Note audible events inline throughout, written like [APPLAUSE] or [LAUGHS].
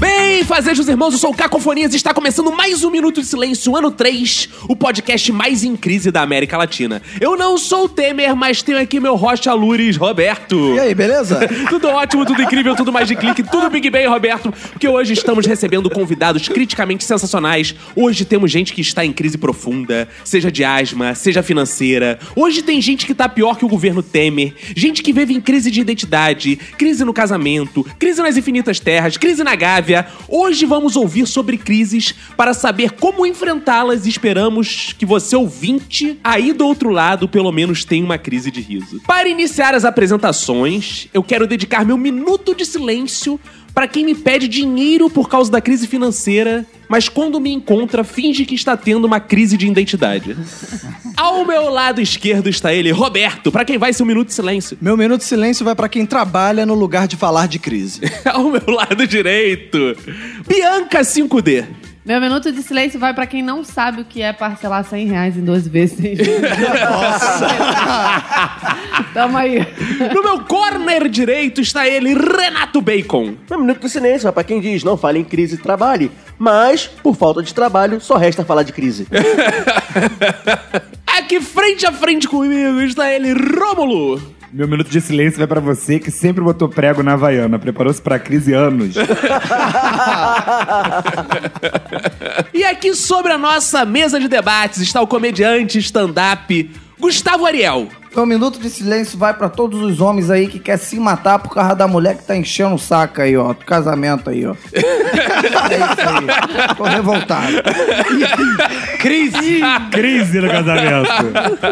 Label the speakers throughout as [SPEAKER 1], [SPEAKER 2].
[SPEAKER 1] Bem, fazejos irmãos, eu sou o Cacofonias e está começando mais um Minuto de Silêncio, ano 3, o podcast mais em crise da América Latina. Eu não sou o Temer, mas tenho aqui meu Rocha Lures, Roberto.
[SPEAKER 2] E aí, beleza?
[SPEAKER 1] tudo ótimo, tudo incrível, tudo mais de clique, tudo Big Bang, Roberto, porque hoje estamos recebendo convidados criticamente sensacionais. Hoje temos gente que está em crise profunda, seja de asma, seja financeira. Hoje tem gente que tá pior que o governo Temer, gente que vive em crise de identidade, crise no casamento, crise nas infinitas terras, crise na Gávea. Hoje vamos ouvir sobre crises para saber como enfrentá-las e esperamos que você ouvinte aí do outro lado pelo menos tenha uma crise de riso. Para iniciar as apresentações, eu quero dedicar meu minuto de silêncio para quem me pede dinheiro por causa da crise financeira, mas quando me encontra finge que está tendo uma crise de identidade. Ao meu lado esquerdo está ele, Roberto, para quem vai ser um minuto de silêncio. [LAUGHS]
[SPEAKER 2] Meu minuto de silêncio vai pra quem trabalha no lugar de falar de crise.
[SPEAKER 1] Ao meu lado direito, Bianca 5D.
[SPEAKER 3] Meu minuto de silêncio vai pra quem não sabe o que é parcelar 100 reais em 12 vezes. sem juros. [LAUGHS] Tamo aí.
[SPEAKER 1] No meu corner direito está ele, Renato Bacon.
[SPEAKER 4] Meu minuto de silêncio vai pra quem diz não fale em crise, trabalhe. Mas, por falta de trabalho, só resta falar de crise.
[SPEAKER 1] Aqui frente a frente comigo está ele, Rômulo.
[SPEAKER 5] Meu minuto de silêncio vai pra você que sempre botou prego na Havaiana, preparou-se pra
[SPEAKER 6] [LAUGHS]
[SPEAKER 5] crise anos.
[SPEAKER 1] E aqui sobre a nossa mesa de debates está o comediante stand-up Gustavo Ariel.
[SPEAKER 6] Então, um minuto de silêncio vai pra todos os homens aí que quer se matar por causa da mulher que tá enchendo o saco aí, ó. Do casamento aí, ó. é isso aí. Tô revoltado.
[SPEAKER 5] crise! [LAUGHS] crise no casamento.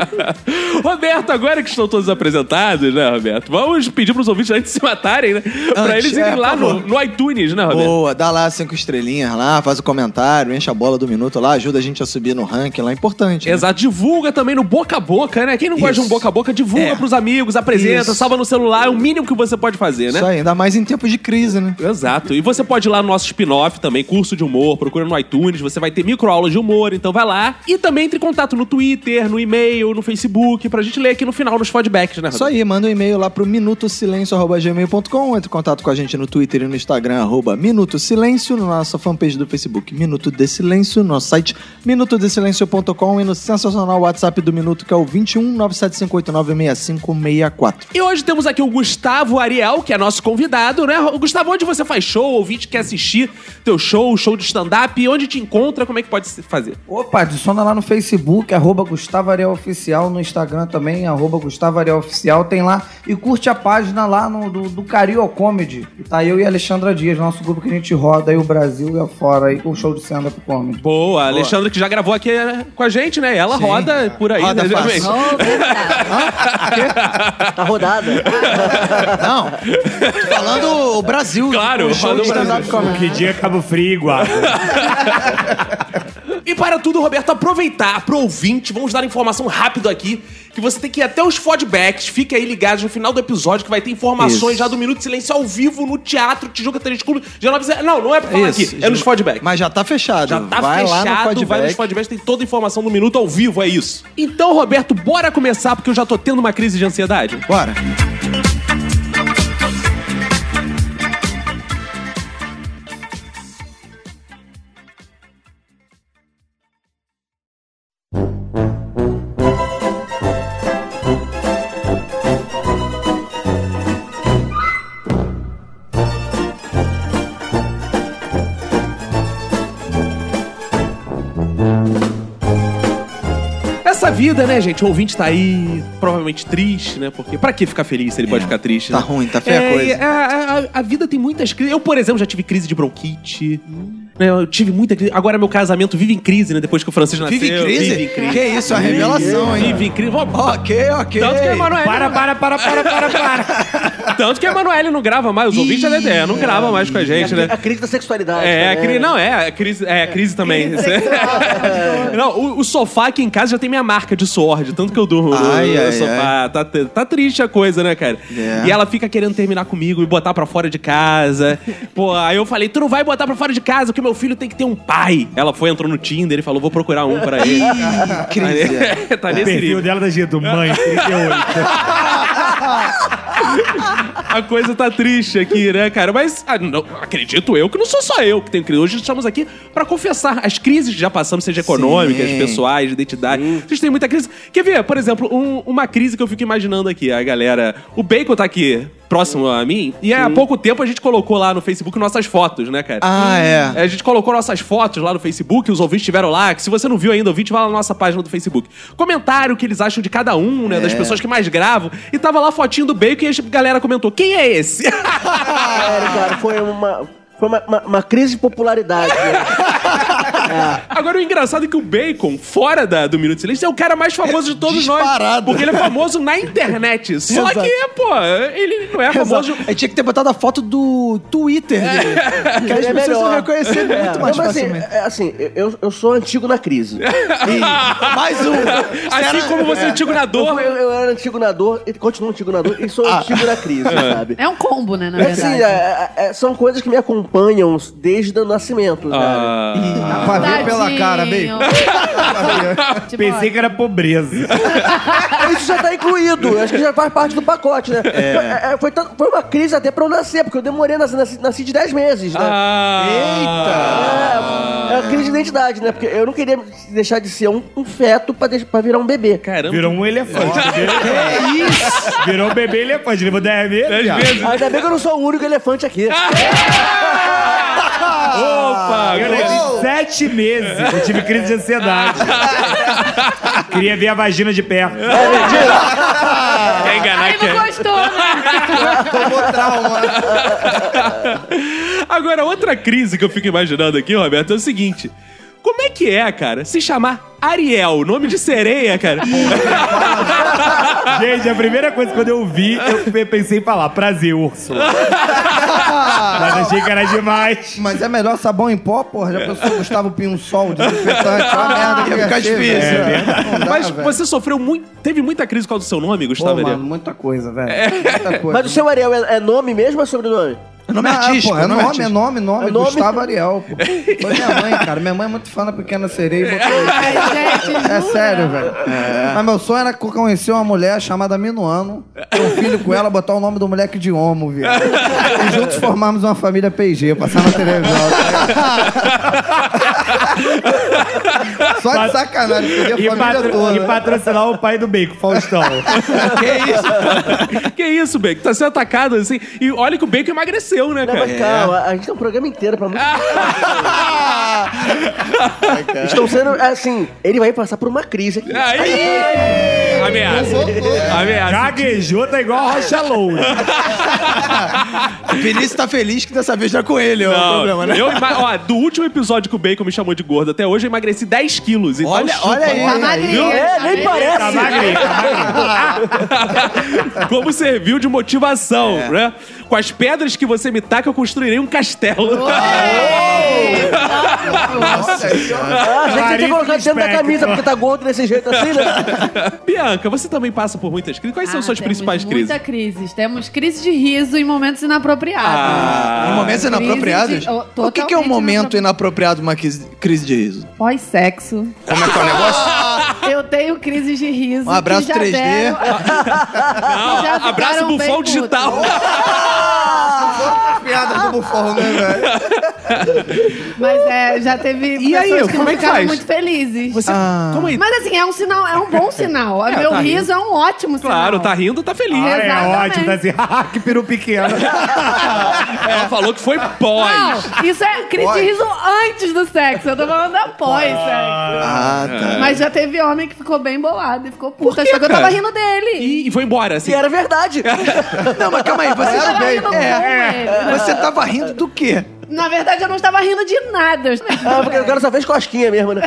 [SPEAKER 1] [LAUGHS] Roberto, agora que estão todos apresentados, né, Roberto? Vamos pedir pros ouvintes antes de se matarem, né? pra
[SPEAKER 2] Antes,
[SPEAKER 1] eles irem
[SPEAKER 2] é,
[SPEAKER 1] lá
[SPEAKER 2] por
[SPEAKER 1] no,
[SPEAKER 2] favor.
[SPEAKER 1] no iTunes, né, Roberto?
[SPEAKER 2] [LAUGHS] Boa, dá lá cinco estrelinhas lá, faz o comentário, enche a bola do minuto lá, ajuda a gente a subir no ranking lá, importante. né?
[SPEAKER 1] Exato, divulga também no boca a boca, né? Quem não gosta de um
[SPEAKER 2] Isso.
[SPEAKER 1] boca a boca, divulga
[SPEAKER 2] É.
[SPEAKER 1] pros amigos, apresenta,
[SPEAKER 2] Isso.
[SPEAKER 1] salva no celular, é o mínimo que você pode fazer, né?
[SPEAKER 2] Isso aí, ainda mais em tempos de crise, né?
[SPEAKER 1] Exato. E você pode ir lá no nosso spin-off também, curso de humor, procura no iTunes, você vai ter microaulas de humor, então vai lá. E também entre em contato no Twitter, no e-mail, no Facebook, pra gente ler aqui no final nos feedbacks, né?
[SPEAKER 2] Isso
[SPEAKER 1] Roberto?
[SPEAKER 2] aí, manda um e-mail lá pro minutosilencio.gmail.com, entre em contato com a gente no Twitter e no Instagram, arroba Minuto Silêncio, na nossa fanpage do Facebook Minuto de Silêncio, no nosso site minutodesilencio.com e no sensacional WhatsApp do Minuto, que é o 21 975896564.
[SPEAKER 1] E hoje temos aqui o Gustavo Ariel, que é nosso convidado, né? O Gustavo, onde você faz show, ouvinte quer assistir teu show, show de stand-up, e onde te encontra, como é que pode se fazer?
[SPEAKER 6] Opa, adiciona lá no Facebook, arroba Gustavo Ariel Oficial, no Instagram também, arroba Gustavo Ariel Oficial, tem lá. E curte a página lá no, do, do Cario Comedy. E tá eu e Alexandra Dias, nosso grupo que a gente roda aí o Brasil e afora aí com o show de stand-up comedy.
[SPEAKER 1] Boa, Alexandra que já gravou aqui né, com a gente, né? Ela roda por aí,
[SPEAKER 2] Roda
[SPEAKER 1] né,
[SPEAKER 2] fácil.
[SPEAKER 1] geralmente.
[SPEAKER 3] Ô, verdade.
[SPEAKER 4] Tá rodada.
[SPEAKER 2] [LAUGHS] Não, tô falando o Brasil. né?
[SPEAKER 1] Claro,
[SPEAKER 2] o show
[SPEAKER 1] roda o
[SPEAKER 2] de stand-up
[SPEAKER 1] Brasil.
[SPEAKER 6] é.
[SPEAKER 2] comedy.
[SPEAKER 5] que dia é Cabo Frio, guarda.
[SPEAKER 1] E para tudo, Roberto, aproveitar pro ouvinte, vamos dar informação rápido aqui, que você tem que ir até os feedbacks, fique aí ligados no final do episódio que vai ter informações
[SPEAKER 2] Isso.
[SPEAKER 1] já do Minuto de Silêncio ao vivo no Teatro Tijuca Tênis Clube. Já não, avisa- não, não é pra falar
[SPEAKER 2] Isso,
[SPEAKER 1] aqui, é nos feedbacks.
[SPEAKER 2] Mas já tá fechado.
[SPEAKER 1] Já tá
[SPEAKER 2] vai
[SPEAKER 1] fechado,
[SPEAKER 2] lá no
[SPEAKER 1] vai nos
[SPEAKER 2] feedback.
[SPEAKER 1] feedbacks, tem toda a informação do Minuto ao vivo, é isso. Então, Roberto, bora começar, porque eu já tô tendo uma crise de ansiedade.
[SPEAKER 2] Bora.
[SPEAKER 1] Essa vida, né, gente? O ouvinte tá aí, provavelmente triste, né? Porque pra que ficar feliz se ele pode ficar triste?
[SPEAKER 2] Tá
[SPEAKER 1] né?
[SPEAKER 2] ruim, tá feia a coisa.
[SPEAKER 1] e A, a- a vida tem muitas crises. Eu, por exemplo, já tive crise de bronquite. né, Eu tive muita crise. Agora meu casamento vive em crise, né? Depois que o Francisco nasceu.
[SPEAKER 2] Vive em crise?
[SPEAKER 1] Vive em crise. é
[SPEAKER 2] Que isso, a revelação, hein?
[SPEAKER 1] Vive em crise. Vó,
[SPEAKER 2] Ok, ok.
[SPEAKER 1] Tanto que a Emanuele...
[SPEAKER 5] Para, para, para, para, para, para.
[SPEAKER 1] Tanto que a Emanuele não grava mais, os ouvintes da DDE não grava mais com a gente, né?
[SPEAKER 4] A crise da sexualidade.
[SPEAKER 1] É, a
[SPEAKER 4] também,
[SPEAKER 1] crise.
[SPEAKER 4] né?
[SPEAKER 1] Não, é, a crise, é, a crise também. [LAUGHS] não, o, o sofá aqui em casa já tem minha marca de suor, de tanto que eu durmo no-
[SPEAKER 2] Ai,
[SPEAKER 1] no,
[SPEAKER 2] ai,
[SPEAKER 1] sofá. Tá, te- tá triste a coisa, né, cara?
[SPEAKER 2] É.
[SPEAKER 1] E ela fica querendo terminar comigo e botar pra fora de casa. Pô, aí eu falei: tu não vai botar pra fora de casa, que meu filho tem que ter um pai. Ela foi, entrou no Tinder e falou: vou procurar um pra ele. Crise. [LAUGHS] tá
[SPEAKER 5] O
[SPEAKER 1] nesse
[SPEAKER 5] perfil
[SPEAKER 1] nível.
[SPEAKER 5] dela tá dito, mãe, 38.
[SPEAKER 1] A coisa tá triste aqui, né, cara? Mas ah, não, acredito eu que não sou só eu que tenho crise. Hoje estamos aqui pra confessar as crises que já passamos, seja econômicas,
[SPEAKER 2] Sim.
[SPEAKER 1] pessoais, de identidade. Vocês têm muita crise. Quer ver, por exemplo, um- uma crise que eu fico imaginando aqui, a galera. O Bacon tá aqui próximo a mim e há pouco tempo a gente colocou lá no Facebook nossas fotos, né, cara?
[SPEAKER 2] Ah, é.
[SPEAKER 1] A gente colocou nossas fotos lá no Facebook, os ouvintes tiveram lá. que se você não viu ainda, ouvinte, vai lá na nossa página do Facebook. Comentário o que eles acham de cada um, né?
[SPEAKER 2] É.
[SPEAKER 1] Das pessoas que mais gravam. E tava lá a fotinho do bacon e a galera comentou: quem é esse? [LAUGHS]
[SPEAKER 4] Sério, Ah, é, cara, foi uma. Foi uma, uma- uma crise de popularidade. né?
[SPEAKER 1] Agora o engraçado é que o Bacon, fora da- do Minuto de Silêncio, é o cara mais famoso de todos nós.
[SPEAKER 2] Disparado.
[SPEAKER 1] Porque ele é famoso na
[SPEAKER 2] [LAUGHS]
[SPEAKER 1] internet. Só
[SPEAKER 2] Exato.
[SPEAKER 1] que, pô, ele não é famoso.
[SPEAKER 2] Exato. Aí tinha que ter botado a foto do Twitter dele. Que as
[SPEAKER 4] Ele é
[SPEAKER 2] pessoas vão
[SPEAKER 4] melhor.
[SPEAKER 2] reconhecer
[SPEAKER 4] É.
[SPEAKER 6] Então,
[SPEAKER 2] muito mais
[SPEAKER 4] Não, mas, assim,
[SPEAKER 2] facilmente.
[SPEAKER 4] é, assim, eu, eu sou antigo na crise.
[SPEAKER 2] Mais
[SPEAKER 1] [LAUGHS]
[SPEAKER 2] um.
[SPEAKER 1] Assim como você é antigo na
[SPEAKER 4] Eu,
[SPEAKER 1] dor.
[SPEAKER 4] eu- eu era antigo nadador, e continuo antigo nadador, e sou antigo na crise, sabe?
[SPEAKER 3] É um combo, né, na
[SPEAKER 4] É assim,
[SPEAKER 3] verdade.
[SPEAKER 4] é- é- é- são coisas que me acompanham desde o nascimento, sabe?
[SPEAKER 1] Ah,
[SPEAKER 6] Dá pra ver pela cara, bem.
[SPEAKER 3] Um
[SPEAKER 6] [LAUGHS]
[SPEAKER 3] Tipo,
[SPEAKER 5] Pensei que era pobreza.
[SPEAKER 6] Tipo,
[SPEAKER 4] Isso já tá incluído, acho que já faz parte do pacote, né? Foi, é, foi tanto- foi uma crise até pra eu nascer, porque eu demorei a nascer, nasci, nasci de 10 meses, né?
[SPEAKER 1] Ah.
[SPEAKER 4] É, é uma crise de identidade, né? Porque eu não queria deixar de ser um, um feto pra, deix- pra virar um bebê.
[SPEAKER 1] Caramba.
[SPEAKER 5] Virou um elefante. Que
[SPEAKER 6] É
[SPEAKER 5] isso? Virou um bebê elefante. Levou 10 meses.
[SPEAKER 1] Dez
[SPEAKER 5] viado.
[SPEAKER 1] vezes.
[SPEAKER 4] Ainda bem que eu não sou o único elefante aqui.
[SPEAKER 2] Ah,
[SPEAKER 1] Opa!
[SPEAKER 5] Eu levei é sete meses. Eu tive crise de ansiedade. Queria ver a vagina de perto.
[SPEAKER 1] Quer enganar
[SPEAKER 3] Aí
[SPEAKER 1] quem?
[SPEAKER 3] não gostou, né?
[SPEAKER 1] Agora, outra crise que eu fico imaginando aqui, Roberto, é o seguinte. Como é que é, cara, se chamar Ariel, nome de sereia, cara?
[SPEAKER 5] Gente, a primeira coisa que quando eu vi, eu pe- pensei em falar, prazer, urso. Mas achei que era demais.
[SPEAKER 6] Mas é melhor sabão em pó, porra. Já pensou Gustavo Pinhonsol, desinfetante, É uma merda que
[SPEAKER 2] É. Ah, Ia ficar
[SPEAKER 6] ia ser,
[SPEAKER 2] difícil, É, né?
[SPEAKER 6] velho. Não dá,
[SPEAKER 1] Mas
[SPEAKER 6] velho.
[SPEAKER 1] você sofreu muito... Teve muita crise por causa do seu nome,
[SPEAKER 6] Pô,
[SPEAKER 1] Gustavo
[SPEAKER 2] né?
[SPEAKER 6] mano,
[SPEAKER 1] Ariel?
[SPEAKER 6] muita coisa, velho.
[SPEAKER 2] É.
[SPEAKER 6] Muita coisa.
[SPEAKER 4] Mas o seu Ariel é, é nome mesmo ou é sobrenome?
[SPEAKER 2] Nome
[SPEAKER 6] Ah,
[SPEAKER 2] artístico.
[SPEAKER 6] porra, é
[SPEAKER 2] nome
[SPEAKER 6] nome, é
[SPEAKER 2] artístico.
[SPEAKER 6] nome, nome,
[SPEAKER 4] É nome.
[SPEAKER 6] Gustavo Ariel, pô. Foi minha mãe, cara. Minha mãe é muito fã da Pequena Sereia. e botou- [LAUGHS]
[SPEAKER 3] Ai, gente,
[SPEAKER 6] É
[SPEAKER 3] jura?
[SPEAKER 6] sério, velho.
[SPEAKER 2] É.
[SPEAKER 6] Mas meu sonho era conhecer uma mulher chamada Minuano, ter um filho com ela, botar o nome do moleque de homo, viado. E juntos formarmos uma família PG, passar na televisão. tá? Só de sacanagem, seria
[SPEAKER 5] E,
[SPEAKER 6] a
[SPEAKER 5] patro-
[SPEAKER 6] família
[SPEAKER 5] e
[SPEAKER 6] toda. né?
[SPEAKER 5] patrocinar o pai do bacon, Faustão.
[SPEAKER 1] que isso, Bacon? Tá sendo atacado assim. E olha que o Bacon emagreceu, né,
[SPEAKER 4] Não,
[SPEAKER 1] cara?
[SPEAKER 4] mas calma, a gente tem um programa inteiro pra muito. Estão sendo, assim, ele vai passar por uma crise aqui.
[SPEAKER 1] Ah. Aí! Ameaça. Ameaça.
[SPEAKER 5] Gaguejou, tá igual a Rocha Loura.
[SPEAKER 2] O Vinícius tá feliz que dessa vez já com ele, é o
[SPEAKER 1] Não,
[SPEAKER 2] problema, né?
[SPEAKER 1] eu ima- ó, do último episódio que o Bacon me chamou de gordo até hoje, eu emagreci 10 quilos. Então
[SPEAKER 2] Olha,
[SPEAKER 1] chupa.
[SPEAKER 2] olha
[SPEAKER 3] Tá
[SPEAKER 2] aí.
[SPEAKER 3] magrinha.
[SPEAKER 4] É, nem parece.
[SPEAKER 5] Tá magrinho, tá
[SPEAKER 1] [LAUGHS]
[SPEAKER 5] magrinho.
[SPEAKER 1] Como serviu de motivação,
[SPEAKER 2] É.
[SPEAKER 1] né? Com as pedras que você me taca, eu construirei um castelo.
[SPEAKER 3] É.
[SPEAKER 4] Ah, achei que você tinha
[SPEAKER 5] Clarice
[SPEAKER 4] colocado dentro da
[SPEAKER 5] Lispector.
[SPEAKER 4] camisa porque tá gordo desse jeito assim, né?
[SPEAKER 1] [LAUGHS] [LAUGHS] Bianca, você também passa por muitas crises. Quais são
[SPEAKER 3] Ah,
[SPEAKER 1] suas
[SPEAKER 3] temos
[SPEAKER 1] principais
[SPEAKER 3] muita
[SPEAKER 1] crises?
[SPEAKER 3] crises. Temos crise de riso em momentos inapropriados.
[SPEAKER 1] Ah.
[SPEAKER 2] Em momentos
[SPEAKER 3] Crise de-
[SPEAKER 2] inapropriados?
[SPEAKER 3] oh,
[SPEAKER 2] o que, que é um
[SPEAKER 3] totalmente
[SPEAKER 2] momento
[SPEAKER 3] inapropri-
[SPEAKER 2] inapropriado de uma crise, crise de riso?
[SPEAKER 3] Pós-sexo.
[SPEAKER 2] Como é que é o negócio?
[SPEAKER 3] [LAUGHS] Eu tenho crises de riso.
[SPEAKER 2] Um abraço
[SPEAKER 3] que já
[SPEAKER 2] 3D.
[SPEAKER 1] [LAUGHS]
[SPEAKER 3] deram- que já
[SPEAKER 1] Ah, abraço
[SPEAKER 3] ficaram bem
[SPEAKER 1] bufão
[SPEAKER 3] putas.
[SPEAKER 1] digital.
[SPEAKER 6] Piada do bufão, né, velho?
[SPEAKER 3] Mas é, já teve
[SPEAKER 1] E aí,
[SPEAKER 3] pessoas que
[SPEAKER 1] como
[SPEAKER 3] não
[SPEAKER 1] é que
[SPEAKER 3] ficaram
[SPEAKER 1] faz?
[SPEAKER 3] muito felizes.
[SPEAKER 1] Você.
[SPEAKER 2] Ah.
[SPEAKER 1] Como aí?
[SPEAKER 3] Mas assim, é um sinal, é um bom sinal. Meu
[SPEAKER 1] tá
[SPEAKER 3] riso é um ótimo sinal.
[SPEAKER 1] Claro, tá rindo, tá feliz.
[SPEAKER 5] Ah, é
[SPEAKER 3] Exatamente.
[SPEAKER 5] ótimo, tá assim, "Ah, que peru pequeno.
[SPEAKER 2] É.
[SPEAKER 1] Ela falou que foi pós.
[SPEAKER 3] Não, isso é crise de riso antes do sexo. Eu tô falando após sexo.
[SPEAKER 2] Ah, tá.
[SPEAKER 3] Mas já teve homem que ficou bem bolado e ficou puta. Só que eu tava
[SPEAKER 1] cara?
[SPEAKER 3] rindo dele.
[SPEAKER 1] E, e foi embora, assim.
[SPEAKER 4] E era verdade.
[SPEAKER 2] Não, mas calma aí, você
[SPEAKER 3] Eu tava
[SPEAKER 2] tava,
[SPEAKER 3] rindo com
[SPEAKER 2] é,
[SPEAKER 3] ele.
[SPEAKER 2] você tava rindo do quê?
[SPEAKER 3] Na verdade, eu não estava rindo de nada.
[SPEAKER 4] Ah, porque agora só fez cosquinha mesmo, né?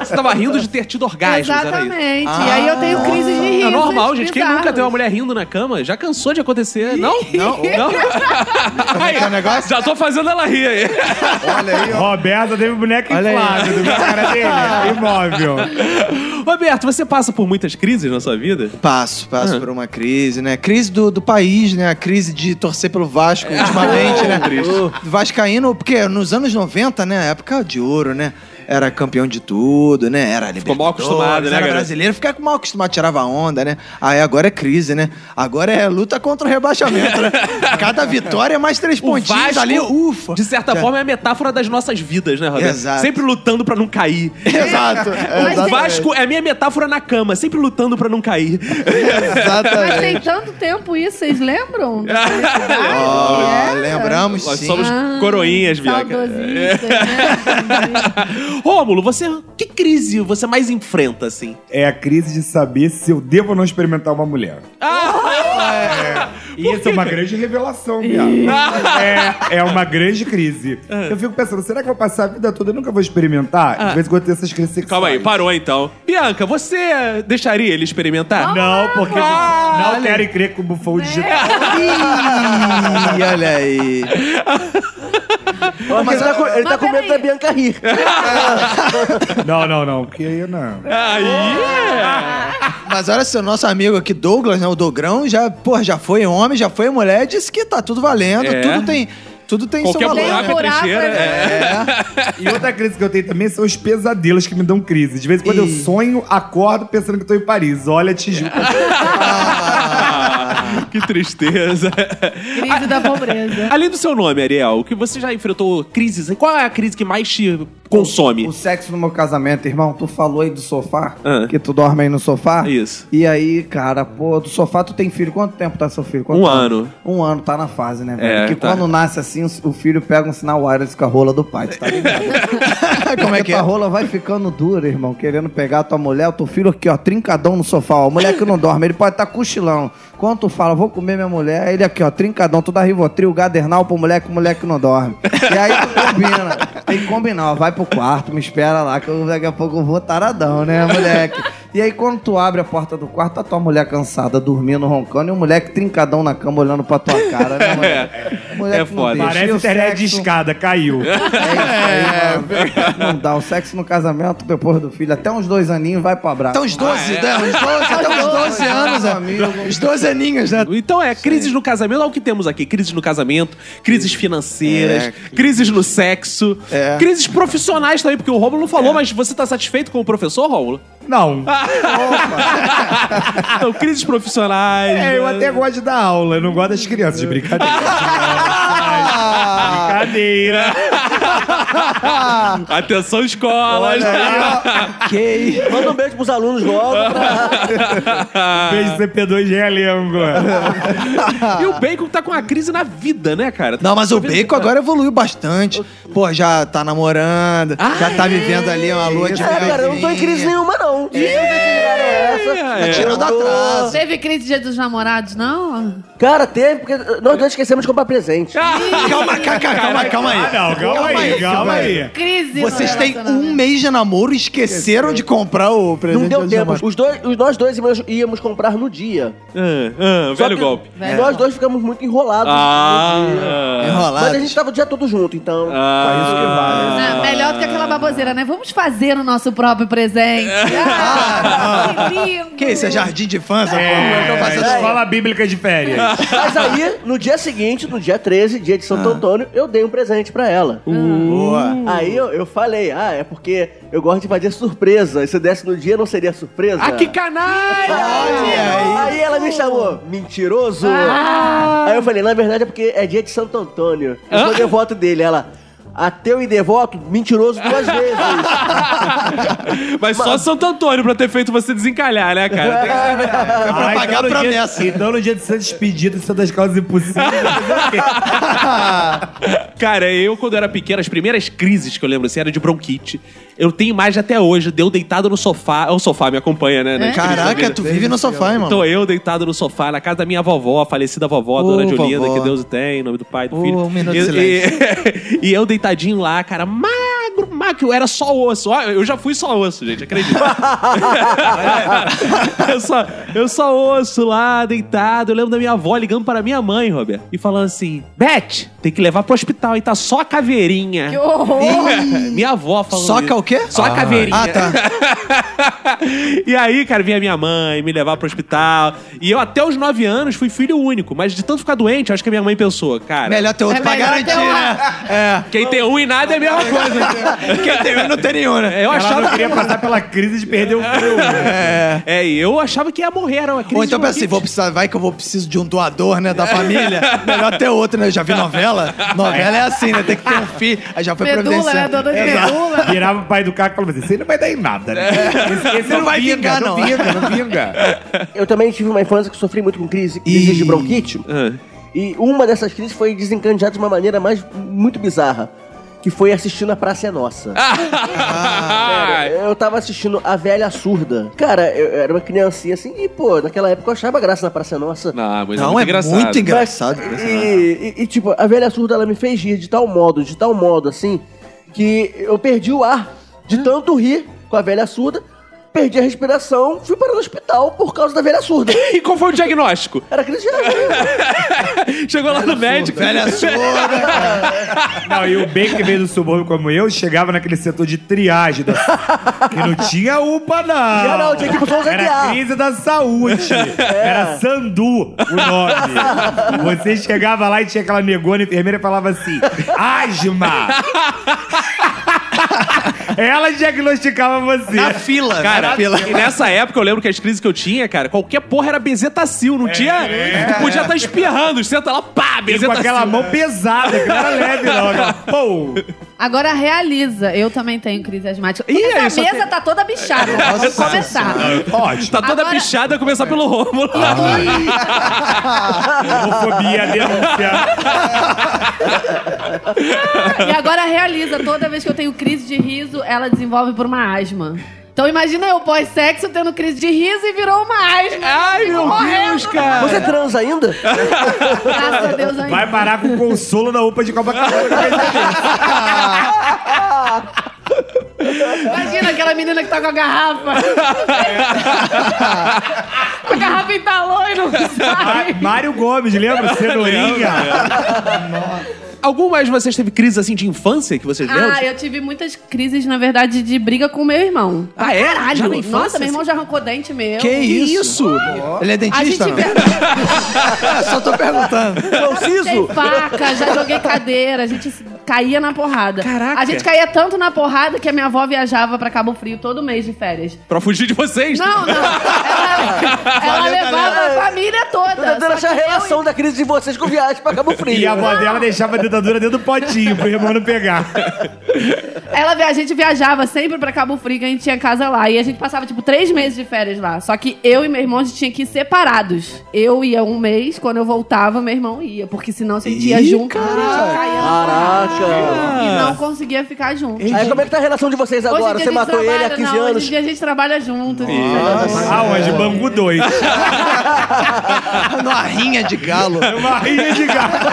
[SPEAKER 1] Você tava rindo de ter tido orgasmos, era isso.
[SPEAKER 3] Exatamente. e aí eu tenho crise de riso.
[SPEAKER 1] É normal, gente. Quem nunca tem uma mulher rindo na cama já cansou de acontecer. Não? Não. Aí,
[SPEAKER 2] que é o negócio?
[SPEAKER 1] Já tô fazendo ela rir aí.
[SPEAKER 2] Olha aí, ó.
[SPEAKER 5] Roberta teve boneco
[SPEAKER 2] Olha aí.
[SPEAKER 5] inflável do cara dele. Imóvel.
[SPEAKER 1] Roberto, você passa por muitas crises na sua vida?
[SPEAKER 2] Passo, passo
[SPEAKER 1] Ah.
[SPEAKER 2] por uma crise, né? Crise do, do país, né? A crise de torcer pelo Vasco
[SPEAKER 1] [LAUGHS]
[SPEAKER 2] ultimamente, né? O Vascaíno, porque nos anos 90, né? Época de ouro, né? Era campeão de tudo, né? Era
[SPEAKER 1] Ficou mal
[SPEAKER 2] Libertadores,
[SPEAKER 1] acostumado, né,
[SPEAKER 2] Era
[SPEAKER 1] galera?
[SPEAKER 2] brasileiro, ficava mal acostumado, tirava onda, né? Aí agora é crise, né? Agora é luta contra o
[SPEAKER 1] [LAUGHS]
[SPEAKER 2] rebaixamento, né? Cada vitória é mais três pontinhos ali,
[SPEAKER 1] [LAUGHS]
[SPEAKER 2] ufa.
[SPEAKER 1] De certa
[SPEAKER 2] Já-
[SPEAKER 1] forma, é a metáfora das nossas vidas, né, Roberto?
[SPEAKER 2] Exato.
[SPEAKER 1] Sempre lutando pra não cair.
[SPEAKER 2] Exato.
[SPEAKER 1] O
[SPEAKER 2] exatamente.
[SPEAKER 1] Vasco é a minha metáfora na cama, sempre lutando pra não
[SPEAKER 2] [LAUGHS]
[SPEAKER 1] cair. [LAUGHS]
[SPEAKER 3] Mas
[SPEAKER 2] Exatamente.
[SPEAKER 3] tem tanto tempo isso, vocês lembram?
[SPEAKER 2] Ó,
[SPEAKER 3] É.
[SPEAKER 2] lembramos
[SPEAKER 1] né? Nós
[SPEAKER 2] sim.
[SPEAKER 1] somos
[SPEAKER 3] Ah,
[SPEAKER 1] coroinhas, Bianca.
[SPEAKER 3] Saudosistas, né?
[SPEAKER 1] [LAUGHS] Rômulo, você. Que crise você mais enfrenta, assim?
[SPEAKER 5] É a crise de saber se eu devo ou não experimentar uma mulher.
[SPEAKER 6] Ah!
[SPEAKER 5] Isso é uma grande revelação, viado. é, é uma grande crise.
[SPEAKER 6] Ah.
[SPEAKER 5] Eu fico pensando, será que eu vou passar a vida toda e nunca vou experimentar? De vez em quando tem essas crises sexuais.
[SPEAKER 1] Calma aí, parou então. Bianca, você deixaria ele experimentar?
[SPEAKER 5] Não, porque
[SPEAKER 1] Ah,
[SPEAKER 5] não quero crer como foi o digital.
[SPEAKER 6] Né?
[SPEAKER 2] Ih, olha aí.
[SPEAKER 4] Mas ele tá com, ele tá
[SPEAKER 3] Mas
[SPEAKER 4] com medo
[SPEAKER 3] peraí.
[SPEAKER 4] da Bianca rir.
[SPEAKER 5] Não, não, não. Porque aí não.
[SPEAKER 1] Aí é.
[SPEAKER 2] Mas olha só, nosso amigo aqui, Douglas, né? O Dogrão, já, porra, já foi homem, já foi mulher, disse que tá tudo valendo,
[SPEAKER 1] É.
[SPEAKER 2] tudo tem. Tudo tem
[SPEAKER 1] Qualquer
[SPEAKER 2] seu valor.
[SPEAKER 3] Tem
[SPEAKER 1] buraco
[SPEAKER 3] um
[SPEAKER 1] é
[SPEAKER 2] né?
[SPEAKER 3] buraco,
[SPEAKER 1] trecheira.
[SPEAKER 3] né?
[SPEAKER 1] É.
[SPEAKER 5] E outra crise que eu tenho também são os pesadelos que me dão crise. De vez em quando eu
[SPEAKER 2] Ih.
[SPEAKER 5] sonho, acordo pensando que eu tô em Paris. Olha, Tijuca.
[SPEAKER 1] Ah, [LAUGHS] que tristeza.
[SPEAKER 3] Crise da pobreza.
[SPEAKER 1] Além do seu nome, Ariel, o que você já enfrentou crises? Qual é a crise que mais te
[SPEAKER 2] né?
[SPEAKER 1] consome?
[SPEAKER 6] O sexo no meu casamento, irmão, tu falou aí do sofá,
[SPEAKER 1] Ah.
[SPEAKER 6] que tu dorme aí no sofá.
[SPEAKER 1] Isso.
[SPEAKER 6] E aí, cara, pô, do sofá tu tem filho. Quanto tempo tá seu filho? Quanto
[SPEAKER 1] Um
[SPEAKER 6] tempo?
[SPEAKER 1] ano.
[SPEAKER 6] Um ano, tá na fase, né, velho?
[SPEAKER 1] É,
[SPEAKER 6] que
[SPEAKER 1] tá.
[SPEAKER 6] quando nasce assim, o o filho pega um sinal wireless com a rola do pai, tu tá
[SPEAKER 4] [LAUGHS]
[SPEAKER 6] ligado?
[SPEAKER 2] Como é
[SPEAKER 6] Porque
[SPEAKER 2] que
[SPEAKER 6] a
[SPEAKER 2] é?
[SPEAKER 6] rola vai ficando dura, irmão, querendo pegar a tua mulher, o teu filho aqui, ó, trincadão no sofá, ó. O moleque não dorme, ele pode estar tá cochilão. Quando tu fala, vou comer minha mulher, ele aqui, ó, trincadão, tu dá Rivotril, Gadernal pro moleque, o moleque não dorme. E aí tu combina, tem que combinar, ó, vai pro quarto, me espera lá, que eu, daqui a pouco eu vou taradão, né, moleque? E aí quando tu abre a porta do quarto, tá tua mulher cansada, dormindo, roncando, e o moleque trincadão na cama, olhando pra tua cara, né, moleque?
[SPEAKER 1] É.
[SPEAKER 6] Moleque
[SPEAKER 1] É
[SPEAKER 6] não
[SPEAKER 1] foda.
[SPEAKER 6] deixa. E
[SPEAKER 5] Parece
[SPEAKER 6] o
[SPEAKER 5] internet de
[SPEAKER 6] sexo?
[SPEAKER 5] escada, caiu.
[SPEAKER 6] É, não dá. O sexo no casamento, depois do filho, até uns dois aninhos, vai pro abraço.
[SPEAKER 2] Até uns
[SPEAKER 4] Ah,
[SPEAKER 2] 12,
[SPEAKER 4] é?
[SPEAKER 2] né? Uns 12,
[SPEAKER 6] [LAUGHS]
[SPEAKER 2] até uns 12 anos, né? Os 12 aninhos, né?
[SPEAKER 1] Então é crises no casamento, olha o que temos aqui: crises no casamento, crises financeiras, crises no sexo, crises profissionais também, porque o Rômulo falou, mas você tá satisfeito com o professor, Rômulo?
[SPEAKER 5] Não.
[SPEAKER 1] [LAUGHS] Então, crises profissionais.
[SPEAKER 5] É, eu
[SPEAKER 1] né?
[SPEAKER 5] até gosto de dar aula, eu não gosto das crianças de brincadeira. brincadeira.
[SPEAKER 1] Atenção, escolas!
[SPEAKER 2] Ok.
[SPEAKER 4] Manda um beijo pros alunos logo.
[SPEAKER 5] Beijo CP2 Realengo.
[SPEAKER 1] [LAUGHS] E o Bacon tá com uma crise na vida, né, cara? [LAUGHS]
[SPEAKER 2] Não, mas o Bacon agora evoluiu bastante. Pô, já tá namorando, já tá vivendo ali uma lua de
[SPEAKER 4] Ah, É, cara, eu não tô em
[SPEAKER 2] melzinha.
[SPEAKER 4] crise nenhuma, não.
[SPEAKER 1] É, é.
[SPEAKER 2] Tirou da atraso.
[SPEAKER 3] Teve crise dia dos namorados, não?
[SPEAKER 4] Cara, teve, porque nós dois esquecemos de comprar presente.
[SPEAKER 1] Ah,
[SPEAKER 2] Calma, calma, calma, calma
[SPEAKER 5] Ah,
[SPEAKER 2] aí.
[SPEAKER 5] não, calma aí, calma aí.
[SPEAKER 3] Crise no
[SPEAKER 2] Vocês têm um
[SPEAKER 3] relacionamento.
[SPEAKER 2] mês de namoro e esqueceram de comprar o presente
[SPEAKER 4] Não deu
[SPEAKER 2] de
[SPEAKER 4] tempo.
[SPEAKER 2] namoro.
[SPEAKER 4] Os dois, os- nós dois íamos, íamos comprar no dia.
[SPEAKER 1] Ah, ah,
[SPEAKER 4] Só
[SPEAKER 1] velho
[SPEAKER 4] que
[SPEAKER 1] golpe.
[SPEAKER 3] Velho
[SPEAKER 4] Nós
[SPEAKER 3] golpe.
[SPEAKER 4] dois ficamos muito enrolados. no dia.
[SPEAKER 1] Ah.
[SPEAKER 4] Mas a
[SPEAKER 2] Enrolados.
[SPEAKER 4] gente tava o dia todo junto, então.
[SPEAKER 1] Ah.
[SPEAKER 3] Não, Né? melhor do que aquela baboseira, né? Vamos fazer o nosso próprio presente. [LAUGHS] Ah, que lindo.
[SPEAKER 2] Que isso? É jardim de infância? porra? Então
[SPEAKER 5] É,
[SPEAKER 2] faz essas-
[SPEAKER 5] escola bíblica de férias.
[SPEAKER 4] Mas aí, no dia seguinte, no dia 13, dia de
[SPEAKER 1] Ah.
[SPEAKER 4] Santo Antônio, eu dei um presente pra ela.
[SPEAKER 1] Uh.
[SPEAKER 2] Boa.
[SPEAKER 4] Aí eu, eu falei, ah, é porque eu gosto de fazer surpresa. E se eu desse no dia, não seria surpresa?
[SPEAKER 1] Ah, que canalha!
[SPEAKER 4] Olha aí. Aí ela me chamou,
[SPEAKER 1] Ah.
[SPEAKER 4] mentiroso. Aí eu falei, na verdade é porque é dia de Santo Antônio. Eu sou devoto dele. Ela, ateu e devoto,
[SPEAKER 1] [LAUGHS]
[SPEAKER 4] mentiroso duas vezes.
[SPEAKER 1] Mas só Santo Antônio pra ter feito você desencalhar, né, cara? Tem-
[SPEAKER 5] pra
[SPEAKER 7] pagar a promessa.
[SPEAKER 5] Dia, então Ah, no dia de ser despedido, Santas Causas Impossíveis.
[SPEAKER 1] Cara, eu, quando era pequeno, as primeiras crises que eu lembro, assim, era de bronquite. Eu tenho imagem até hoje, deu deitado no sofá. É o sofá me acompanha, né? né?
[SPEAKER 2] Caraca, tu vive no sofá, hein, mano?
[SPEAKER 1] Tô eu deitado no sofá, na casa da minha vovó, a falecida vovó, a dona
[SPEAKER 2] Ô,
[SPEAKER 1] Julinda,
[SPEAKER 2] vovó.
[SPEAKER 1] que Deus o tem, em nome do pai, do
[SPEAKER 2] Ô,
[SPEAKER 1] filho.
[SPEAKER 2] um minuto de
[SPEAKER 1] E-
[SPEAKER 2] silêncio.
[SPEAKER 1] [LAUGHS] e, e eu deitadinho lá, cara, magro, magro, eu era só osso. Ó, Eu já fui só osso, gente, acredito. [LAUGHS] eu, só, eu só osso lá, deitado. Eu lembro da minha avó ligando para minha mãe, Roberto, e falando assim: Beth, tem que levar pro hospital, e tá só a caveirinha.
[SPEAKER 3] Que horror!
[SPEAKER 1] [LAUGHS] Minha avó falando.
[SPEAKER 2] Soca
[SPEAKER 1] isso.
[SPEAKER 2] o quê?
[SPEAKER 1] Só a caveirinha.
[SPEAKER 2] Ah, tá.
[SPEAKER 1] [LAUGHS] e aí, cara, vinha minha mãe me levar pro hospital. E eu, até os 9 anos, fui filho único. Mas de tanto ficar doente, eu acho que a minha mãe pensou, cara.
[SPEAKER 2] Melhor ter outro
[SPEAKER 3] É
[SPEAKER 2] pra
[SPEAKER 3] melhor
[SPEAKER 2] garantir,
[SPEAKER 3] ter um-
[SPEAKER 2] né?
[SPEAKER 1] Quem tem um e nada é a mesma coisa. Quem tem um não tem nenhum, né? Eu
[SPEAKER 5] Ela não
[SPEAKER 1] achava.
[SPEAKER 5] queria passar pela crise de perder o frio.
[SPEAKER 1] É, e eu achava que ia morrer, era uma crise.
[SPEAKER 2] Ou então
[SPEAKER 1] de
[SPEAKER 2] pensa assim,
[SPEAKER 1] bronquite.
[SPEAKER 2] vou precisar, vai que eu vou preciso de um doador, né,
[SPEAKER 1] É.
[SPEAKER 2] da família. Melhor ter outro, né? Eu já vi novela. Novela é assim, né? Tem que ter um filho. Aí já foi
[SPEAKER 3] Medula, né?
[SPEAKER 2] providenciando.
[SPEAKER 3] Dona de medula.
[SPEAKER 5] Virava o pai do cara e falava assim: você não vai dar em nada, né? Esse, esse
[SPEAKER 2] Você não vai
[SPEAKER 5] vinga,
[SPEAKER 2] vingar, não.
[SPEAKER 5] vinga, não vinga.
[SPEAKER 4] Eu também tive uma infância que sofri muito com crise, crises de bronquite.
[SPEAKER 1] [LAUGHS] Ah.
[SPEAKER 4] E uma dessas crises foi desencadeada de uma maneira mais, muito bizarra. Que foi assistindo a Praça é Nossa.
[SPEAKER 1] Ah!
[SPEAKER 2] Ah.
[SPEAKER 4] Eu tava assistindo A Velha Surda. Cara, eu, eu era uma criancinha assim, e pô, naquela época eu achava graça na Praça é Nossa.
[SPEAKER 1] Não, mas
[SPEAKER 2] Não, é muito engraçado.
[SPEAKER 4] Mas- E, e- e, tipo, a velha surda ela me fez rir de tal modo, de tal modo assim, que eu perdi o ar de tanto rir com a velha surda, perdi a respiração, fui para o hospital por causa da velha surda.
[SPEAKER 1] [LAUGHS] E qual foi o diagnóstico? [LAUGHS]
[SPEAKER 4] Era aquele dia.
[SPEAKER 1] Chegou lá no médico.
[SPEAKER 2] Velha
[SPEAKER 1] [LAUGHS]
[SPEAKER 2] surda.
[SPEAKER 5] Não, e o bem que veio do subúrbio como eu, chegava naquele setor de triagem da... que não tinha UPA, não.
[SPEAKER 4] Não, não, tinha que ir pro Souza
[SPEAKER 5] Era
[SPEAKER 4] Aguiar.
[SPEAKER 5] crise da saúde.
[SPEAKER 4] É.
[SPEAKER 5] Era Sandu o nome. Você chegava lá e tinha aquela negona enfermeira e falava assim, asma. Ela diagnosticava você.
[SPEAKER 2] Na fila,
[SPEAKER 1] Cara,
[SPEAKER 2] na fila.
[SPEAKER 1] e nessa época eu lembro que as crises que eu tinha, cara, qualquer porra era bezetacil, não tinha. tu podia estar espirrando, senta lá, pá,
[SPEAKER 5] É, E com
[SPEAKER 1] bezetacil.
[SPEAKER 5] aquela mão pesada, que não era leve, não. Aquela, pô,
[SPEAKER 3] Agora realiza. Eu também tenho crise asmática.
[SPEAKER 1] Ih,
[SPEAKER 3] Essa
[SPEAKER 1] aí, só
[SPEAKER 3] mesa tá toda
[SPEAKER 1] [LAUGHS]
[SPEAKER 3] bichada. Vamos
[SPEAKER 2] Nossa
[SPEAKER 3] começar.
[SPEAKER 5] ótimo.
[SPEAKER 1] Tá toda
[SPEAKER 3] Agora-
[SPEAKER 1] pichada, começar pelo Rômulo.
[SPEAKER 5] Homofobia, denúncia.
[SPEAKER 3] E agora realiza. Toda vez que eu tenho crise de riso, ela desenvolve por uma asma. Então imagina eu pós-sexo tendo crise de riso e virou uma asma.
[SPEAKER 1] Ai, meu Deus, cara.
[SPEAKER 4] Você transa ainda?
[SPEAKER 3] Graças a Deus ainda.
[SPEAKER 5] Vai parar com o consolo na UPA de Copacabana.
[SPEAKER 3] Imagina aquela menina que tá com
[SPEAKER 1] [LAUGHS]
[SPEAKER 3] a garrafa. a garrafa entalou e não sai.
[SPEAKER 5] Mário Gomes, lembra? Cenourinha.
[SPEAKER 1] [LAUGHS] Algum mais de vocês teve crise assim de infância que vocês lembram?
[SPEAKER 3] Ah, eu tive muitas crises, na verdade, de briga com meu irmão.
[SPEAKER 1] Ah, é? Já na infância, assim?
[SPEAKER 3] Nossa, meu irmão já arrancou dente meu.
[SPEAKER 2] Que isso? Ele é
[SPEAKER 3] A gente
[SPEAKER 2] dentista,
[SPEAKER 1] né?
[SPEAKER 2] não? É, Só tô perguntando.
[SPEAKER 3] Tem
[SPEAKER 4] Conciso?
[SPEAKER 3] faca, já joguei cadeira, a gente se- caía na porrada.
[SPEAKER 1] Caraca.
[SPEAKER 3] A gente caía tanto na porrada que a minha avó viajava pra Cabo Frio todo mês de férias.
[SPEAKER 1] Pra fugir de vocês?
[SPEAKER 3] Não, não. Ela, ela levava a família
[SPEAKER 4] Tô
[SPEAKER 3] toda.
[SPEAKER 4] tentando
[SPEAKER 3] só
[SPEAKER 4] achar a
[SPEAKER 3] que eu
[SPEAKER 4] relação da crise de vocês com viagem pra Cabo Frio.
[SPEAKER 5] E a avó dela deixava a dentadura dentro do potinho pro irmão não pegar.
[SPEAKER 3] Ela, via- a gente viajava sempre pra Cabo Frio, que a gente tinha casa lá. E a gente passava, tipo, três meses de férias lá. Só que eu e meu irmão, a gente tinha que ir separados. Eu ia um mês, quando eu voltava, meu irmão ia. Porque senão se a gente ia
[SPEAKER 2] Ih,
[SPEAKER 3] junto, a gente caía na
[SPEAKER 4] Caraca.
[SPEAKER 3] porrada. E não conseguia ficar junto.
[SPEAKER 4] Aí como é que tá a relação de vocês
[SPEAKER 3] Hoje em
[SPEAKER 4] agora?
[SPEAKER 3] dia
[SPEAKER 4] Você
[SPEAKER 3] a gente
[SPEAKER 4] matou ele
[SPEAKER 3] trabalha-
[SPEAKER 4] há 15
[SPEAKER 3] não, Hoje é
[SPEAKER 4] anos?
[SPEAKER 3] em dia a gente trabalha junto. a gente trabalha junto.
[SPEAKER 5] Aonde? Bangu 2.
[SPEAKER 2] Numa rinha de galo.
[SPEAKER 5] Uma rinha de gato.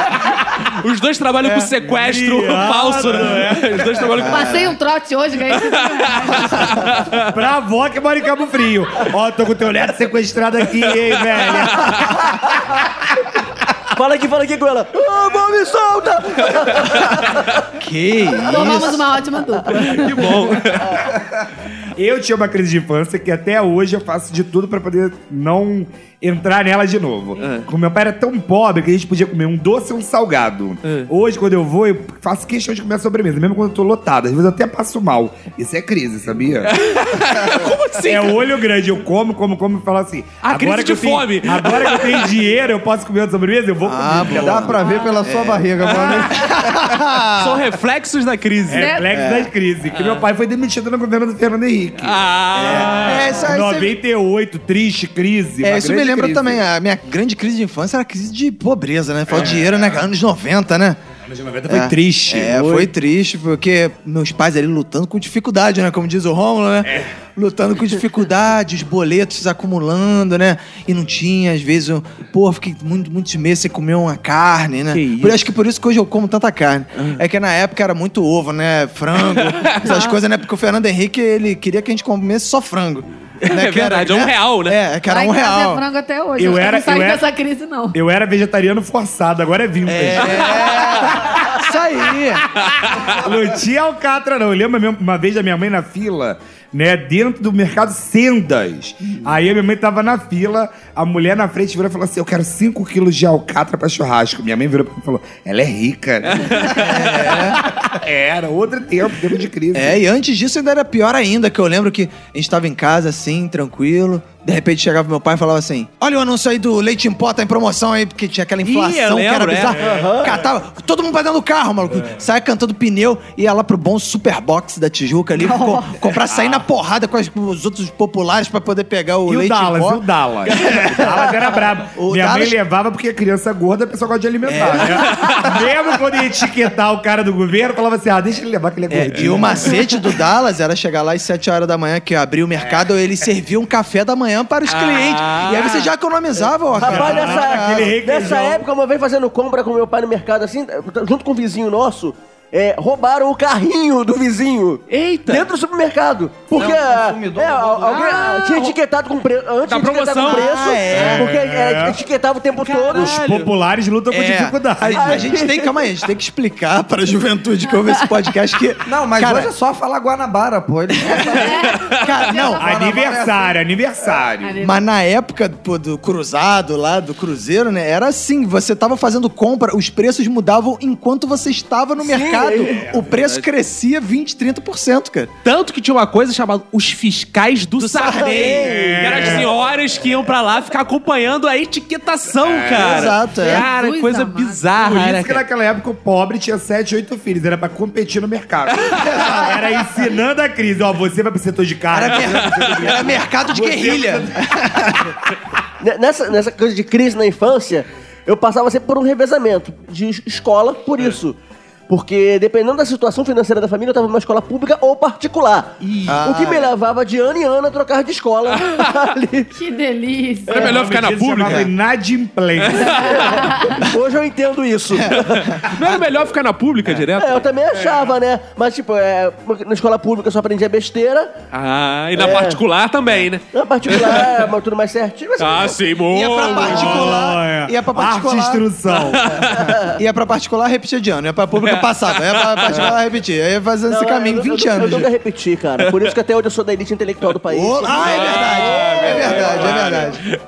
[SPEAKER 1] Os dois trabalham
[SPEAKER 2] É.
[SPEAKER 1] com sequestro
[SPEAKER 5] Viado,
[SPEAKER 1] falso, né? [LAUGHS] Os dois trabalham com.
[SPEAKER 3] Passei um trote hoje, ganhei 5 mil reais.
[SPEAKER 5] Pra avó que mora em Cabo Frio. Ó, tô com teu neto sequestrado aqui, hein, velho.
[SPEAKER 4] Fala aqui, fala aqui com ela. Ah, mãe, me solta!
[SPEAKER 2] Que isso?
[SPEAKER 3] Tomamos uma ótima dupla.
[SPEAKER 1] Que bom.
[SPEAKER 5] Eu tinha uma crise de infância que até hoje eu faço de tudo pra poder não entrar nela de novo. Porque meu pai era tão pobre que a gente podia comer um doce e um salgado. Hoje, quando eu vou, eu faço questão de comer a sobremesa, mesmo quando eu tô lotado. Às vezes eu até passo mal. Isso é crise, sabia?
[SPEAKER 1] Como assim?
[SPEAKER 5] É o olho grande. Eu como, como, como e falo assim.
[SPEAKER 1] Ah, crise
[SPEAKER 5] que
[SPEAKER 1] de
[SPEAKER 5] eu tenho-
[SPEAKER 1] fome.
[SPEAKER 5] agora que eu tenho dinheiro, eu posso comer outra sobremesa? Eu vou pouco.
[SPEAKER 2] Ah,
[SPEAKER 5] amigo, que é
[SPEAKER 2] boa.
[SPEAKER 6] Dá pra ver pela sua barriga, mano.
[SPEAKER 2] É.
[SPEAKER 1] São reflexos da crise.
[SPEAKER 5] É reflexo das crises. Que meu pai foi demitido no governo do Fernando Henrique.
[SPEAKER 1] Ah!
[SPEAKER 2] É, isso aí, você-
[SPEAKER 5] 98, triste crise.
[SPEAKER 2] É,
[SPEAKER 5] uma
[SPEAKER 2] isso me
[SPEAKER 5] grande
[SPEAKER 2] lembra
[SPEAKER 5] crise.
[SPEAKER 2] também. A minha grande crise de infância era a crise de pobreza, né? Falta de dinheiro, né? cara? Anos 90, né?
[SPEAKER 5] Anos de 90 foi
[SPEAKER 2] É.
[SPEAKER 5] triste.
[SPEAKER 2] É, foi triste, porque meus pais ali lutando com dificuldade, né? Como diz o Rômulo, né? Lutando com dificuldade, os boletos acumulando, né? E não tinha, às vezes, eu, pô, fiquei muito, muitos meses sem comer uma carne, né?
[SPEAKER 1] Que
[SPEAKER 2] Por, acho que por isso que hoje eu como tanta carne. É que na época era muito ovo, né? Frango, essas coisas, né? Porque o Fernando Henrique, ele queria que a gente comesse só frango. Né?
[SPEAKER 1] É
[SPEAKER 2] Que era,
[SPEAKER 1] verdade, é um real, né?
[SPEAKER 2] É, que era
[SPEAKER 3] Lá em
[SPEAKER 2] um
[SPEAKER 3] casa é
[SPEAKER 2] real.
[SPEAKER 3] frango até hoje.
[SPEAKER 5] Eu
[SPEAKER 3] Acho que
[SPEAKER 5] era-
[SPEAKER 3] não saí
[SPEAKER 5] eu era-
[SPEAKER 3] dessa crise, não.
[SPEAKER 5] Eu era vegetariano forçado, agora é vintage.
[SPEAKER 2] É, isso aí.
[SPEAKER 5] Não tinha alcatra, não. Eu lembro mesmo uma vez da minha mãe na fila, né? Dentro do mercado Sendas. Aí a minha mãe tava na fila, a mulher na frente virou e falou assim: Eu quero 5 quilos de alcatra pra churrasco. Minha mãe virou pra mim e falou: Ela é rica. é. Era outro tempo, tempo de crise.
[SPEAKER 2] É, e antes disso ainda era pior ainda, que eu lembro que a gente tava em casa assim, tranquilo. De repente chegava meu pai e falava assim: Olha o anúncio aí do leite em pó, tá em promoção aí, porque tinha aquela
[SPEAKER 1] Ih, eu
[SPEAKER 2] inflação que era
[SPEAKER 1] lembro, é.
[SPEAKER 2] bizarra. Catava, todo mundo pra dentro do carro, maluco. Saia cantando pneu, ia lá pro bom Superbox da Tijuca ali, co- comprar, sair na porrada com, as- com os outros populares pra poder pegar o
[SPEAKER 5] E o
[SPEAKER 2] leite
[SPEAKER 5] Dallas,
[SPEAKER 2] em
[SPEAKER 5] e
[SPEAKER 2] pó.
[SPEAKER 5] o Dallas. O Dallas era brabo.
[SPEAKER 2] O
[SPEAKER 5] Minha
[SPEAKER 2] Dallas- É.
[SPEAKER 5] mãe levava porque criança gorda, a pessoa gosta de alimentar. né? Mesmo quando ia etiquetar o cara do governo, falava assim: ah, deixa ele levar que ele é
[SPEAKER 2] É,
[SPEAKER 5] gordinho.
[SPEAKER 2] e o
[SPEAKER 6] né?
[SPEAKER 2] macete do Dallas era chegar lá às 7 horas da manhã, que abria o mercado,
[SPEAKER 6] É.
[SPEAKER 2] ele servia um café da manhã para
[SPEAKER 6] Ah.
[SPEAKER 2] os clientes. E aí você já economizava, ó.
[SPEAKER 4] Rapaz,
[SPEAKER 2] cara.
[SPEAKER 4] nessa,
[SPEAKER 5] aquele requeijão.
[SPEAKER 4] nessa época, uma vez fazendo compra com meu pai no mercado, assim, junto com um vizinho nosso, é, roubaram o carrinho do vizinho.
[SPEAKER 1] Eita!
[SPEAKER 4] Dentro do supermercado. Porque
[SPEAKER 6] Não, o
[SPEAKER 4] ah,
[SPEAKER 6] consumidor
[SPEAKER 4] é, al-
[SPEAKER 6] roubou.
[SPEAKER 4] alguém ah, tinha etiquetado com preço. Antes
[SPEAKER 1] Da
[SPEAKER 4] tinha etiquetado
[SPEAKER 1] promoção.
[SPEAKER 4] com preço.
[SPEAKER 2] Ah, é.
[SPEAKER 4] Porque é, etiquetava o tempo todo.
[SPEAKER 5] Os populares lutam com
[SPEAKER 2] É,
[SPEAKER 5] dificuldade.
[SPEAKER 2] A, a gente tem, calma aí, a gente tem que explicar para a juventude que ouve esse podcast que.
[SPEAKER 6] Não, mas
[SPEAKER 2] cara,
[SPEAKER 6] hoje é só falar Guanabara, pô. Ele
[SPEAKER 3] É.
[SPEAKER 2] cara, não.
[SPEAKER 5] é Aniversário, aniversário.
[SPEAKER 2] Mas na época pô, do cruzado lá, do cruzeiro, né? Era assim, você tava fazendo compra, os preços mudavam enquanto você estava no mercado.
[SPEAKER 6] É
[SPEAKER 2] o preço crescia 20, 30%, cara.
[SPEAKER 1] Tanto que tinha uma coisa chamada os fiscais do, Sarney.
[SPEAKER 2] Sarney.
[SPEAKER 1] Que eram as
[SPEAKER 2] É.
[SPEAKER 1] senhoras que iam pra lá ficar acompanhando a etiquetação, cara.
[SPEAKER 2] Exato, é.
[SPEAKER 1] Cara,
[SPEAKER 3] Jesus
[SPEAKER 1] coisa
[SPEAKER 3] amado.
[SPEAKER 1] bizarra,
[SPEAKER 5] Por
[SPEAKER 1] né,
[SPEAKER 5] isso que
[SPEAKER 1] cara?
[SPEAKER 5] naquela época o pobre tinha 7, 8 filhos. Era pra competir no mercado. [LAUGHS] era ensinando a crise. Ó, você vai pro setor de
[SPEAKER 2] Era,
[SPEAKER 6] É.
[SPEAKER 5] carne.
[SPEAKER 2] mer- era mercado de guerrilha.
[SPEAKER 1] É
[SPEAKER 4] Ne- Nessa, nessa coisa de crise na infância, eu passava sempre por um revezamento de es- escola
[SPEAKER 2] É.
[SPEAKER 4] por isso. Porque dependendo da situação financeira da família, eu tava numa escola pública ou particular. o
[SPEAKER 2] Ah.
[SPEAKER 4] que me levava de ano em ano a trocar de
[SPEAKER 2] [LAUGHS]
[SPEAKER 4] escola ali.
[SPEAKER 3] Que delícia.
[SPEAKER 1] Era melhor ficar na
[SPEAKER 5] Chamava
[SPEAKER 1] pública?
[SPEAKER 5] inadimplência.
[SPEAKER 4] Hoje eu entendo isso.
[SPEAKER 2] É.
[SPEAKER 1] Não era melhor ficar na pública direto?
[SPEAKER 4] É, eu também achava, né? Mas, tipo, é, na escola pública eu só aprendia besteira.
[SPEAKER 1] Ah, e na particular também, né?
[SPEAKER 2] [LAUGHS]
[SPEAKER 4] Na particular, é, mas tudo mais certinho. Mas
[SPEAKER 1] Ah, sim, bom.
[SPEAKER 2] Ia pra particular.
[SPEAKER 5] Olha,
[SPEAKER 2] Ia pra
[SPEAKER 5] Arte e
[SPEAKER 2] particular.
[SPEAKER 5] instrução.
[SPEAKER 2] Ia pra particular, repetia de ano. Ia pra pública, passava. Ia pra particular, repetia. Ia fazendo esse
[SPEAKER 4] Não, é,
[SPEAKER 2] caminho,
[SPEAKER 4] eu- eu-
[SPEAKER 2] 20
[SPEAKER 4] eu,
[SPEAKER 2] anos.
[SPEAKER 4] Eu nunca repeti, cara. Por isso que até hoje eu sou da elite intelectual do país.
[SPEAKER 2] Ô, ah, é verdade. É verdade, é verdade.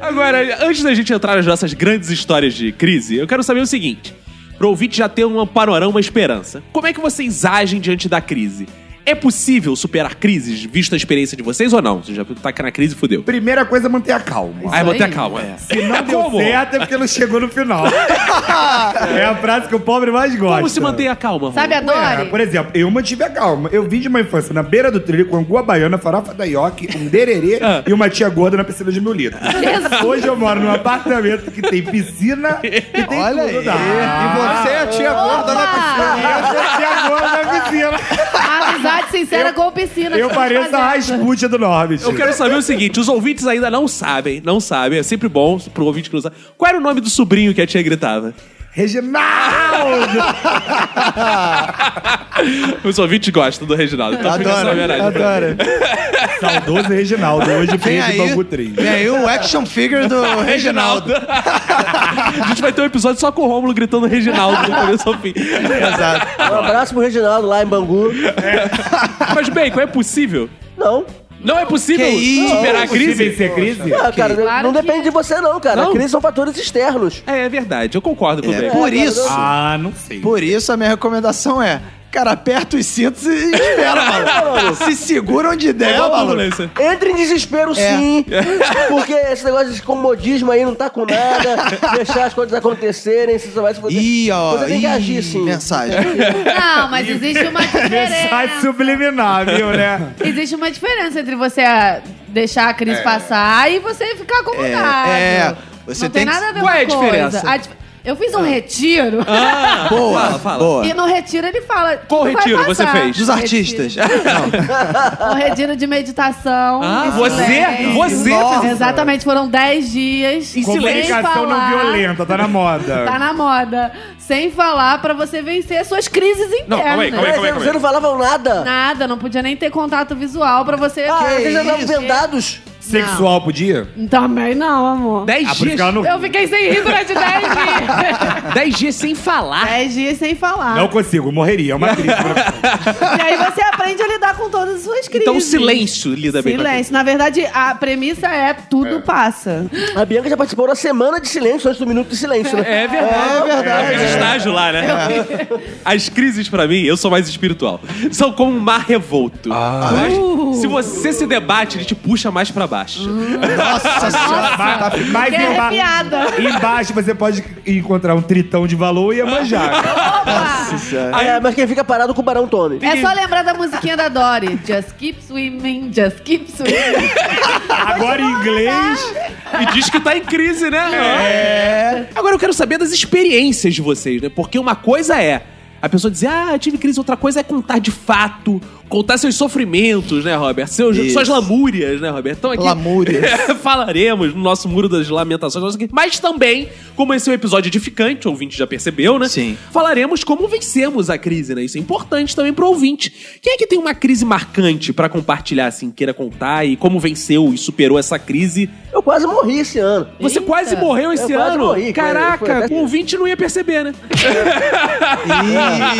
[SPEAKER 1] Agora, antes da gente entrar nas nossas grandes histórias de crise, eu quero saber o seguinte: pro ouvinte já ter um panorama, uma esperança. Como é que vocês agem diante da crise? É possível superar crises, visto a experiência de vocês ou não? Você já tá na crise, fudeu.
[SPEAKER 5] Primeira coisa, é manter a calma.
[SPEAKER 1] Aí, manter a
[SPEAKER 3] aí.
[SPEAKER 1] calma.
[SPEAKER 5] Se não deu
[SPEAKER 1] Como?
[SPEAKER 5] certo, [LAUGHS] é porque não chegou no
[SPEAKER 1] [LAUGHS]
[SPEAKER 5] final. é a frase que o pobre mais gosta.
[SPEAKER 1] Como se manter a calma? Romulo?
[SPEAKER 3] Sabe a
[SPEAKER 5] É,
[SPEAKER 3] Dori?
[SPEAKER 5] por exemplo, eu mantive a calma. Eu vim de uma infância na beira do trilho com angua baiana, farofa da ioki, um
[SPEAKER 2] [LAUGHS]
[SPEAKER 5] dererê
[SPEAKER 1] Ah.
[SPEAKER 5] e uma tia gorda na piscina de mil litros.
[SPEAKER 3] Jesus.
[SPEAKER 5] [LAUGHS] Hoje eu moro num apartamento que tem piscina e tem
[SPEAKER 2] Olha
[SPEAKER 5] tudo tá?
[SPEAKER 2] aí.
[SPEAKER 5] da
[SPEAKER 2] E você é a tia gorda na
[SPEAKER 3] Opa!
[SPEAKER 5] Eu sou é tia gorda na piscina.
[SPEAKER 3] Amizade sincera com piscina. tá
[SPEAKER 5] Eu
[SPEAKER 3] que vocês
[SPEAKER 5] pareço a
[SPEAKER 3] fazem.
[SPEAKER 5] Rasputia do Norbit.
[SPEAKER 1] Eu quero saber o seguinte: os ouvintes ainda não sabem, não sabem, é sempre bom pro ouvinte que não sabe. Qual era o nome do sobrinho que a tia gritava?
[SPEAKER 5] Reginaldo!
[SPEAKER 1] [LAUGHS] Os ouvintes gostam do Reginaldo. Então fica essa
[SPEAKER 2] Adoro,
[SPEAKER 1] homenagem pra
[SPEAKER 2] adoro.
[SPEAKER 5] Saudoso Reginaldo, hoje
[SPEAKER 2] Vem
[SPEAKER 5] fez de
[SPEAKER 2] aí,
[SPEAKER 5] Bangu 3.
[SPEAKER 2] vem aí o action figure
[SPEAKER 4] [LAUGHS]
[SPEAKER 2] do Reginaldo.
[SPEAKER 1] [LAUGHS] a gente vai ter um episódio só com o Rômulo gritando Reginaldo do começo ao fim.
[SPEAKER 2] Exato.
[SPEAKER 4] Um abraço pro Reginaldo lá em Bangu.
[SPEAKER 1] Mas, Bacon, é possível?
[SPEAKER 4] Não.
[SPEAKER 1] Não é possível
[SPEAKER 2] Que isso? é
[SPEAKER 1] superar a crise?
[SPEAKER 5] Vencer crise?
[SPEAKER 4] Ah, cara,
[SPEAKER 3] Claro
[SPEAKER 4] não
[SPEAKER 3] que- é.
[SPEAKER 4] depende de você, não, cara.
[SPEAKER 1] Não?
[SPEAKER 4] A crise são fatores externos.
[SPEAKER 1] É, é verdade, eu concordo com o
[SPEAKER 2] É,
[SPEAKER 1] Bacon.
[SPEAKER 2] por isso,
[SPEAKER 5] Ah, não sei.
[SPEAKER 2] por isso a minha recomendação é Cara, aperta os cintos e
[SPEAKER 4] [LAUGHS]
[SPEAKER 2] espera, maluco. Se segura onde
[SPEAKER 4] É
[SPEAKER 2] der,
[SPEAKER 1] Igual tudo,
[SPEAKER 2] maluco.
[SPEAKER 1] Vanessa.
[SPEAKER 4] Entra em desespero
[SPEAKER 2] É. [LAUGHS]
[SPEAKER 4] sim, porque esse negócio de comodismo aí não tá com nada,
[SPEAKER 2] [LAUGHS]
[SPEAKER 4] deixar as coisas acontecerem, você só vai se fuder.
[SPEAKER 2] Ih, ó.
[SPEAKER 4] Você tem que
[SPEAKER 2] ih,
[SPEAKER 4] agir sim.
[SPEAKER 2] Mensagem.
[SPEAKER 3] Não, mas existe uma
[SPEAKER 5] Mensagem
[SPEAKER 3] diferença.
[SPEAKER 5] subliminar, viu, né?
[SPEAKER 3] Existe uma diferença entre você ah, deixar a crise passar e você ficar acomodado.
[SPEAKER 2] é. Você
[SPEAKER 3] não
[SPEAKER 2] tem
[SPEAKER 3] tem,
[SPEAKER 2] que- Ah.
[SPEAKER 3] nada a ver
[SPEAKER 1] Qual
[SPEAKER 3] com
[SPEAKER 1] é a diferença?
[SPEAKER 3] coisa. A dif- Eu fiz um retiro.
[SPEAKER 2] Boa, boa.
[SPEAKER 3] [LAUGHS] E no retiro ele fala.
[SPEAKER 1] Qual
[SPEAKER 3] tudo vai
[SPEAKER 1] retiro você
[SPEAKER 3] passar.
[SPEAKER 1] fez?
[SPEAKER 2] Dos artistas.
[SPEAKER 3] Um retiro de meditação.
[SPEAKER 1] Ah,
[SPEAKER 3] em
[SPEAKER 1] você?
[SPEAKER 3] silêncio.
[SPEAKER 1] Você fez isso?
[SPEAKER 3] Exatamente, foram 10 dias. Em
[SPEAKER 5] Comunicação não violenta, tá na moda.
[SPEAKER 3] Tá na moda. Sem falar pra você vencer as suas crises internas.
[SPEAKER 1] Não, calma aí, calma aí,
[SPEAKER 4] Mas
[SPEAKER 1] calma aí. Calma
[SPEAKER 4] vocês
[SPEAKER 1] aí.
[SPEAKER 4] não falavam nada?
[SPEAKER 3] Nada, não podia nem ter contato visual pra você.
[SPEAKER 4] Ah, vocês andavam
[SPEAKER 3] isso?
[SPEAKER 4] vendados?
[SPEAKER 5] Sexual podia?
[SPEAKER 3] Também Então, não, amor.
[SPEAKER 1] Dez
[SPEAKER 5] Ah, por isso
[SPEAKER 1] dias,
[SPEAKER 5] que ela não
[SPEAKER 3] Eu fiquei sem rir durante 10 [LAUGHS] dias.
[SPEAKER 1] dez dias sem falar.
[SPEAKER 3] 10 dias sem falar.
[SPEAKER 5] Não consigo, morreria. É uma crise.
[SPEAKER 3] E aí você aprende a lidar com todas as suas crises.
[SPEAKER 1] Então silêncio lida bem com aquilo.
[SPEAKER 3] Silêncio. Na verdade, a premissa é tudo passa.
[SPEAKER 4] A Bianca já participou da semana de silêncio antes do minuto de silêncio, né?
[SPEAKER 1] É verdade. É verdade. estágio lá,
[SPEAKER 2] É.
[SPEAKER 1] né? As crises, pra mim, eu sou mais espiritual, são como um mar revolto.
[SPEAKER 2] Ah.
[SPEAKER 1] Mas
[SPEAKER 2] Uh.
[SPEAKER 1] Se você se debate, ele te puxa mais pra baixo.
[SPEAKER 2] Nossa senhora.
[SPEAKER 5] Mas, mas
[SPEAKER 3] Fiquei
[SPEAKER 5] emba-
[SPEAKER 3] arrepiada.
[SPEAKER 5] embaixo você pode encontrar um tritão de valor e manjar.
[SPEAKER 4] [LAUGHS]
[SPEAKER 3] Opa!
[SPEAKER 4] É, mas quem fica parado com o Barão Tony.
[SPEAKER 3] É só lembrar da musiquinha da Dory. Just keep swimming, just keep
[SPEAKER 4] [LAUGHS]
[SPEAKER 3] swimming.
[SPEAKER 5] Agora em inglês.
[SPEAKER 1] E diz que tá em crise, né? É. Agora eu quero saber das experiências de vocês, né? Porque uma coisa é a pessoa dizer, ah, eu tive crise, outra coisa é contar de fato, contar seus sofrimentos, né, Robert? Seus,
[SPEAKER 2] Isso.
[SPEAKER 1] suas lamúrias, né, Robert? Então aqui
[SPEAKER 2] Lamúrias.
[SPEAKER 1] [LAUGHS] falaremos no nosso muro das lamentações, não sei o quê. mas também, como esse é um episódio edificante, o ouvinte já percebeu, né?
[SPEAKER 2] Sim.
[SPEAKER 1] Falaremos como vencemos a crise, né? Isso é importante também pro ouvinte. Quem é que tem uma crise marcante pra compartilhar, assim, queira contar e como venceu e superou essa crise?
[SPEAKER 4] Eu quase morri esse ano.
[SPEAKER 1] Você
[SPEAKER 3] Eita.
[SPEAKER 1] quase morreu esse
[SPEAKER 4] Eu quase
[SPEAKER 1] ano?
[SPEAKER 4] morri, cara. Foi assim.
[SPEAKER 1] Caraca,
[SPEAKER 4] até-
[SPEAKER 1] o ouvinte não ia perceber, né?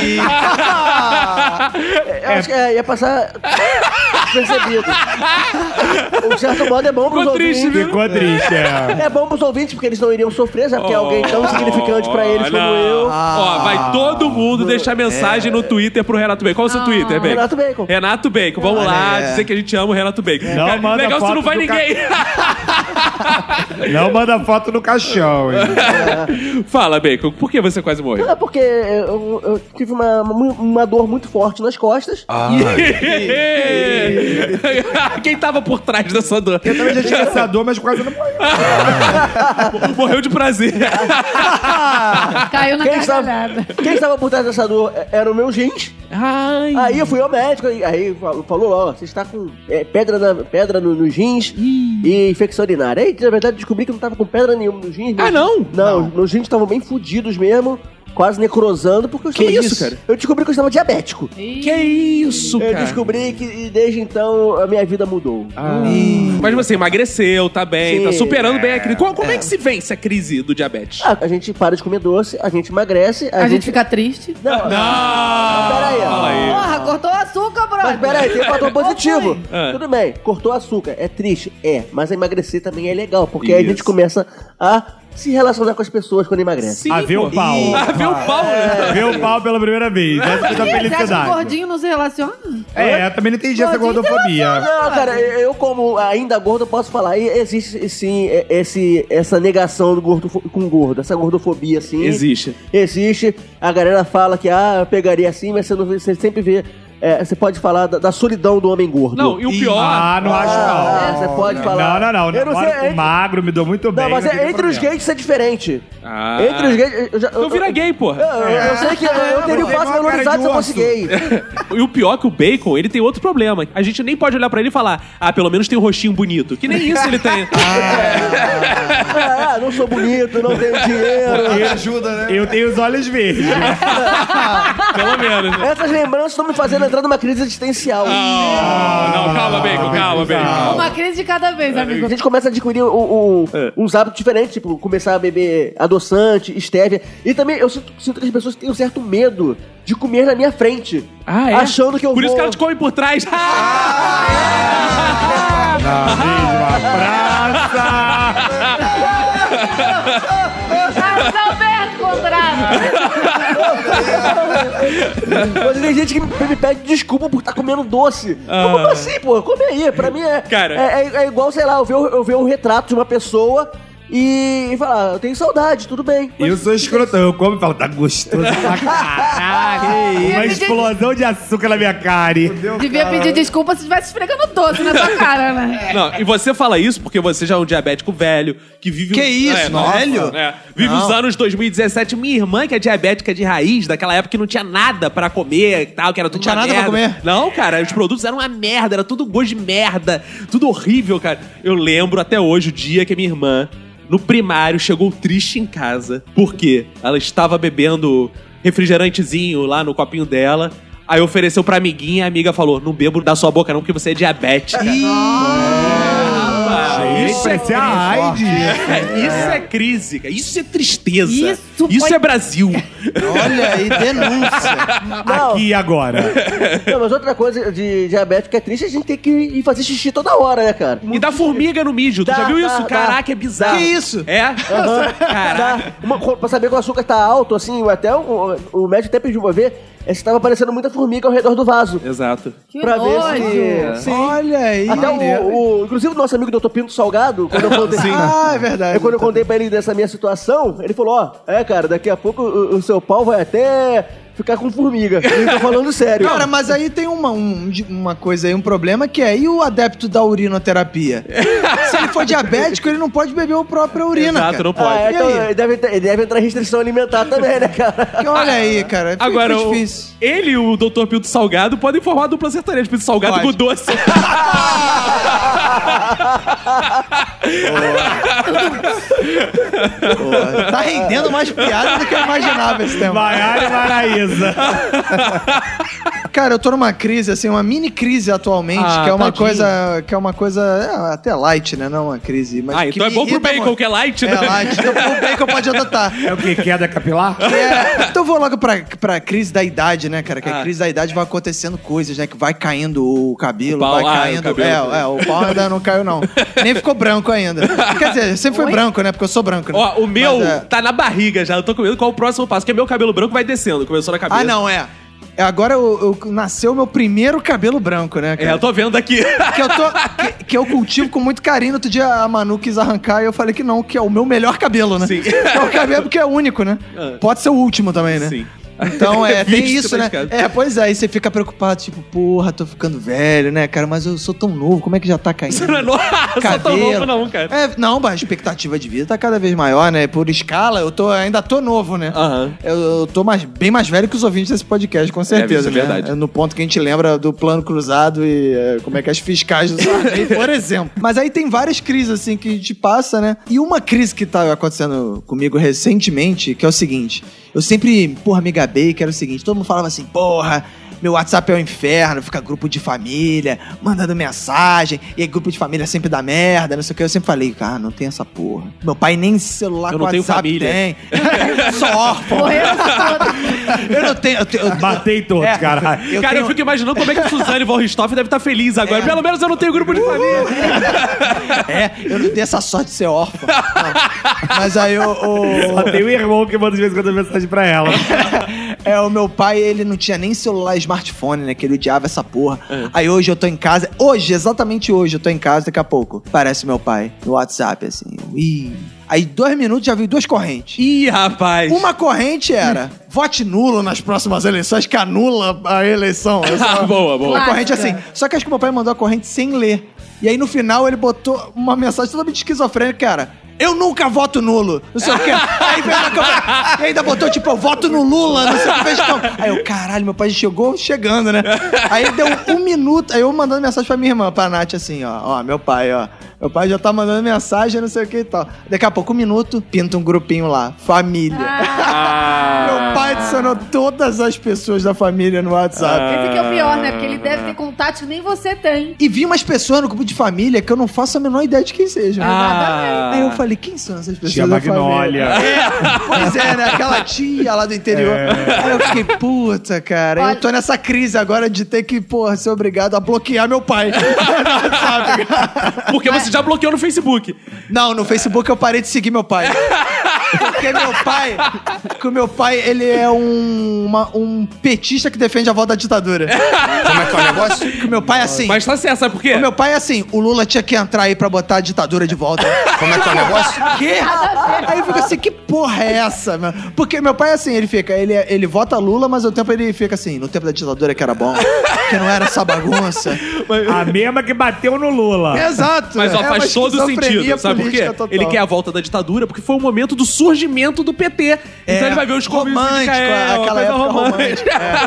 [SPEAKER 2] Ih,
[SPEAKER 4] Eu acho que é, ia passar [LAUGHS]
[SPEAKER 1] [LAUGHS]
[SPEAKER 4] percebido. De certo modo é bom pros
[SPEAKER 1] Ficou
[SPEAKER 4] ouvintes.
[SPEAKER 1] triste, viu?
[SPEAKER 5] Ficou triste, é.
[SPEAKER 4] É bom pros ouvintes, porque eles não iriam sofrer, já [LAUGHS] que é alguém tão significante pra eles como
[SPEAKER 1] Não.
[SPEAKER 4] eu. Ah. É.
[SPEAKER 1] Ó, vai todo mundo deixar mensagem no Twitter pro Renato Bacon. Qual é o seu Twitter, Bacon?
[SPEAKER 4] Renato Bacon.
[SPEAKER 1] Renato Bacon, vamos lá,
[SPEAKER 2] é.
[SPEAKER 1] dizer que a gente ama o Renato Bacon.
[SPEAKER 5] Não
[SPEAKER 1] Cara,
[SPEAKER 5] manda
[SPEAKER 1] legal se
[SPEAKER 5] foto
[SPEAKER 1] não vai
[SPEAKER 5] do ca-
[SPEAKER 1] ninguém. [LAUGHS]
[SPEAKER 5] Não manda foto no caixão, hein?
[SPEAKER 1] Fala, Bacon, por que você quase morreu?
[SPEAKER 4] É porque eu, eu tive uma, uma dor muito forte nas costas.
[SPEAKER 1] Quem tava por trás dessa dor?
[SPEAKER 5] Eu também já tinha essa dor, mas quase não morri.
[SPEAKER 1] Morreu de
[SPEAKER 4] [LAUGHS]
[SPEAKER 1] prazer.
[SPEAKER 3] Caiu na
[SPEAKER 4] Quem estava,
[SPEAKER 3] gargalhada.
[SPEAKER 4] quem estava por trás dessa dor é- eram meus rins.
[SPEAKER 1] Ai.
[SPEAKER 4] Aí eu fui ao médico, aí- aí falou falou lá, ó, você está com é, pedra, na- pedra no- nos rins e infecção urinária. Aí, na verdade, descobri que eu não estava com pedra nenhuma nos rins.
[SPEAKER 1] Ah, não?
[SPEAKER 4] Não, meus rins estavam bem fudidos mesmo, quase necrosando, porque eu
[SPEAKER 1] Que
[SPEAKER 4] estava-
[SPEAKER 1] isso, cara?
[SPEAKER 4] Eu descobri que eu estava diabético.
[SPEAKER 1] Que isso,
[SPEAKER 4] Eu
[SPEAKER 1] cara.
[SPEAKER 4] descobri que e desde então a minha vida mudou.
[SPEAKER 1] Mas você emagreceu, tá bem,
[SPEAKER 4] Sim.
[SPEAKER 1] tá superando bem a crise. Como, como é. que se vence a crise do diabetes?
[SPEAKER 4] Ah, a gente para de comer doce, a gente emagrece, a,
[SPEAKER 3] A gente fica triste.
[SPEAKER 4] Não, peraí, ó.
[SPEAKER 1] Fala aí.
[SPEAKER 3] Porra, cortou o açúcar, brother.
[SPEAKER 4] Mas peraí, tem um fator positivo.
[SPEAKER 1] Ah.
[SPEAKER 4] Tudo bem, cortou o açúcar, é triste, é. Mas emagrecer também é legal, porque aí a
[SPEAKER 1] Isso.
[SPEAKER 4] gente começa a se relacionar com as pessoas quando emagrece.
[SPEAKER 1] Sim,
[SPEAKER 5] A ver
[SPEAKER 1] pô.
[SPEAKER 5] o pau.
[SPEAKER 1] A ver o pau, né?
[SPEAKER 5] Ver o pau pela primeira vez. Essa foi a
[SPEAKER 3] Ih, Você acha que o
[SPEAKER 5] felicidade.
[SPEAKER 3] gordinho não se relaciona?
[SPEAKER 5] É, eu também não entendi essa
[SPEAKER 3] Gordinho
[SPEAKER 5] gordofobia.
[SPEAKER 4] Não, cara, eu eu como ainda gordo, eu posso falar. E existe sim é- esse, essa negação do gordo com gordo, essa gordofobia assim.
[SPEAKER 1] Existe.
[SPEAKER 4] Existe. A galera fala que, ah, eu pegaria assim, mas você, não, você sempre vê. é, você pode falar da, da solidão do homem gordo.
[SPEAKER 1] Não, e o pior.
[SPEAKER 5] Ah, não acho
[SPEAKER 4] Ah,
[SPEAKER 5] não.
[SPEAKER 4] você pode falar.
[SPEAKER 5] Não, não, não.
[SPEAKER 4] Eu não
[SPEAKER 5] Namoro
[SPEAKER 4] sei,
[SPEAKER 5] com
[SPEAKER 4] entre-
[SPEAKER 5] magro, me dou muito bem.
[SPEAKER 4] Não, mas
[SPEAKER 5] não
[SPEAKER 4] é,
[SPEAKER 5] tem
[SPEAKER 4] entre os
[SPEAKER 5] problema.
[SPEAKER 4] gays isso é diferente.
[SPEAKER 1] Ah.
[SPEAKER 4] Entre os gays. Eu, já- eu,
[SPEAKER 1] Então vira
[SPEAKER 4] eu-
[SPEAKER 1] gay,
[SPEAKER 4] Eu,
[SPEAKER 1] porra.
[SPEAKER 4] eu- eu sei que eu, eu teria o
[SPEAKER 5] Igual
[SPEAKER 4] passo
[SPEAKER 5] a É. cara de
[SPEAKER 4] valorizado se eu fosse
[SPEAKER 5] urso.
[SPEAKER 4] gay.
[SPEAKER 1] E o pior é que o Bacon, ele tem outro problema. A gente nem pode olhar pra ele e falar, ah, pelo menos tem um rostinho bonito. Que nem isso ele [LAUGHS] tem.
[SPEAKER 4] Ah, ah, não sou bonito, não tenho
[SPEAKER 5] [LAUGHS]
[SPEAKER 4] dinheiro.
[SPEAKER 2] ajuda,
[SPEAKER 5] Eu tenho os olhos verdes.
[SPEAKER 1] pelo menos. né?
[SPEAKER 4] Essas lembranças estão me fazendo entrar numa crise existencial.
[SPEAKER 1] Não,
[SPEAKER 5] Ah,
[SPEAKER 1] não, calma, Bacon, calma,
[SPEAKER 4] Ah.
[SPEAKER 1] Bacon.
[SPEAKER 3] Uma crise de cada vez, amigo.
[SPEAKER 4] A gente começa a adquirir um- um-
[SPEAKER 1] É.
[SPEAKER 4] uns hábitos diferentes, tipo, começar a beber adoçante, estévia. E também eu sinto, sinto que as pessoas têm um certo medo de comer na minha frente.
[SPEAKER 1] Ah, é?
[SPEAKER 4] Achando que eu
[SPEAKER 1] Por
[SPEAKER 4] vou...
[SPEAKER 1] isso que ela te come por trás. [LAUGHS]
[SPEAKER 5] Na mesma praça.
[SPEAKER 3] Ah, Carlos Alberto Contrada.
[SPEAKER 4] [LAUGHS] Mas tem gente que me me pede desculpa por estar comendo doce. Como assim, pô? Come aí. Pra mim é,
[SPEAKER 1] Ah. Cara.
[SPEAKER 4] é, é- é igual, sei lá, eu ver, eu ver um retrato de uma pessoa e, e falar, "Ah, eu tenho saudade, tudo bem.
[SPEAKER 5] Eu sou escrotão, eu como e falo, tá gostoso pra
[SPEAKER 1] Ah,
[SPEAKER 5] caralho. Uma explosão de açúcar na minha cara.
[SPEAKER 3] Devia pedir desculpa se estivesse esfregando doce na tua cara,
[SPEAKER 1] [LAUGHS]
[SPEAKER 3] né?
[SPEAKER 2] É.
[SPEAKER 1] Não, e você fala isso porque você já é um diabético velho, que vive...
[SPEAKER 2] Que
[SPEAKER 1] os-
[SPEAKER 2] isso,
[SPEAKER 1] não,
[SPEAKER 2] velho?
[SPEAKER 1] é. vive os anos 2017. Minha irmã, que é diabética de raiz, daquela época que não tinha nada pra comer e tal, que era tudo
[SPEAKER 2] tinha
[SPEAKER 1] uma
[SPEAKER 2] nada pra
[SPEAKER 1] merda.
[SPEAKER 2] comer?
[SPEAKER 1] Não, cara, os produtos eram uma merda, era tudo gosto de merda, tudo horrível, cara. Eu lembro até hoje o dia que a minha irmã, no primário, chegou triste em casa, porque ela estava bebendo refrigerantezinho lá no copinho dela... Aí ofereceu pra amiguinha, a amiga falou: Não bebo da sua boca, não, porque você é diabética. Rapaz,
[SPEAKER 2] Ah,
[SPEAKER 5] Isso é a AIDS.
[SPEAKER 1] é, isso é crise, cara. isso é tristeza. Isso,
[SPEAKER 3] Isso
[SPEAKER 1] é Brasil.
[SPEAKER 2] [LAUGHS] Olha aí,
[SPEAKER 4] [LAUGHS]
[SPEAKER 2] denúncia.
[SPEAKER 4] Não,
[SPEAKER 5] Aqui e [LAUGHS] agora.
[SPEAKER 4] não, mas outra coisa de diabético que é triste, é a gente tem que ir fazer xixi toda hora, né, cara?
[SPEAKER 1] E da formiga no mijo. tu
[SPEAKER 4] Dá,
[SPEAKER 1] já viu
[SPEAKER 4] dá,
[SPEAKER 1] isso?
[SPEAKER 4] dá.
[SPEAKER 1] Caraca, é bizarro.
[SPEAKER 2] Que isso?
[SPEAKER 1] É?
[SPEAKER 4] Tá?
[SPEAKER 1] Caraca.
[SPEAKER 4] Uma co- pra saber que o açúcar tá alto, assim, até o, o médico até pediu pra ver, é se tava aparecendo muita formiga ao redor do vaso.
[SPEAKER 1] Exato.
[SPEAKER 3] Que
[SPEAKER 4] pra
[SPEAKER 3] nojo.
[SPEAKER 4] ver se. Sim.
[SPEAKER 2] Olha aí.
[SPEAKER 4] Até o, o- Inclusive o nosso amigo Dr. Pinto
[SPEAKER 2] [LAUGHS]
[SPEAKER 4] Salgado, quando eu contei.
[SPEAKER 2] Ah, é verdade.
[SPEAKER 4] Eu, quando eu contei pra ele dessa minha situação, ele falou: Ó, é, cara, daqui a pouco o, o seu pau vai até ficar com formiga. Eu tô falando sério. Ah,
[SPEAKER 2] Cara, mas aí tem uma, um- de- uma coisa aí, um problema que é e o adepto
[SPEAKER 1] [LAUGHS]
[SPEAKER 2] da urinoterapia? Se ele for diabético, ele não pode beber a própria urina.
[SPEAKER 1] Exato,
[SPEAKER 2] cara.
[SPEAKER 1] não pode.
[SPEAKER 4] ah, é,
[SPEAKER 2] E
[SPEAKER 4] então,
[SPEAKER 2] aí?
[SPEAKER 4] ele deve, ter- ele deve entrar em restrição alimentar também,
[SPEAKER 2] [LAUGHS]
[SPEAKER 4] né, cara?
[SPEAKER 2] Porque olha aí, cara. é fica
[SPEAKER 1] Agora, o-
[SPEAKER 2] difícil.
[SPEAKER 1] ele e o Dr. Pinto Salgado podem formar a dupla sertaneja. Pinto Salgado
[SPEAKER 2] Pode.
[SPEAKER 1] com doce.
[SPEAKER 2] Pô, tá rendendo mais piada do que eu imaginava esse tema.
[SPEAKER 5] Maiara e Maraísa.
[SPEAKER 2] Cara, eu tô numa crise, assim, uma mini crise atualmente,
[SPEAKER 1] Ah,
[SPEAKER 2] que é uma
[SPEAKER 1] tadinho.
[SPEAKER 2] coisa. Que é uma coisa. é, até light, né? Não é uma crise. [LAUGHS] Mas
[SPEAKER 1] Ah,
[SPEAKER 2] que
[SPEAKER 1] então é
[SPEAKER 2] me
[SPEAKER 1] bom pro
[SPEAKER 2] irrita
[SPEAKER 1] bacon,
[SPEAKER 2] muito.
[SPEAKER 1] que é light, né?
[SPEAKER 2] É light, então o bacon pode adotar.
[SPEAKER 5] É o que? Queda capilar?
[SPEAKER 2] É, então vou logo pra, pra crise da idade, né, cara? Que
[SPEAKER 1] Ah.
[SPEAKER 2] a crise da idade vai acontecendo coisas, né? Que vai caindo o cabelo,
[SPEAKER 1] O pau,
[SPEAKER 2] vai
[SPEAKER 1] ah, o
[SPEAKER 2] caindo.
[SPEAKER 1] cabelo.
[SPEAKER 2] É, é, o pau ainda não caiu, não. Nem ficou branco ainda. Quer dizer, sempre foi branco, né? Porque eu sou branco, né?
[SPEAKER 1] Ó, o meu
[SPEAKER 2] Mas, é.
[SPEAKER 1] tá na barriga já. Eu tô com medo qual o próximo passo, porque meu cabelo branco vai descendo. Começou na cabeça.
[SPEAKER 2] Ah, não, é. É, Agora eu, eu- nasceu o meu primeiro cabelo branco, né,
[SPEAKER 1] É,
[SPEAKER 2] cara?
[SPEAKER 1] eu tô vendo aqui.
[SPEAKER 2] [LAUGHS]
[SPEAKER 1] [LAUGHS]
[SPEAKER 2] que, eu tô, que, que eu cultivo com muito carinho. Outro dia a Manu quis arrancar e eu falei que não, que é o meu melhor cabelo, né?
[SPEAKER 1] Sim.
[SPEAKER 2] Que [LAUGHS] é o cabelo que é único, né?
[SPEAKER 1] Ah.
[SPEAKER 2] Pode ser o último também, né?
[SPEAKER 1] Sim. [LAUGHS]
[SPEAKER 2] Então é, tem
[SPEAKER 1] Visto,
[SPEAKER 2] isso,
[SPEAKER 1] né,
[SPEAKER 2] né?
[SPEAKER 1] cara?
[SPEAKER 2] É, pois é, aí você fica preocupado, tipo, porra, tô ficando velho, né, cara? Mas eu sou tão novo, como é que já tá caindo?
[SPEAKER 1] Você não é novo, né? só tão novo não, cara.
[SPEAKER 2] É, não, mas a expectativa de vida tá cada vez maior, né? Por escala, eu tô, ainda tô novo, né?
[SPEAKER 1] Aham.
[SPEAKER 2] Eu, eu tô mais, bem mais velho que os ouvintes desse podcast, com
[SPEAKER 1] isso
[SPEAKER 2] certeza.
[SPEAKER 1] é
[SPEAKER 2] né?
[SPEAKER 1] verdade.
[SPEAKER 2] É No ponto que a gente lembra do plano cruzado e é, como é que as fiscais do Sarney, por exemplo. Mas aí tem várias crises, assim, que a gente passa, né? E uma crise que tá acontecendo comigo recentemente, que é o seguinte. Eu sempre, porra, me gabei, que era o seguinte. Todo mundo falava assim, porra... Meu WhatsApp é o inferno, fica grupo de família, mandando mensagem, e aí grupo de família sempre dá merda, não sei o que. Eu sempre falei, cara, não tem essa porra. Meu pai nem celular
[SPEAKER 1] Eu
[SPEAKER 2] com
[SPEAKER 1] não tenho
[SPEAKER 2] WhatsApp
[SPEAKER 1] família.
[SPEAKER 2] tem. Sou órfão.
[SPEAKER 3] Morreu
[SPEAKER 1] [LAUGHS]
[SPEAKER 3] essa
[SPEAKER 1] Ah.
[SPEAKER 3] toda.
[SPEAKER 2] Eu não tenho. Eu tenho eu-
[SPEAKER 5] Batei em todos, caralho.
[SPEAKER 2] eu
[SPEAKER 1] cara,
[SPEAKER 2] tenho-
[SPEAKER 1] eu fico imaginando como é que a Suzane von Richthofen deve estar feliz agora. Pelo menos eu não tenho
[SPEAKER 2] Uh!
[SPEAKER 1] grupo de família.
[SPEAKER 2] É, eu não tenho essa sorte de ser órfão. Não. Mas aí o,
[SPEAKER 5] Só
[SPEAKER 2] o-
[SPEAKER 5] tem o irmão que manda de vez em quando mensagem pra ela.
[SPEAKER 2] é, o meu pai, ele não tinha nem celular smartphone, né? Que ele odiava essa porra.
[SPEAKER 1] É.
[SPEAKER 2] Aí hoje eu tô em casa. Hoje, exatamente hoje, eu tô em casa daqui a pouco. Parece meu pai no WhatsApp, assim. eu, Ih. Aí dois minutos já vi duas correntes.
[SPEAKER 1] Ih, rapaz.
[SPEAKER 2] Uma corrente era vote nulo nas próximas eleições, que anula a eleição. Essa-
[SPEAKER 1] [LAUGHS] Boa, boa.
[SPEAKER 2] Uma corrente assim.
[SPEAKER 3] Clássica.
[SPEAKER 2] Só que acho que meu pai mandou a corrente sem ler. E aí no final ele botou uma mensagem totalmente esquizofrênica, cara. Eu nunca voto nulo, não sei o quê. Aí veio na câmera, e ainda botou tipo, eu voto no Lula, não sei o que fez como. Aí eu, caralho, meu pai chegou chegando, né? Aí deu um minuto, aí eu mandando mensagem pra minha irmã, pra Nath, assim, ó, ó, meu pai, ó. Meu pai já tá mandando mensagem, não sei o que e tal. Daqui a pouco, um minuto, pinta um grupinho lá, família. Meu pai adicionou todas as pessoas da família no WhatsApp.
[SPEAKER 3] Esse aqui é o pior, né? Porque ele deve ter contatos que nem você tem.
[SPEAKER 2] E vi umas pessoas no grupo de família que eu não faço a menor ideia de quem sejam.
[SPEAKER 1] Ah.
[SPEAKER 2] Aí eu falei, quem são essas pessoas
[SPEAKER 5] Tia
[SPEAKER 2] da família?
[SPEAKER 5] Magnólia.
[SPEAKER 2] É, pois é, né? Aquela tia lá do interior.
[SPEAKER 7] É.
[SPEAKER 2] Aí eu fiquei, puta, cara.
[SPEAKER 3] Olha-
[SPEAKER 2] Eu tô nessa crise agora de ter que, porra, ser obrigado a bloquear meu pai. Sabe?
[SPEAKER 1] Porque você já bloqueou no Facebook.
[SPEAKER 2] Não, no Facebook eu parei de seguir meu pai. Porque meu pai. Que o meu pai, ele é um, uma- um petista que defende a volta da ditadura.
[SPEAKER 7] Como é que é o negócio?
[SPEAKER 2] Que o meu pai é assim.
[SPEAKER 1] Mas tá certo, sabe por quê?
[SPEAKER 2] O meu pai é assim, o Lula tinha que entrar aí pra botar a ditadura de volta. né?
[SPEAKER 7] Como é que é o negócio?
[SPEAKER 2] Quê? Aí fica assim, que porra é essa, meu? Porque meu pai é assim, ele fica, ele, ele vota Lula, mas ao tempo ele fica assim, no tempo da ditadura que era bom, que não era essa bagunça.
[SPEAKER 5] A mesma que bateu no Lula.
[SPEAKER 2] Exato.
[SPEAKER 1] Mas ó,
[SPEAKER 2] é uma
[SPEAKER 1] faz todo
[SPEAKER 2] esquizofrenia
[SPEAKER 1] sentido, sabe por quê?
[SPEAKER 2] política total.
[SPEAKER 1] Ele quer a volta da ditadura porque foi o momento do surgimento do PT. então ele vai ver os comunistas de
[SPEAKER 2] É, romântico,
[SPEAKER 1] Israel, uma
[SPEAKER 2] aquela
[SPEAKER 1] coisa
[SPEAKER 2] época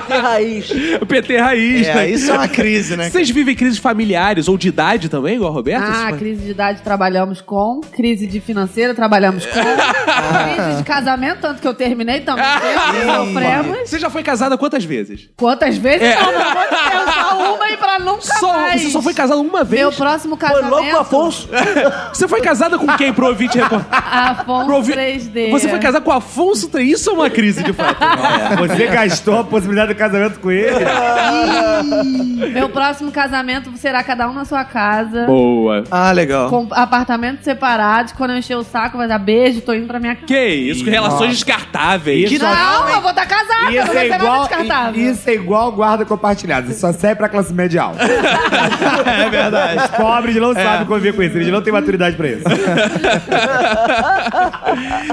[SPEAKER 4] Tem raiz.
[SPEAKER 1] [LAUGHS] O PT raiz, né?
[SPEAKER 2] É, isso é uma
[SPEAKER 1] [LAUGHS]
[SPEAKER 2] crise, né?
[SPEAKER 1] Vocês vivem crises familiares ou de idade também, igual a Roberta?
[SPEAKER 3] Ah,
[SPEAKER 1] Isso-
[SPEAKER 3] crise de idade trabalhamos com, crise de financeira trabalhamos
[SPEAKER 1] [LAUGHS]
[SPEAKER 3] com,
[SPEAKER 1] Ah.
[SPEAKER 3] crise de casamento, tanto que eu terminei também, né? sofremos.
[SPEAKER 1] Você já foi casada quantas vezes?
[SPEAKER 3] Quantas vezes? Não, meu amor de Deus, só uma e pra nunca
[SPEAKER 1] É. Só-
[SPEAKER 3] mais.
[SPEAKER 1] você só foi casada uma vez?
[SPEAKER 3] Meu próximo
[SPEAKER 2] Tá
[SPEAKER 4] Foi
[SPEAKER 3] casamento...
[SPEAKER 4] louco, Afonso?
[SPEAKER 1] Você foi casada com quem, pro ouvinte
[SPEAKER 3] [LAUGHS]
[SPEAKER 1] repórter?
[SPEAKER 3] Afonso
[SPEAKER 1] Pro ouvi-
[SPEAKER 3] 3D.
[SPEAKER 1] Você foi casada com Afonso Tre- Isso é uma crise, de fato.
[SPEAKER 5] Você gastou a possibilidade do casamento com ele?
[SPEAKER 3] Meu próximo casamento será cada um na sua casa.
[SPEAKER 1] Boa.
[SPEAKER 2] Ah, legal.
[SPEAKER 3] Com apartamentos separados, quando eu encher o saco, vai dar beijo, tô indo pra minha casa.
[SPEAKER 1] Que isso, que relações descartáveis.
[SPEAKER 5] Isso.
[SPEAKER 3] Não, eu vou estar casada, não
[SPEAKER 5] Isso
[SPEAKER 3] vai
[SPEAKER 5] é,
[SPEAKER 3] pegar
[SPEAKER 5] igual,
[SPEAKER 3] nada descartável.
[SPEAKER 5] isso é igual guarda compartilhada. Isso só serve pra classe média alta.
[SPEAKER 2] É verdade.
[SPEAKER 5] Os pobres não sabem conviver com isso. Eles não têm maturidade pra isso.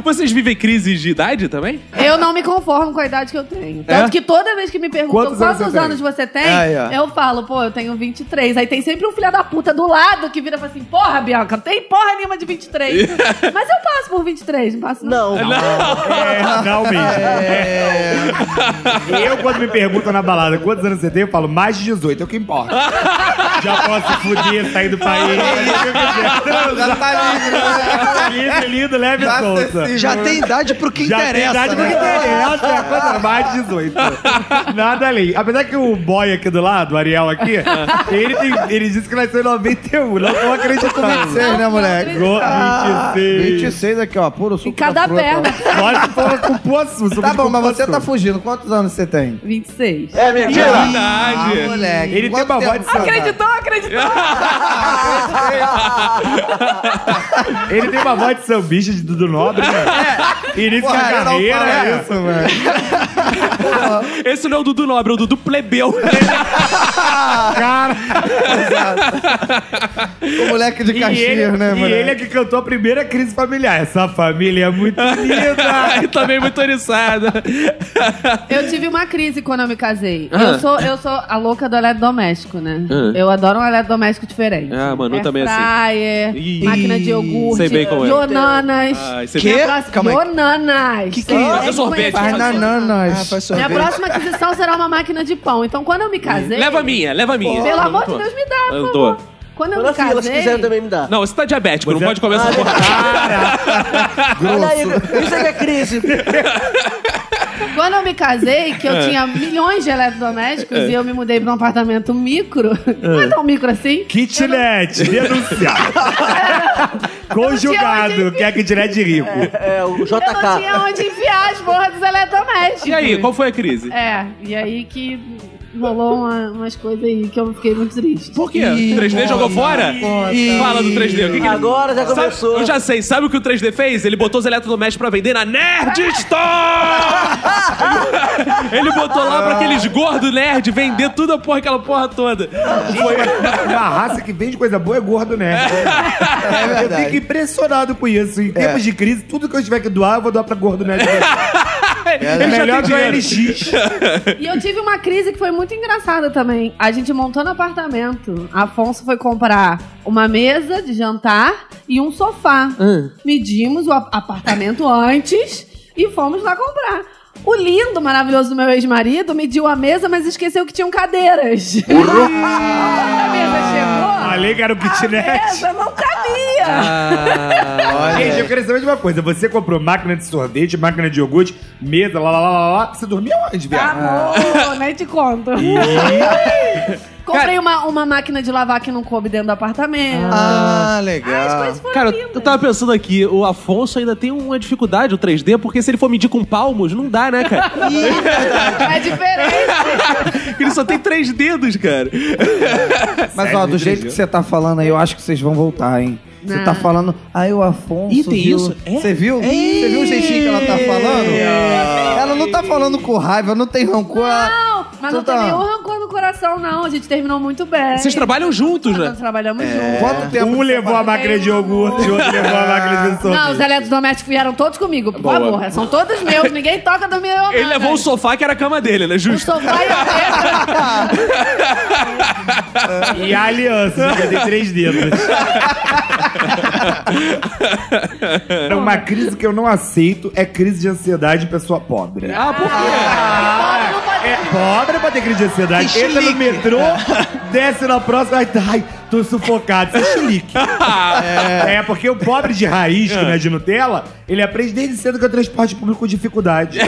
[SPEAKER 1] Vocês vivem crises de idade também?
[SPEAKER 3] Eu não me conformo com a idade que eu tenho. Tanto que toda vez que me perguntam
[SPEAKER 5] Quantos anos
[SPEAKER 3] quantos,
[SPEAKER 5] você tem?
[SPEAKER 3] anos você tem,
[SPEAKER 2] Aí, ó.
[SPEAKER 3] eu falo, pô, eu tenho 23. Aí tem sempre um filho da puta do lado que vira e fala assim, porra, Bianca, não tem porra nenhuma de 23. Mas eu passo por 23, não passo não.
[SPEAKER 4] Não.
[SPEAKER 5] É, [LAUGHS] não, bicho. É. Eu, quando me perguntam na balada quantos anos você tem, eu falo mais de 18, é o que importa. Já posso fuder, sair do país. [LAUGHS]
[SPEAKER 6] Já tá livre, né?
[SPEAKER 5] Livre, lindo, leve e
[SPEAKER 6] Já
[SPEAKER 5] solta.
[SPEAKER 1] né?
[SPEAKER 2] Já tem idade pro que
[SPEAKER 5] Já tem
[SPEAKER 2] interessa.
[SPEAKER 5] idade
[SPEAKER 2] né?
[SPEAKER 5] porque
[SPEAKER 6] [LAUGHS]
[SPEAKER 5] interessa, é a coisa mais de 18. Nada além. Apesar que o boy aqui do lado, o Ariel
[SPEAKER 6] [LAUGHS]
[SPEAKER 5] aqui, ele, tem, ele disse que nasceu em 91. Não tô acreditando.
[SPEAKER 6] 26, né, moleque?
[SPEAKER 5] Go- 26.
[SPEAKER 6] 26 aqui, ó, puro suco
[SPEAKER 3] Em cada
[SPEAKER 6] da fruta.
[SPEAKER 3] perna.
[SPEAKER 5] Nós que fomos com poço. somos
[SPEAKER 6] Tá bom,
[SPEAKER 5] com
[SPEAKER 6] mas você
[SPEAKER 5] poço.
[SPEAKER 6] tá fugindo. Quantos anos você tem?
[SPEAKER 3] 26.
[SPEAKER 4] É mentira.
[SPEAKER 6] Ah, moleque.
[SPEAKER 5] Ele tem
[SPEAKER 6] Quanto
[SPEAKER 5] uma
[SPEAKER 6] tempo-
[SPEAKER 5] voz de sono.
[SPEAKER 3] Acreditou, acreditou.
[SPEAKER 5] Ele tem uma voz de sambista de Dudu Nobre, né? Início de
[SPEAKER 6] É. Porra, eu não
[SPEAKER 5] carreira,
[SPEAKER 6] falo,
[SPEAKER 5] é
[SPEAKER 6] é.
[SPEAKER 5] isso,
[SPEAKER 8] [LAUGHS]
[SPEAKER 5] velho.
[SPEAKER 1] Esse não é o Dudu Nobre, é o Dudu [LAUGHS] Plebeu.
[SPEAKER 5] Cara,
[SPEAKER 6] [LAUGHS] O moleque de
[SPEAKER 5] e
[SPEAKER 6] Caxias,
[SPEAKER 5] ele,
[SPEAKER 6] né,
[SPEAKER 5] e
[SPEAKER 6] moleque?
[SPEAKER 5] ele é que cantou a primeira crise familiar. Essa família
[SPEAKER 6] [LAUGHS]
[SPEAKER 5] é muito linda.
[SPEAKER 1] e também muito [LAUGHS] oriçada.
[SPEAKER 3] Eu tive uma crise quando eu me casei.
[SPEAKER 1] Ah.
[SPEAKER 3] Eu, sou, eu sou a louca do eletrodoméstico, né?
[SPEAKER 1] Ah.
[SPEAKER 3] Eu adoro um eletrodoméstico diferente.
[SPEAKER 1] Ah, Manu
[SPEAKER 3] Air
[SPEAKER 1] também é assim.
[SPEAKER 3] fryer,
[SPEAKER 1] Ih.
[SPEAKER 3] máquina de
[SPEAKER 1] Sei
[SPEAKER 3] iogurte,
[SPEAKER 1] bem como é.
[SPEAKER 3] Jonanas.
[SPEAKER 1] Ah, isso é
[SPEAKER 2] Que?
[SPEAKER 3] Minha próxima-
[SPEAKER 2] Calma aí.
[SPEAKER 3] Jonanas.
[SPEAKER 2] Que que é isso?
[SPEAKER 3] Olha
[SPEAKER 1] É sorvete,
[SPEAKER 3] conhece-
[SPEAKER 6] Faz
[SPEAKER 2] Ah,
[SPEAKER 6] nananas.
[SPEAKER 2] faz
[SPEAKER 3] Minha
[SPEAKER 2] sorvete.
[SPEAKER 3] próxima aquisição será uma máquina de pão. Então, quando eu me casei...
[SPEAKER 1] Leva a minha, leva a minha.
[SPEAKER 3] Pelo amor de
[SPEAKER 1] Não tô.
[SPEAKER 3] Deus, me dá,
[SPEAKER 1] Eu
[SPEAKER 3] por
[SPEAKER 1] tô.
[SPEAKER 3] favor. Quando eu
[SPEAKER 4] Olha,
[SPEAKER 3] me
[SPEAKER 4] filha, se quiser
[SPEAKER 3] casei...
[SPEAKER 4] também me dá.
[SPEAKER 1] Não, você tá diabético, não pode comer essa porra.
[SPEAKER 4] Olha aí, isso é que é crise.
[SPEAKER 3] Quando eu me casei,
[SPEAKER 1] Ah.
[SPEAKER 3] que eu tinha milhões de eletrodomésticos e eu me mudei pra um apartamento micro...
[SPEAKER 1] Ah.
[SPEAKER 3] Não é tão micro assim.
[SPEAKER 5] Kitnet, [LAUGHS] denunciado.
[SPEAKER 3] Eu não tinha
[SPEAKER 5] Conjugado,
[SPEAKER 3] onde
[SPEAKER 5] que é kitnet de rico.
[SPEAKER 4] [LAUGHS] É, o
[SPEAKER 3] Eu não tinha
[SPEAKER 4] JK.
[SPEAKER 3] onde enfiar as porras dos eletrodomésticos.
[SPEAKER 1] E aí, qual foi a crise?
[SPEAKER 3] É, e aí que rolou uma- umas coisas aí que eu fiquei muito triste.
[SPEAKER 1] Por quê?
[SPEAKER 2] Ih,
[SPEAKER 1] O 3D jogou fora?
[SPEAKER 2] Ih.
[SPEAKER 1] Fala do 3D. O que que ele...
[SPEAKER 4] Agora já
[SPEAKER 1] Sabe-
[SPEAKER 4] começou.
[SPEAKER 1] eu já sei. Sabe o que o 3D fez? Ele botou os eletrodomésticos pra vender na Nerd Store! ele botou lá pra aqueles gordos nerd vender tudo a porra, aquela porra toda.
[SPEAKER 5] Uma raça que vende coisa boa é gordo, né? É.
[SPEAKER 2] É
[SPEAKER 5] Eu fico
[SPEAKER 2] verdade.
[SPEAKER 5] impressionado com isso. Em tempos de crise, tudo que eu tiver que doar, eu vou doar pra gordo, [LAUGHS] né?
[SPEAKER 1] Ele
[SPEAKER 5] É
[SPEAKER 1] já
[SPEAKER 5] melhor
[SPEAKER 1] tem
[SPEAKER 5] que
[SPEAKER 1] dinheiro.
[SPEAKER 5] o LX.
[SPEAKER 3] E eu tive uma crise que foi muito engraçada também. A gente montou no apartamento. Afonso foi comprar uma mesa de jantar e um sofá. Medimos o a- apartamento antes e fomos lá comprar. O lindo, maravilhoso do meu ex-marido mediu a mesa, mas esqueceu que tinham cadeiras. [LAUGHS] a mesa chegou.
[SPEAKER 5] [LAUGHS] Falei que era o
[SPEAKER 1] né?
[SPEAKER 3] A
[SPEAKER 5] kitnet.
[SPEAKER 3] mesa não cabia.
[SPEAKER 1] Ah,
[SPEAKER 5] Gente, eu queria saber de uma coisa. Você comprou máquina de sorvete, máquina de iogurte, mesa, lá, lá, lá, lá, lá. Você dormia onde, viado?
[SPEAKER 1] ah.
[SPEAKER 3] Amor, nem te conto. Comprei uma, uma máquina de lavar que não coube dentro do apartamento.
[SPEAKER 2] Ah,
[SPEAKER 3] As
[SPEAKER 2] legal.
[SPEAKER 3] coisas foram
[SPEAKER 1] Cara, tá
[SPEAKER 3] lindas.
[SPEAKER 1] eu tava pensando aqui, o Afonso ainda tem uma dificuldade, o 3D, porque se ele for medir com palmos, não dá, né, cara?
[SPEAKER 8] [LAUGHS]
[SPEAKER 3] É diferente.
[SPEAKER 1] ele só tem três dedos, cara.
[SPEAKER 5] é
[SPEAKER 6] Mas ó, do jeito que você tá falando aí, eu acho que vocês vão voltar, hein?
[SPEAKER 8] Você
[SPEAKER 3] Ah.
[SPEAKER 8] tá falando, aí o Afonso.
[SPEAKER 2] Ih, tem
[SPEAKER 8] viu-
[SPEAKER 2] isso? É?
[SPEAKER 8] Você viu? Você viu o jeitinho que ela tá falando?
[SPEAKER 1] Ah.
[SPEAKER 8] Ela não tá falando com raiva, não tem rancor. ela-
[SPEAKER 3] Não, mas não
[SPEAKER 8] Então
[SPEAKER 3] tem
[SPEAKER 8] tá.
[SPEAKER 3] nenhum rancor no coração, não. A gente terminou muito bem.
[SPEAKER 1] Vocês trabalham juntos,
[SPEAKER 3] Nós
[SPEAKER 1] né?
[SPEAKER 3] trabalhamos juntos.
[SPEAKER 8] Quanto tempo?
[SPEAKER 5] Um levou a máquina de iogurte, outro levou a máquina de
[SPEAKER 3] Não,
[SPEAKER 5] sorvete.
[SPEAKER 3] os eletrodomésticos vieram todos comigo, por
[SPEAKER 1] Boa.
[SPEAKER 3] favor. São todos meus, ninguém toca do meu.
[SPEAKER 1] Ele levou o sofá que era a cama dele, né?
[SPEAKER 3] o
[SPEAKER 1] Justo. [LAUGHS]
[SPEAKER 3] sofá e a mesa.
[SPEAKER 5] E a aliança, né, que tem três dedos. Não, Uma crise que eu não aceito é crise de ansiedade em pessoa pobre.
[SPEAKER 1] Ah, por quê?
[SPEAKER 3] Pobre não pode-
[SPEAKER 5] É pobre pra ter crise de ansiedade. Entra no metrô, desce na próxima, ai, ai tô sufocado. Isso é chilique.
[SPEAKER 1] Ah,
[SPEAKER 5] É. porque o pobre de raiz, que não é de Nutella, ele aprende desde cedo que é o transporte público com
[SPEAKER 8] [LAUGHS]
[SPEAKER 5] dificuldade.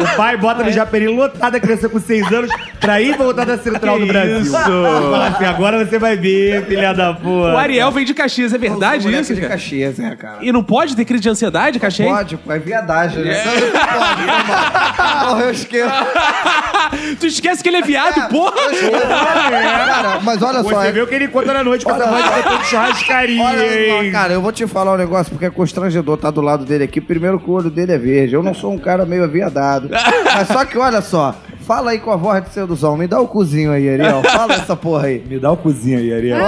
[SPEAKER 5] o pai bota
[SPEAKER 8] É.
[SPEAKER 5] no Japeri lotada a criança com seis anos pra ir e voltar da central do Brasil. Isso! Fala assim, agora você vai ver, filha da porra.
[SPEAKER 1] O Ariel vem de Caxias, é verdade
[SPEAKER 8] Moleque
[SPEAKER 1] isso,
[SPEAKER 8] de
[SPEAKER 1] cara?
[SPEAKER 8] Caxias, é, cara.
[SPEAKER 1] E não pode ter crise de ansiedade, Caxias?
[SPEAKER 8] Pode, pô, é viadagem, né? Pode, [LAUGHS] Porra, eu esqueço.
[SPEAKER 1] tu esquece que ele é viado, porra!
[SPEAKER 8] Cara, mas olha só,
[SPEAKER 5] Você
[SPEAKER 8] é-
[SPEAKER 5] vê o que ele conta na noite com essa voz de cantor de churrascaria,
[SPEAKER 8] Olha,
[SPEAKER 5] hein?
[SPEAKER 8] não, cara, eu vou te falar um negócio porque é constrangedor tá do lado dele aqui. Primeiro que o olho dele é verde. Eu não sou um cara meio aviadado. Mas só que olha só, fala aí com a voz de sedução. Me dá o cozinho aí, Ariel. Fala essa porra aí.
[SPEAKER 5] Me dá o cozinho aí, Ariel.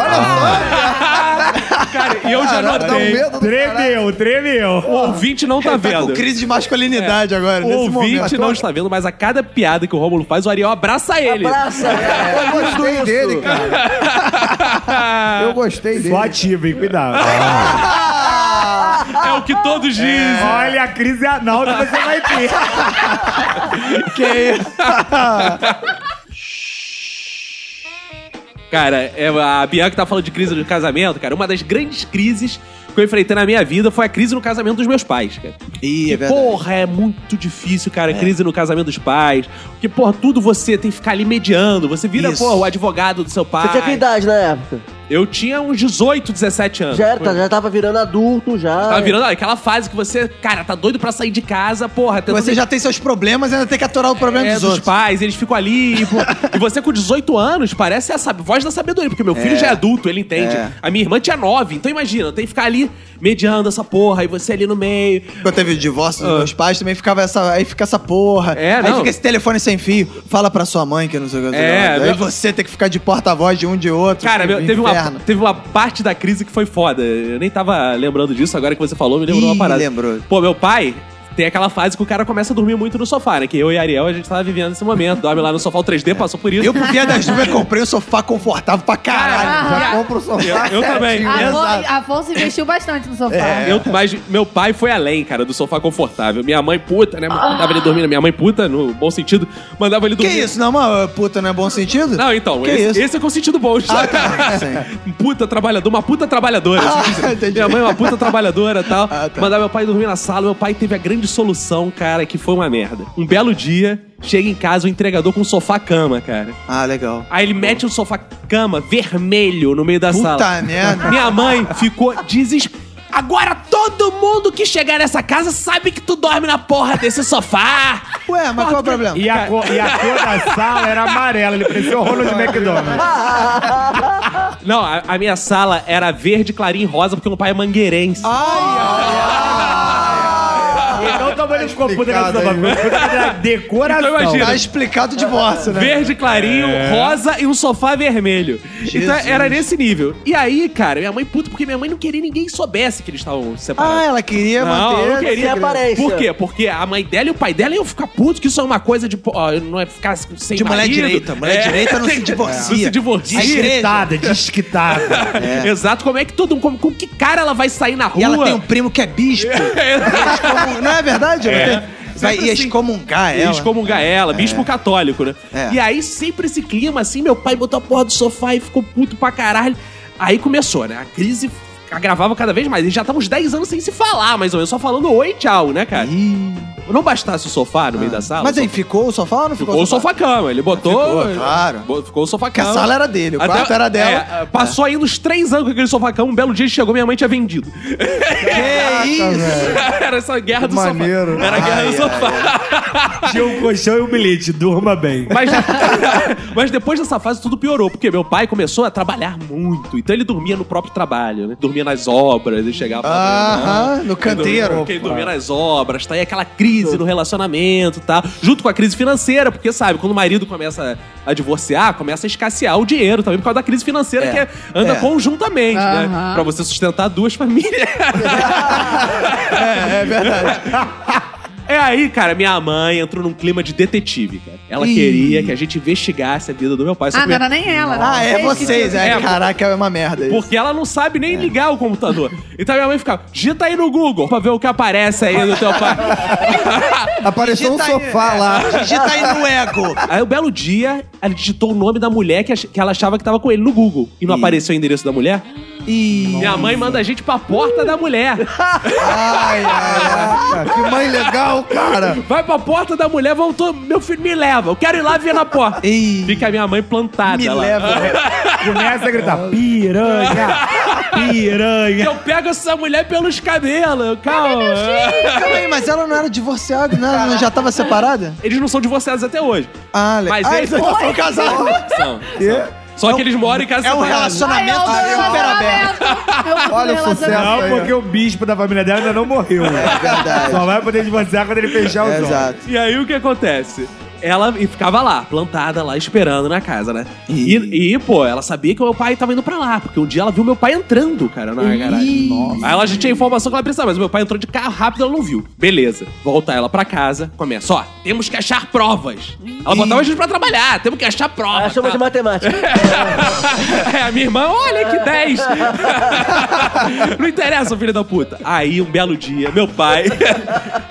[SPEAKER 1] Cara, e eu já
[SPEAKER 8] Cara, dá um
[SPEAKER 1] notei.
[SPEAKER 8] medo do caralho.
[SPEAKER 5] Tremeu, tremeu.
[SPEAKER 1] O ouvinte não tá
[SPEAKER 2] Tá com
[SPEAKER 1] vendo.
[SPEAKER 2] crise de masculinidade agora,
[SPEAKER 1] O É.
[SPEAKER 2] nesse
[SPEAKER 1] ouvinte
[SPEAKER 2] momento.
[SPEAKER 1] não está vendo, mas a cada piada que o Rômulo faz, o Ariel abraça ele.
[SPEAKER 4] Abraça, cara.
[SPEAKER 8] Eu gostei dele, cara. Eu gostei dele.
[SPEAKER 5] Só ativa, hein? Cuidado.
[SPEAKER 8] Ah.
[SPEAKER 1] É o que todos dizem.
[SPEAKER 5] Olha, a crise é anal que você vai ter.
[SPEAKER 1] [LAUGHS] Cara, é, a Bianca tá falando de crise de casamento, cara. Uma das grandes crises que eu enfrentei na minha vida foi a crise no casamento dos meus pais, cara.
[SPEAKER 2] Ih, é verdade.
[SPEAKER 1] Porra, é muito difícil, cara, crise no casamento dos pais. Porque, porra, tudo você tem que ficar ali mediando. Você vira,
[SPEAKER 2] Isso.
[SPEAKER 1] porra, o advogado do seu pai.
[SPEAKER 4] Você tinha que idade na época?
[SPEAKER 1] Eu tinha uns 18, 17 anos.
[SPEAKER 4] Já, era, tá- já tava virando adulto, já.
[SPEAKER 1] Tava virando aquela fase que você, cara, tá doido pra sair de casa, porra. tentando
[SPEAKER 2] Você já um tem seus problemas, ainda tem que aturar o problema
[SPEAKER 1] É,
[SPEAKER 2] dos
[SPEAKER 1] dos
[SPEAKER 2] outros.
[SPEAKER 1] pais, eles ficam ali. E, pô, e você com 18 anos parece a sab- voz da sabedoria, porque meu filho já é adulto, ele entende.
[SPEAKER 2] É.
[SPEAKER 1] A minha irmã tinha 9, então imagina, tem que ficar ali mediando essa porra, e você ali no meio.
[SPEAKER 2] Quando teve o divórcio dos meus pais, também ficava essa. Aí fica essa porra.
[SPEAKER 1] Ah. É,
[SPEAKER 2] aí
[SPEAKER 1] não.
[SPEAKER 2] fica esse telefone sem fio. Fala pra sua mãe que não sei o que. não sei o
[SPEAKER 1] É,
[SPEAKER 2] que.
[SPEAKER 1] meu-
[SPEAKER 2] aí você tem que ficar de porta-voz de um de outro.
[SPEAKER 1] Cara,
[SPEAKER 2] que
[SPEAKER 1] meu, teve, uma,
[SPEAKER 2] inferno.
[SPEAKER 1] teve uma parte da crise que foi foda. Eu nem tava lembrando disso, agora que você falou, me lembrou
[SPEAKER 2] Ih,
[SPEAKER 1] uma parada.
[SPEAKER 2] lembrou.
[SPEAKER 1] Pô, meu pai. Tem aquela fase que o cara começa a dormir muito no sofá, né? Que eu e Ariel, a gente tava vivendo esse momento. Dorme lá no sofá, o 3D passou por isso.
[SPEAKER 2] É. Eu, por via das dúvidas, comprei um sofá confortável pra caralho.
[SPEAKER 8] Já compra o sofá.
[SPEAKER 1] Eu- eu também.
[SPEAKER 8] certinho.
[SPEAKER 3] Afon- Ah, Afonso investiu bastante no sofá.
[SPEAKER 1] É, Eu- mas meu pai foi além, cara, do sofá confortável. Minha mãe puta, né? Mandava ele dormir. Minha mãe puta, no bom sentido, mandava ele
[SPEAKER 2] Que
[SPEAKER 1] dormir.
[SPEAKER 2] isso? Não, mas puta, não é bom sentido?
[SPEAKER 1] Não, então,
[SPEAKER 2] Que
[SPEAKER 1] esse,
[SPEAKER 2] isso?
[SPEAKER 1] esse é com sentido bom. Um
[SPEAKER 2] Ah,
[SPEAKER 1] [LAUGHS]
[SPEAKER 2] tá, sim. Ah,
[SPEAKER 1] puta trabalhador, uma puta trabalhadora. assim dizem.
[SPEAKER 2] entendi.
[SPEAKER 1] Minha mãe é uma puta trabalhadora e tal.
[SPEAKER 2] Ah, tá.
[SPEAKER 1] Mandava meu pai dormir na sala. Meu pai teve a grande solução, cara, que foi uma merda. Um belo dia, chega em casa o entregador com um sofá-cama, cara.
[SPEAKER 2] Ah, legal.
[SPEAKER 1] Aí ele mete um sofá-cama vermelho no meio da
[SPEAKER 2] Puta
[SPEAKER 1] sala.
[SPEAKER 2] merda.
[SPEAKER 1] Minha mãe ficou desesperada. Agora todo mundo que chegar nessa casa sabe que tu dorme na porra desse sofá.
[SPEAKER 2] Ué, mas qual é o problema?
[SPEAKER 5] E a, cor, e a cor da sala era amarela, ele parecia o Ronald McDonald.
[SPEAKER 1] Não, a, a minha sala era verde, clarinho e rosa, porque meu pai é mangueirense.
[SPEAKER 2] Ah!
[SPEAKER 5] Então também ele ficou puta
[SPEAKER 2] explicado
[SPEAKER 5] com essa
[SPEAKER 2] aí,
[SPEAKER 5] bagunça, puta com essa decoração.
[SPEAKER 1] Então imagina.
[SPEAKER 2] Tá explicado o divórcio, né?
[SPEAKER 1] Verde clarinho, rosa e um sofá vermelho. Então era nesse nível. E aí, cara, minha mãe puta, porque minha mãe não queria ninguém soubesse que eles estavam separados.
[SPEAKER 2] Ah, ela queria
[SPEAKER 1] Não,
[SPEAKER 2] manter.
[SPEAKER 1] eu não queria.
[SPEAKER 4] sem aparência.
[SPEAKER 1] Por quê? Porque a mãe dela e o pai dela iam ficar putos, que isso é uma coisa de. pô, ó, não é ficar sem
[SPEAKER 2] De mulher
[SPEAKER 1] marido.
[SPEAKER 2] direita. Mulher
[SPEAKER 1] É.
[SPEAKER 2] direita não se
[SPEAKER 1] [LAUGHS] Não
[SPEAKER 2] divorcia.
[SPEAKER 1] se divorcia. [LAUGHS]
[SPEAKER 2] A igreja.
[SPEAKER 5] Desquitada, desquitada.
[SPEAKER 1] Exato. Como é que todo mundo. Como, com que cara ela vai sair na rua?
[SPEAKER 2] E ela tem um primo que é bispo. Excomun- Não é verdade? Ela tem- Vai
[SPEAKER 1] Sempre
[SPEAKER 2] ia
[SPEAKER 1] assim.
[SPEAKER 2] excomungar
[SPEAKER 1] E
[SPEAKER 2] ela.
[SPEAKER 1] excomungar ela, bispo católico, né?
[SPEAKER 2] É.
[SPEAKER 1] E aí sempre esse clima assim, meu pai botou a porra do sofá e ficou puto pra caralho. Aí começou, né? A crise agravava cada vez mais. Eles já estavam uns 10 anos sem se falar, mais ou menos, só falando oi, tchau, né, cara? Não bastasse o sofá no meio da sala.
[SPEAKER 2] Ah. Mas
[SPEAKER 1] o
[SPEAKER 2] aí, ficou o sofá ou não ficou,
[SPEAKER 1] Ficou o sofá-cama. Ele botou.
[SPEAKER 2] Ficou, claro.
[SPEAKER 1] bo- Ficou o sofá-cama.
[SPEAKER 2] Porque a sala era dele, o quarto era dela.
[SPEAKER 1] é, passou aí uns três anos com aquele sofá-cama. Um belo dia chegou, minha mãe tinha vendido. [LAUGHS]
[SPEAKER 2] Que isso?
[SPEAKER 1] era essa guerra do
[SPEAKER 9] Maneiro.
[SPEAKER 1] sofá. Era a guerra do sofá.
[SPEAKER 5] Tinha um colchão e um bilhete, durma bem.
[SPEAKER 1] Mas, [LAUGHS] mas depois dessa fase tudo piorou, porque meu pai começou a trabalhar muito. Então ele dormia no próprio trabalho, né? Dormia nas obras, ele chegava.
[SPEAKER 2] Aham, no canteiro.
[SPEAKER 1] Porque ele dormia nas obras, tá aí aquela crise no relacionamento e tal. Junto com a crise financeira, porque sabe, quando o marido começa a divorciar, começa a escassear o dinheiro também por causa da crise financeira
[SPEAKER 2] É,
[SPEAKER 1] que anda
[SPEAKER 2] é.
[SPEAKER 1] conjuntamente, né?
[SPEAKER 3] Aham.
[SPEAKER 1] Pra você sustentar duas [LAUGHS] famílias.
[SPEAKER 2] É, é verdade.
[SPEAKER 1] É aí, cara, minha mãe entrou num clima de detetive, cara. Ela queria que a gente investigasse a vida do meu pai. Só
[SPEAKER 3] Ah,
[SPEAKER 1] que
[SPEAKER 3] não
[SPEAKER 1] minha-
[SPEAKER 3] era nem ela. era
[SPEAKER 2] Ah, é
[SPEAKER 3] vocês que
[SPEAKER 2] vocês.
[SPEAKER 1] É,
[SPEAKER 2] É,
[SPEAKER 1] porque-
[SPEAKER 2] caraca, é uma merda isso.
[SPEAKER 1] Porque ela não sabe nem ligar o computador. Então minha mãe ficava, digita aí no Google pra ver o que aparece aí do teu pai.
[SPEAKER 9] Apareceu um
[SPEAKER 2] Digita aí.
[SPEAKER 9] sofá lá.
[SPEAKER 2] Digita [LAUGHS] aí no ego.
[SPEAKER 1] aí um belo dia, ela digitou o nome da mulher que, ach- que ela achava que tava com ele no Google. E não apareceu o endereço da mulher.
[SPEAKER 2] Ih.
[SPEAKER 1] Minha mãe manda a gente pra porta da mulher.
[SPEAKER 9] Ai, ai, ai. Que mãe legal, cara.
[SPEAKER 1] Vai pra porta da mulher, voltou. Meu filho me leva. Eu quero ir lá ver na porta.
[SPEAKER 2] Ih.
[SPEAKER 1] Fica a minha mãe plantada
[SPEAKER 2] Me
[SPEAKER 1] lá.
[SPEAKER 2] leva.
[SPEAKER 5] Começa a gritar: piranha! Piranha!
[SPEAKER 1] Eu pego essa mulher pelos cabelos. Calma. Ah.
[SPEAKER 2] Calma aí, mas ela não era divorciada, né? Ela já tava separada?
[SPEAKER 1] Eles não são divorciados até hoje.
[SPEAKER 2] Ah, legal.
[SPEAKER 1] Mas
[SPEAKER 2] ah,
[SPEAKER 1] eles-
[SPEAKER 2] eles ainda foram casados.
[SPEAKER 1] São. Só que eles moram em casa
[SPEAKER 2] É um
[SPEAKER 1] separada.
[SPEAKER 2] relacionamento
[SPEAKER 3] Ai, eu
[SPEAKER 2] super
[SPEAKER 3] adoro
[SPEAKER 2] aberto.
[SPEAKER 3] relacionamento. Eu
[SPEAKER 9] Olha o
[SPEAKER 3] adoro
[SPEAKER 9] sucesso.
[SPEAKER 2] Então,
[SPEAKER 3] relacionamento.
[SPEAKER 5] Não, porque o bispo da família dela ainda não morreu.
[SPEAKER 2] É verdade.
[SPEAKER 5] Só vai poder divorciar quando ele fechar os
[SPEAKER 2] É,
[SPEAKER 5] olhos.
[SPEAKER 2] exato.
[SPEAKER 1] E aí o que acontece? Ela e ficava lá, plantada lá, esperando na casa, né? E, e, pô, ela sabia que o meu pai tava indo pra lá, porque um dia ela viu meu pai entrando, cara, na garagem. Aí ela já tinha a informação que ela precisava, mas o meu pai entrou de carro rápido, ela não viu. Beleza. Volta ela pra casa, começa, ó, temos que achar provas. Ela botava a gente pra trabalhar, temos que achar provas.
[SPEAKER 4] Ah, chama de
[SPEAKER 1] tá?
[SPEAKER 4] matemática.
[SPEAKER 1] É, a minha irmã, olha que
[SPEAKER 2] [LAUGHS]
[SPEAKER 1] 10. Não interessa, filho da puta. Aí, um belo dia, meu pai, [LAUGHS]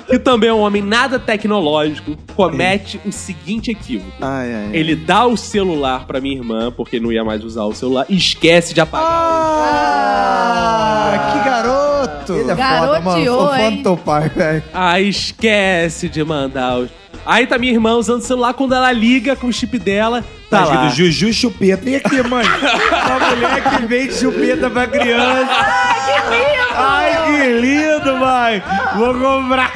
[SPEAKER 1] que também é um homem nada tecnológico, comete o seguinte equívoco.
[SPEAKER 2] Ai, ai.
[SPEAKER 1] Ele dá o celular pra minha irmã, porque não ia mais usar o celular, e esquece de apagar.
[SPEAKER 2] Ah, que garoto.
[SPEAKER 9] Ele é foda,
[SPEAKER 3] Garoteou,
[SPEAKER 9] mano. Sou fã do
[SPEAKER 3] hein?
[SPEAKER 9] teu pai, velho.
[SPEAKER 1] Aí esquece de mandar o... Aí tá minha irmã usando o celular, quando ela liga com o chip dela, tá
[SPEAKER 5] escrito
[SPEAKER 1] lá.
[SPEAKER 5] Juju Chupeta. E aqui, mãe? [LAUGHS] Uma mulher que vende chupeta pra criança. Ai, que lindo, mãe! Vou comprar.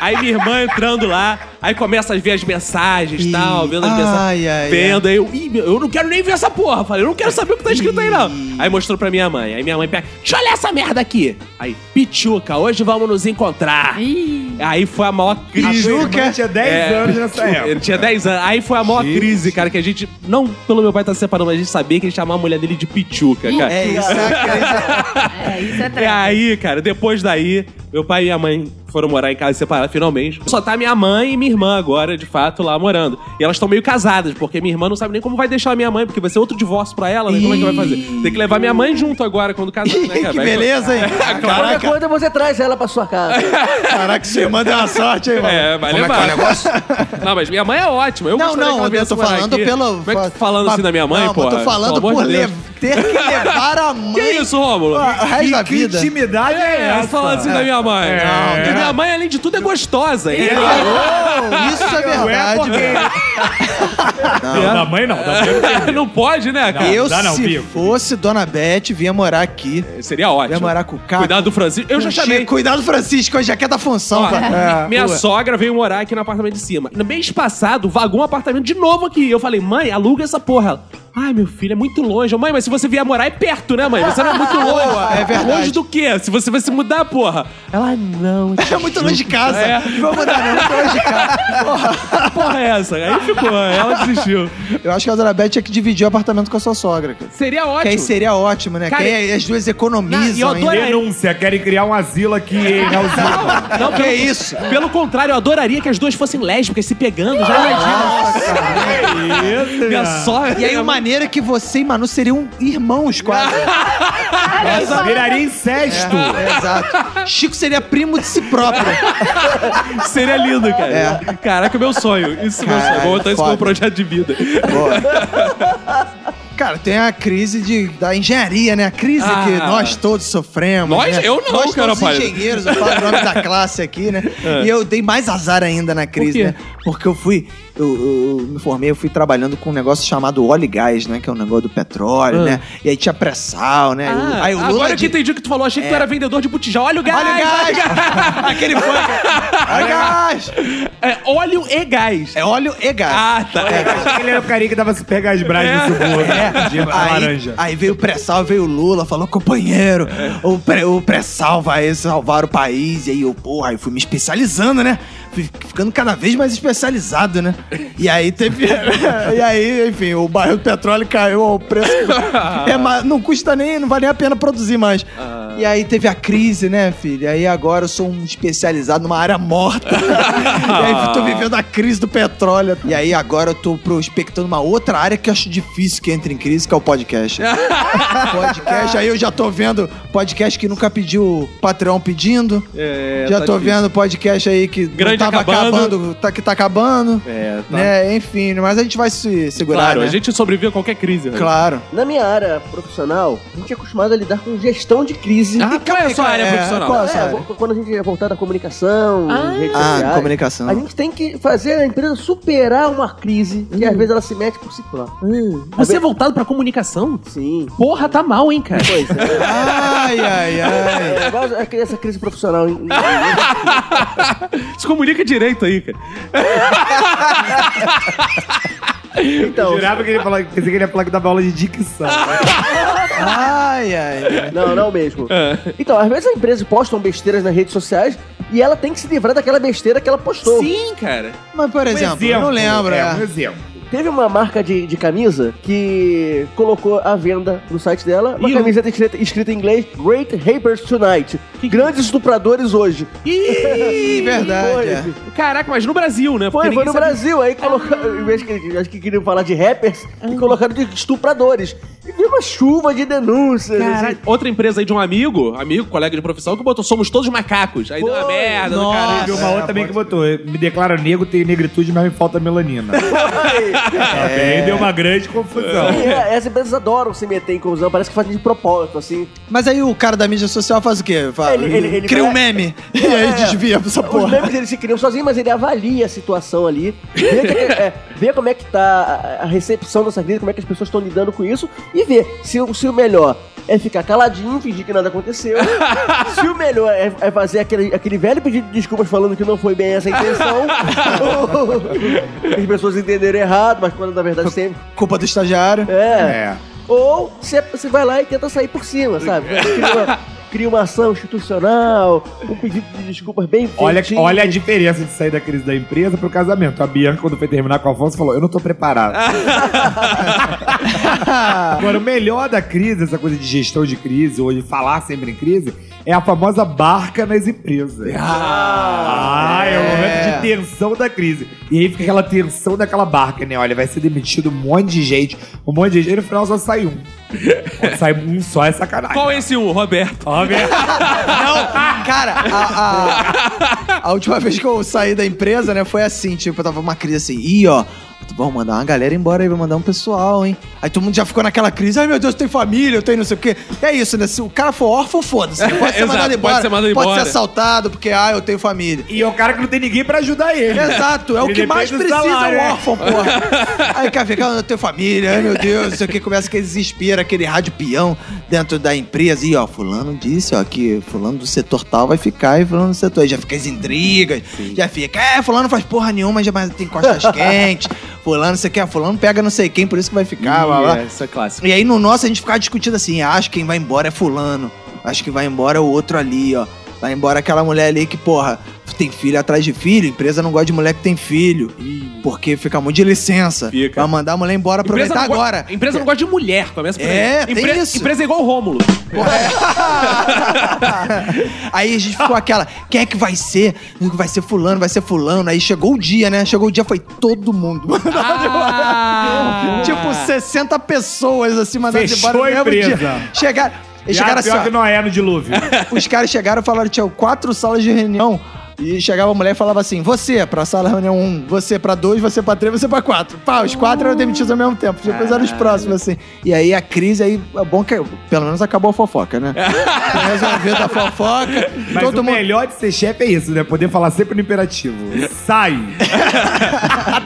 [SPEAKER 1] Aí minha irmã entrando lá, aí começa a ver as mensagens e tal, vendo as
[SPEAKER 2] ai,
[SPEAKER 1] mensagens.
[SPEAKER 2] ai,
[SPEAKER 1] vendo, aí eu, Ih, meu, eu não quero nem ver essa porra. Falei, eu não quero saber o que tá escrito aí, não. Aí mostrou pra minha mãe. Aí minha mãe pega, deixa eu olhar essa merda aqui. Aí, Pichuca, hoje vamos nos encontrar.
[SPEAKER 3] Ih,
[SPEAKER 1] Aí foi a maior
[SPEAKER 5] A
[SPEAKER 1] crise.
[SPEAKER 5] sua irmã tinha 10
[SPEAKER 1] É,
[SPEAKER 5] anos nessa
[SPEAKER 1] Ele
[SPEAKER 5] época.
[SPEAKER 1] tinha 10 anos. Aí foi a maior crise, cara, que a gente. Não pelo meu pai estar se separando, mas a gente sabia que ele chamava a mulher dele de Pichuca, cara.
[SPEAKER 2] É
[SPEAKER 1] [LAUGHS]
[SPEAKER 2] isso, é a crise.
[SPEAKER 3] é, isso é
[SPEAKER 1] E
[SPEAKER 3] treta.
[SPEAKER 1] aí, cara, depois daí, meu pai e minha mãe foram morar em casa separada, finalmente. Só tá minha mãe e minha irmã agora, de fato, lá morando. E elas estão meio casadas, porque minha irmã não sabe nem como vai deixar a minha mãe, porque vai ser outro divórcio pra ela, né? Como é que vai fazer? Tem que levar minha mãe junto agora quando casar, né, cara?
[SPEAKER 2] [LAUGHS] Que
[SPEAKER 1] Vai-
[SPEAKER 2] beleza, hein?
[SPEAKER 4] Qualquer
[SPEAKER 2] Caraca,
[SPEAKER 4] coisa você traz ela pra sua casa.
[SPEAKER 2] caraca, você manda uma sorte, hein, mano?
[SPEAKER 1] É, vai
[SPEAKER 7] Como é que é o
[SPEAKER 1] levar.
[SPEAKER 7] negócio?
[SPEAKER 1] [LAUGHS] não, mas minha mãe é ótima. Eu
[SPEAKER 2] Não,
[SPEAKER 1] gostaria que
[SPEAKER 2] não,
[SPEAKER 1] ela
[SPEAKER 2] eu
[SPEAKER 1] viesse
[SPEAKER 2] tô
[SPEAKER 1] morar
[SPEAKER 2] falando
[SPEAKER 1] aqui.
[SPEAKER 2] pelo.
[SPEAKER 1] Como é que tu falando assim da minha mãe,
[SPEAKER 2] não,
[SPEAKER 1] pô?
[SPEAKER 2] Eu tô falando por lev- ter que levar a
[SPEAKER 1] Que
[SPEAKER 2] mãe
[SPEAKER 1] isso, Rômulo?
[SPEAKER 2] o resto da
[SPEAKER 5] que
[SPEAKER 2] vida.
[SPEAKER 5] intimidade é,
[SPEAKER 1] É,
[SPEAKER 5] essa?
[SPEAKER 1] falando assim da minha mãe.
[SPEAKER 5] Não,
[SPEAKER 1] Porque
[SPEAKER 5] é.
[SPEAKER 1] minha mãe, além de tudo, é gostosa. hein?
[SPEAKER 2] Oh, isso é
[SPEAKER 5] Não é
[SPEAKER 2] verdade, velho.
[SPEAKER 5] porque... [LAUGHS]
[SPEAKER 1] É.
[SPEAKER 5] Não, da mãe não. Da mãe não.
[SPEAKER 1] não pode, né, cara?
[SPEAKER 2] Eu,
[SPEAKER 5] dá não,
[SPEAKER 2] se
[SPEAKER 5] Pico.
[SPEAKER 2] fosse Dona Beth, vinha morar aqui.
[SPEAKER 1] Seria ótimo.
[SPEAKER 2] Vinha morar com o Caco.
[SPEAKER 1] Cuidado do Francisco. Eu já
[SPEAKER 2] com o
[SPEAKER 1] chamei.
[SPEAKER 2] Chico. Cuidado, Francisco, hoje já quer da função,
[SPEAKER 1] Ó,
[SPEAKER 2] cara.
[SPEAKER 1] minha
[SPEAKER 2] Ué.
[SPEAKER 1] sogra veio morar aqui no apartamento de cima. No mês passado, vagou um apartamento de novo aqui. Eu falei, mãe, aluga essa porra. Ela, Ai, meu filho, é muito longe. Eu, Mãe, mas se você vier morar é perto, né, mãe? Você não é muito longe.
[SPEAKER 2] é verdade.
[SPEAKER 1] Longe do quê? Se você vai se mudar, porra. Ela, não.
[SPEAKER 2] É muito longe de casa.
[SPEAKER 1] É.
[SPEAKER 2] Não vou mandar, não.
[SPEAKER 1] [LAUGHS]
[SPEAKER 2] Muito longe de casa.
[SPEAKER 1] Que porra é essa? Aí ficou. Ela desistiu.
[SPEAKER 2] Eu acho que a Dona Beth tinha que dividir o apartamento com a sua sogra, cara.
[SPEAKER 1] Seria
[SPEAKER 2] Que aí
[SPEAKER 1] ótimo.
[SPEAKER 2] seria ótimo, né?
[SPEAKER 1] Cara,
[SPEAKER 2] que aí as duas
[SPEAKER 1] Não, e
[SPEAKER 2] economizam.
[SPEAKER 1] eu
[SPEAKER 2] ainda.
[SPEAKER 1] adoraria-
[SPEAKER 5] Denúncia. Querem criar um asilo aqui em Raulzinho.
[SPEAKER 1] Não,
[SPEAKER 2] Que
[SPEAKER 1] pelo-
[SPEAKER 2] isso?
[SPEAKER 1] Pelo contrário, eu adoraria que as duas fossem lésbicas se pegando. Já imagina.
[SPEAKER 5] Isso,
[SPEAKER 1] Minha
[SPEAKER 5] cara.
[SPEAKER 1] sogra.
[SPEAKER 2] E aí, o maneiro é que você e Manu seriam irmãos
[SPEAKER 1] [LAUGHS]
[SPEAKER 2] quase.
[SPEAKER 3] Olha só.
[SPEAKER 5] Viraria incesto.
[SPEAKER 2] É, exato. Chico seria primo de si próprio.
[SPEAKER 1] Seria lindo, cara. Caraca, meu sonho. Isso é meu sonho.
[SPEAKER 2] Caralho,
[SPEAKER 1] Vou botar isso
[SPEAKER 2] foda.
[SPEAKER 1] como projeto de vida.
[SPEAKER 2] Boa. Cara, tem a crise de, da engenharia, né? A crise
[SPEAKER 1] Ah.
[SPEAKER 2] que nós todos sofremos.
[SPEAKER 1] Nós?
[SPEAKER 2] né?
[SPEAKER 1] Eu não,
[SPEAKER 2] Nós
[SPEAKER 1] cara,
[SPEAKER 2] todos
[SPEAKER 1] rapaz.
[SPEAKER 2] engenheiros, eu falo o nome da classe aqui, né?
[SPEAKER 1] [LAUGHS] É.
[SPEAKER 2] E eu dei mais azar ainda na crise,
[SPEAKER 1] quê?
[SPEAKER 2] né? Porque eu fui, eu, eu- eu me formei, eu fui trabalhando com um negócio chamado óleo e gás, né? Que é um negócio do petróleo,
[SPEAKER 1] Ah.
[SPEAKER 2] né? E aí tinha pré-sal, né?
[SPEAKER 1] Ah,
[SPEAKER 2] aí o Lula
[SPEAKER 1] agora que
[SPEAKER 2] de- É.
[SPEAKER 1] entendi o que tu falou, achei que tu era vendedor de botijão. Olha o gás!
[SPEAKER 2] Olha o gás!
[SPEAKER 1] [LAUGHS] Aquele fã. [LAUGHS]
[SPEAKER 2] Óleo e gás!
[SPEAKER 1] É óleo e gás.
[SPEAKER 2] É óleo e gás.
[SPEAKER 1] Ah, tá.
[SPEAKER 2] É.
[SPEAKER 5] Ele era o carinha que dava se pegar as brás no subúrbio. De
[SPEAKER 2] Aí,
[SPEAKER 5] laranja.
[SPEAKER 2] aí veio o pré-sal, veio o Lula, falou, companheiro, o, pré, o pré-sal vai salvar o país. E aí eu, porra, eu fui me especializando, né? Fui ficando cada vez mais especializado, né? E aí teve. [LAUGHS] e aí, enfim, o barril do petróleo caiu ao preço. É, mas não custa nem, não vale nem a pena produzir mais.
[SPEAKER 9] Ah.
[SPEAKER 2] E aí teve a crise, né, filho? E aí agora eu sou um especializado numa
[SPEAKER 9] [LAUGHS]
[SPEAKER 2] área morta. e aí eu tô vivendo a crise do petróleo. E aí agora eu tô prospectando uma outra área que eu acho difícil que entre em crise, que é
[SPEAKER 9] [LAUGHS]
[SPEAKER 2] o podcast. podcast, aí eu já tô vendo podcast que nunca pediu Patreon pedindo.
[SPEAKER 9] É,
[SPEAKER 2] já
[SPEAKER 9] tá
[SPEAKER 2] tô
[SPEAKER 9] difícil.
[SPEAKER 2] vendo podcast aí que não
[SPEAKER 1] Grande
[SPEAKER 2] tava
[SPEAKER 1] acabando.
[SPEAKER 2] tá, que tá acabando.
[SPEAKER 9] É, tá.
[SPEAKER 2] Né? Enfim, mas a gente vai se segurar,
[SPEAKER 1] Claro,
[SPEAKER 2] né?
[SPEAKER 1] a gente sobrevive a qualquer crise. né?
[SPEAKER 2] Claro.
[SPEAKER 4] Na minha área profissional, a gente é acostumado a lidar com gestão de crise.
[SPEAKER 1] Ah, qual é a sua área profissional?
[SPEAKER 2] qual é a sua
[SPEAKER 4] É,
[SPEAKER 2] área?
[SPEAKER 4] vo- quando a gente é voltado à comunicação, redes
[SPEAKER 2] Ah,
[SPEAKER 4] sociais,
[SPEAKER 2] comunicação.
[SPEAKER 4] a gente tem que fazer a empresa superar uma crise que às vezes ela se mete por si própria.
[SPEAKER 1] Hum. Você é voltado pra comunicação?
[SPEAKER 4] Sim.
[SPEAKER 1] Porra, tá mal, hein, cara?
[SPEAKER 4] Pois é.
[SPEAKER 2] Ai, ai, ai.
[SPEAKER 4] É, igual a- essa crise profissional. em-
[SPEAKER 1] Se comunica direito aí, cara.
[SPEAKER 5] Eu
[SPEAKER 4] Então,
[SPEAKER 5] jurava que ele ia falar, pensei que ele ia falar que dava aula de dicção.
[SPEAKER 2] Ah, Ai, ai.
[SPEAKER 4] Não, não mesmo. Então, às vezes as empresas postam besteiras nas redes sociais e ela tem que se livrar daquela besteira que ela postou.
[SPEAKER 1] Sim, cara.
[SPEAKER 2] Mas, por um exemplo, eu não lembro.
[SPEAKER 5] É,
[SPEAKER 2] é.
[SPEAKER 5] um exemplo.
[SPEAKER 4] Teve uma marca de, de camisa que colocou à venda no site dela uma
[SPEAKER 1] Ih,
[SPEAKER 4] camiseta escrita, escrita em inglês Great Rapers Tonight. Grandes estupradores hoje.
[SPEAKER 2] [LAUGHS] Ih, verdade. é.
[SPEAKER 4] Foi,
[SPEAKER 1] Caraca, mas no Brasil, né?
[SPEAKER 4] foi,
[SPEAKER 1] Porque
[SPEAKER 4] foi
[SPEAKER 1] ninguém
[SPEAKER 4] no
[SPEAKER 1] sabe-
[SPEAKER 4] Brasil. Aí colocaram, em vez que, acho que queriam falar de rappers, e colocaram de estupradores. E veio uma chuva de denúncias. assim,
[SPEAKER 1] Caralho, outra empresa aí de um amigo, amigo, colega de profissão, que botou Somos Todos Macacos. Aí deu uma
[SPEAKER 4] Foi.
[SPEAKER 1] merda do
[SPEAKER 2] Nossa.
[SPEAKER 5] Teve
[SPEAKER 1] caralho.
[SPEAKER 5] uma outra também que botou. eu Me declaro negro, tenho negritude, mas me
[SPEAKER 2] [LAUGHS]
[SPEAKER 5] falta melanina. é. Aí deu uma grande confusão.
[SPEAKER 4] E, é, Essas empresas adoram se meter em confusão, parece que fazem de propósito, assim.
[SPEAKER 2] Mas aí o cara da mídia social faz o quê? Fala,
[SPEAKER 4] Ele- ele- ele
[SPEAKER 2] cria um
[SPEAKER 4] vai-
[SPEAKER 2] meme. E aí desvia essa
[SPEAKER 4] Os
[SPEAKER 2] porra.
[SPEAKER 4] memes eles se criam sozinhos, mas ele avalia a situação ali, vê, que- é, vê como é que tá a- a recepção dessa crise, como é que as pessoas estão lidando com isso, e vê se, o- se o melhor é ficar caladinho, fingir que nada aconteceu, [LAUGHS] se o melhor é, é fazer aquele, aquele velho pedido de desculpas falando que não foi bem essa a intenção, [LAUGHS] ou- as pessoas entenderam errado, mas quando na verdade sempre...
[SPEAKER 2] Culpa do estagiário.
[SPEAKER 4] É,
[SPEAKER 5] É.
[SPEAKER 4] ou você, você vai lá e tenta sair por cima,
[SPEAKER 5] [LAUGHS]
[SPEAKER 4] sabe? Cria uma, cria uma ação institucional, um pedido de desculpas bem
[SPEAKER 5] Olha,
[SPEAKER 4] feitinho.
[SPEAKER 5] olha a diferença de sair da crise da empresa pro casamento. A Bianca, quando foi terminar com o Afonso, falou: Eu não tô [LAUGHS] preparado. Agora, o melhor da crise, essa coisa de gestão de crise, ou de falar sempre em crise, é a famosa barca nas empresas. Ah, é o momento de tensão da crise. E aí fica aquela tensão daquela barca, né? Olha, vai ser demitido um monte de gente, um monte de gente. E no final só sai um. Quando sai um só é sacanagem.
[SPEAKER 1] Qual é esse um, Roberto?
[SPEAKER 5] Ó, velho.
[SPEAKER 2] Não, cara, a, a- a última vez que eu saí da empresa, né, foi assim, tipo, tava uma crise assim, ih, ó, vamos mandar uma galera embora aí, vamos mandar um pessoal, hein. Aí todo mundo já ficou naquela crise, ai meu Deus, tem família, eu tenho não sei o quê. É isso, né, se o cara for órfão, foda-se, ele pode ser
[SPEAKER 1] Exato,
[SPEAKER 2] mandado
[SPEAKER 1] pode
[SPEAKER 2] embora,
[SPEAKER 1] ser mandado
[SPEAKER 2] pode
[SPEAKER 1] embora.
[SPEAKER 2] ser assaltado, porque, ah, eu tenho família.
[SPEAKER 5] E é o cara que não tem ninguém pra ajudar [LAUGHS] ele.
[SPEAKER 2] Exato, é o
[SPEAKER 5] Ele
[SPEAKER 2] que
[SPEAKER 5] depende
[SPEAKER 2] mais
[SPEAKER 5] do
[SPEAKER 2] precisa
[SPEAKER 5] salário,
[SPEAKER 2] é
[SPEAKER 5] é.
[SPEAKER 2] um órfão, porra. Aí quer ficar, eu tenho família, ai meu Deus, isso aqui começa aquele desespero, aquele rádio peão dentro da empresa. E ó, fulano disse, ó, que fulano do setor tal vai ficar e fulano do setor. Aí já fica as intrigas, já fica, é, fulano faz porra nenhuma, já mas tem costas quentes, fulano, você quer, fulano pega não sei quem, por isso que vai ficar, blá, blá.
[SPEAKER 1] Isso é clássico.
[SPEAKER 2] E aí no nosso a gente ficava discutindo assim, acho que quem vai embora é fulano, acho que vai embora é o outro ali, ó. Vai embora aquela mulher ali que, porra, tem filho atrás de filho, empresa não gosta de mulher que tem filho. Porque fica muito de licença.
[SPEAKER 1] Fica.
[SPEAKER 2] Vai mandar a mulher embora aproveitar
[SPEAKER 1] não go-
[SPEAKER 2] agora.
[SPEAKER 1] empresa não gosta de mulher, começa por
[SPEAKER 2] É,
[SPEAKER 1] aí.
[SPEAKER 2] tem
[SPEAKER 1] Empre-
[SPEAKER 2] isso.
[SPEAKER 1] Empresa é igual o
[SPEAKER 2] [LAUGHS]
[SPEAKER 1] Rômulo. Ah!
[SPEAKER 2] aí a gente ficou aquela, quem é que vai ser? Vai ser fulano, vai ser fulano. Aí chegou o dia, né? Chegou o dia, foi todo mundo.
[SPEAKER 1] Ah.
[SPEAKER 2] [LAUGHS] tipo, 60 pessoas assim mandadas
[SPEAKER 5] Fechou
[SPEAKER 2] embora no
[SPEAKER 5] a
[SPEAKER 2] mesmo
[SPEAKER 5] empresa.
[SPEAKER 2] dia. Chegaram. Eles
[SPEAKER 5] Já
[SPEAKER 2] chegaram assim,
[SPEAKER 5] pior
[SPEAKER 2] ó,
[SPEAKER 5] que não é no dilúvio.
[SPEAKER 2] Os caras chegaram e falaram que tinham quatro salas de reunião E chegava a mulher e falava assim: você pra sala reunião 1, você pra 2, você pra 3, você pra 4. Pá, os quatro eram demitidos ao mesmo tempo. Depois eram os próximos, assim. E aí a crise, aí, é bom que pelo menos acabou a fofoca, né? Foi Resolvida a fofoca.
[SPEAKER 5] Mas
[SPEAKER 2] todo
[SPEAKER 5] o
[SPEAKER 2] mundo.
[SPEAKER 5] melhor de ser chefe é isso, né? Poder falar sempre no imperativo. Sai!